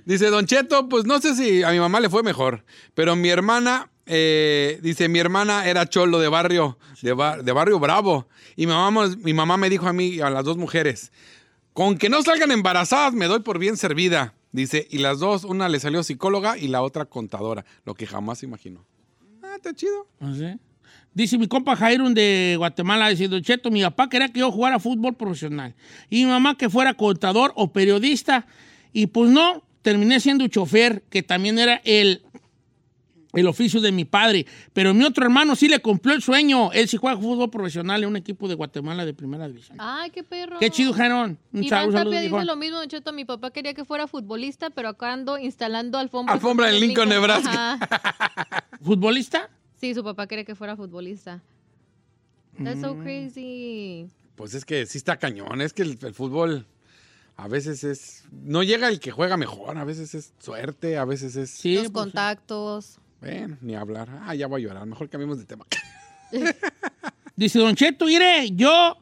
Speaker 4: Dice Don Cheto, pues no sé si a mi mamá le fue mejor, pero mi hermana, eh, dice, mi hermana era cholo de barrio, de, ba- de barrio bravo. Y mi mamá, mi mamá me dijo a mí, y a las dos mujeres, con que no salgan embarazadas me doy por bien servida. Dice, y las dos, una le salió psicóloga y la otra contadora, lo que jamás imaginó. Ah, está chido.
Speaker 2: Dice mi compa Jairun de Guatemala, dice, Don Cheto, mi papá quería que yo jugara fútbol profesional y mi mamá que fuera contador o periodista. Y pues no, terminé siendo chofer, que también era el, el oficio de mi padre. Pero mi otro hermano sí le cumplió el sueño. Él sí juega fútbol profesional en un equipo de Guatemala de primera división.
Speaker 3: Ay, qué perro.
Speaker 2: Qué chido, Jairón. Un
Speaker 3: Iván
Speaker 2: saludo, un saludo,
Speaker 3: Tapia dice
Speaker 2: viejón.
Speaker 3: lo mismo, Don Cheto. Mi papá quería que fuera futbolista, pero acá ando instalando alfombra.
Speaker 4: Alfombra en Lincoln, Nebraska.
Speaker 2: ¿Futbolista?
Speaker 3: Sí, su papá quería que fuera futbolista. That's
Speaker 2: Mm.
Speaker 3: so crazy.
Speaker 4: Pues es que sí está cañón, es que el, el fútbol a veces es, no llega el que juega mejor, a veces es suerte, a veces es...
Speaker 3: Los contactos.
Speaker 4: Bueno, ni hablar. Ah, ya voy a llorar. Mejor cambiemos de tema.
Speaker 2: Dice Don Cheto, mire, yo.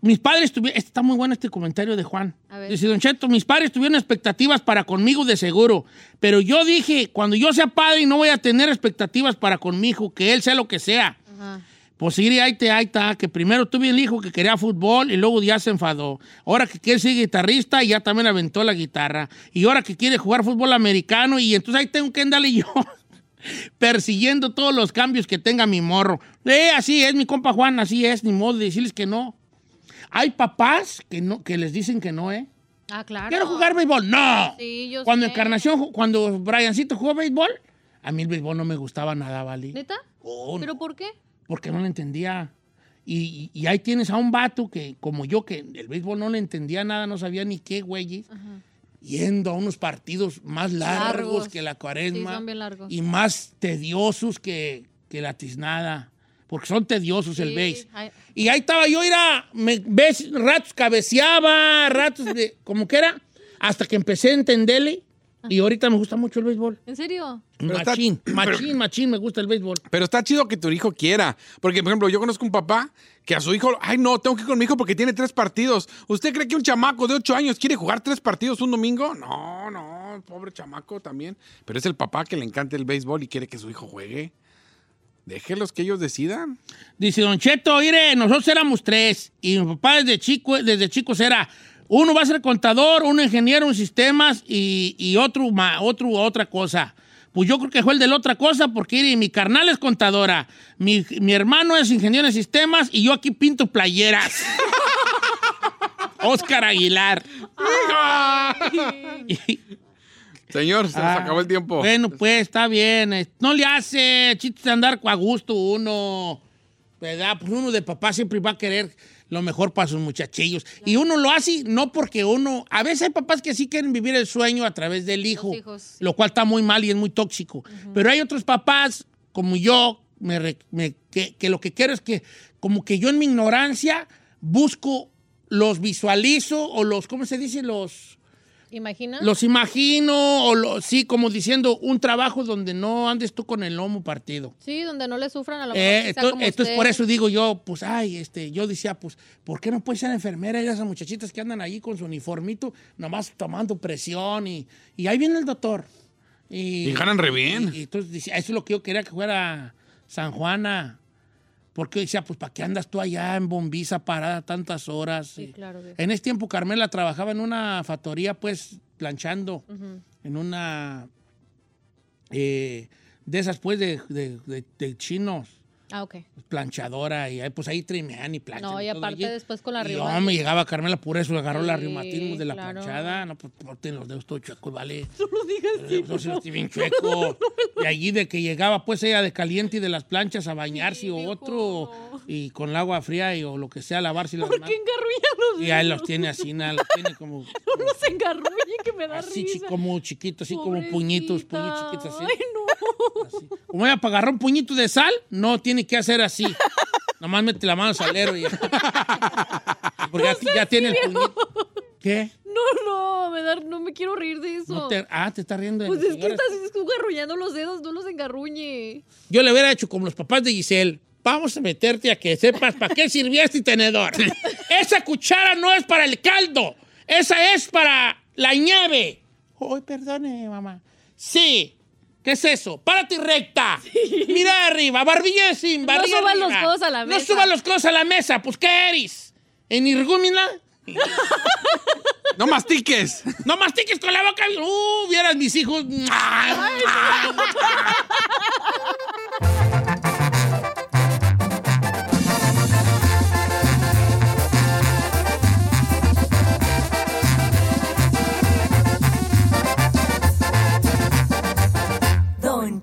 Speaker 2: Mis padres tuvieron. Está muy bueno este comentario de Juan.
Speaker 3: A ver.
Speaker 2: Dice Don Cheto, mis padres tuvieron expectativas para conmigo de seguro. Pero yo dije, cuando yo sea padre, no voy a tener expectativas para con mi hijo, que él sea lo que sea.
Speaker 3: Ajá.
Speaker 2: Pues sí, ahí te, ahí está, que primero tuve el hijo que quería fútbol y luego ya se enfadó. Ahora que quiere ser guitarrista y ya también aventó la guitarra. Y ahora que quiere jugar fútbol americano y entonces ahí tengo que andarle yo persiguiendo todos los cambios que tenga mi morro. Eh, así es, mi compa Juan, así es, ni modo de decirles que no. Hay papás que, no, que les dicen que no, ¿eh?
Speaker 3: Ah, claro.
Speaker 2: ¿Quiero jugar béisbol? ¡No!
Speaker 3: Sí, yo
Speaker 2: cuando
Speaker 3: sé.
Speaker 2: Encarnación, ju- cuando Briancito jugó béisbol, a mí el béisbol no me gustaba nada, ¿vale?
Speaker 3: ¿Neta?
Speaker 2: Oh, no
Speaker 3: ¿Pero por qué?
Speaker 2: porque no le entendía. Y, y- y ahí tienes a un vato que, como yo, que el béisbol no le entendía nada, no sabía ni qué, güeyes, yendo a unos partidos más largos,
Speaker 3: Largos.
Speaker 2: que la
Speaker 3: Sí,
Speaker 2: cuaresma
Speaker 3: son bien largos.
Speaker 2: y más tediosos que, que la tiznada, porque son tediosos el
Speaker 3: Sí,
Speaker 2: béis.
Speaker 3: ay,
Speaker 2: Y ahí estaba yo, era, me, ves, ratos cabeceaba, ratos de, como que era, hasta que empecé a entenderle. Y ahorita me gusta mucho el béisbol.
Speaker 3: ¿En serio?
Speaker 4: Pero está-
Speaker 2: machín, machín, machín, me gusta el béisbol.
Speaker 4: Pero está chido que tu hijo quiera. Porque, por ejemplo, yo conozco un papá que a su hijo, ay, no, tengo que ir con mi hijo porque tiene tres partidos. ¿Usted cree que un chamaco de ocho años quiere jugar tres partidos un domingo? No, no, pobre chamaco también. Pero es el papá que le encanta el béisbol y quiere que su hijo juegue. Déjelos que ellos decidan.
Speaker 2: Dice Don Cheto, mire, nosotros éramos tres y mi papá desde chico, desde chicos era uno va a ser contador, uno ingeniero en sistemas y, y otro, ma- otro otra cosa. Pues yo creo que fue el de la otra cosa porque mire, mi carnal es contadora, mi, mi hermano es ingeniero en sistemas y yo aquí pinto playeras. Oscar Aguilar.
Speaker 4: Señor, se nos
Speaker 2: Ah,
Speaker 4: acabó el tiempo.
Speaker 2: Bueno, pues está bien. eh, No le hace chistes de andar a gusto uno. ¿Verdad? Pues uno de papá siempre va a querer lo mejor para sus muchachillos. Y uno lo hace no porque uno. A veces hay papás que sí quieren vivir el sueño a través del hijo,
Speaker 3: hijos.
Speaker 2: lo cual está muy mal y es muy tóxico. Pero hay otros papás, como yo, me re- me- que, que lo que quiero es que, como que yo en mi ignorancia busco, los visualizo o los. ¿Cómo se dice? Los.
Speaker 3: ¿Imagina?
Speaker 2: Los imagino, o lo- sí, como diciendo, un trabajo donde no andes tú con el lomo partido.
Speaker 3: Sí, donde no le sufran a lo mejor.
Speaker 2: Eh,
Speaker 3: que sea
Speaker 2: entonces,
Speaker 3: como
Speaker 2: entonces,
Speaker 3: usted.
Speaker 2: por eso digo yo, pues, ay, este, yo decía, pues, ¿por qué no puede ser enfermera y esas muchachitas que andan ahí con su uniformito, nomás tomando presión y, y ahí viene el doctor? Y,
Speaker 4: Y ganan re bien.
Speaker 2: Y, y entonces decía, eso es lo que yo quería que fuera San Juana. Porque decía, pues, ¿para qué andas tú allá en Bombiza parada tantas horas?
Speaker 3: Sí, claro. viejo.
Speaker 2: En ese tiempo Carmela trabajaba en una factoría, pues, planchando
Speaker 3: Ujú.
Speaker 2: en una eh, de esas pues de, de- de- de chinos
Speaker 3: Ah, ok.
Speaker 2: planchadora y ahí, pues ahí trimean y planchan
Speaker 3: No, y
Speaker 2: todo
Speaker 3: aparte
Speaker 2: allí.
Speaker 3: después con la
Speaker 2: y
Speaker 3: rima.
Speaker 2: yo me llegaba Carmela por eso agarró la
Speaker 3: Sí,
Speaker 2: reumatismo de la
Speaker 3: claro.
Speaker 2: planchada no pues corten los dedos todo chuecos vale Los dedos así bien chuecos. y allí de que llegaba pues ella de caliente y de las planchas a bañarse o otro y con el agua fría y, o lo que sea lavarse las
Speaker 3: ¿Por
Speaker 2: manos.
Speaker 3: qué engarrulla los
Speaker 2: y ahí los tiene así nada los tiene como
Speaker 3: No los engarrulle, que me da
Speaker 2: así chi-
Speaker 3: risa.
Speaker 2: como chiquitos así como puñitos puñitos chiquitos así
Speaker 3: Ay, no.
Speaker 2: Como ella para agarrar un puñito de sal, no tiene que hacer así. Nomás mete la mano al salero y ya. Porque ya, ya tiene el puñito. ¿Qué?
Speaker 3: No, no, me da, no me quiero reír de eso.
Speaker 2: No te- ah, te estás riendo de
Speaker 3: Pues
Speaker 2: la
Speaker 3: es que
Speaker 2: señora.
Speaker 3: estás engarrullando los dedos, no los engarruñe.
Speaker 2: Yo le hubiera hecho como los papás de Giselle. Vamos a meterte a que sepas para qué sirvió este tenedor. Esa cuchara no es para el caldo. Esa es para la ñave. Ay, perdone, mamá. Sí. ¿Qué es eso? ¡Párate recta! Mira arriba, barbilla sin
Speaker 3: No
Speaker 2: barbilla
Speaker 3: subas
Speaker 2: arriba.
Speaker 3: los codos a la
Speaker 2: No
Speaker 3: mesa.
Speaker 2: subas los codos a la mesa. Pues, ¿qué eres? ¿En Irgúmina?
Speaker 4: No mastiques.
Speaker 2: No mastiques con la boca. Uh, vieras mis hijos.
Speaker 5: Don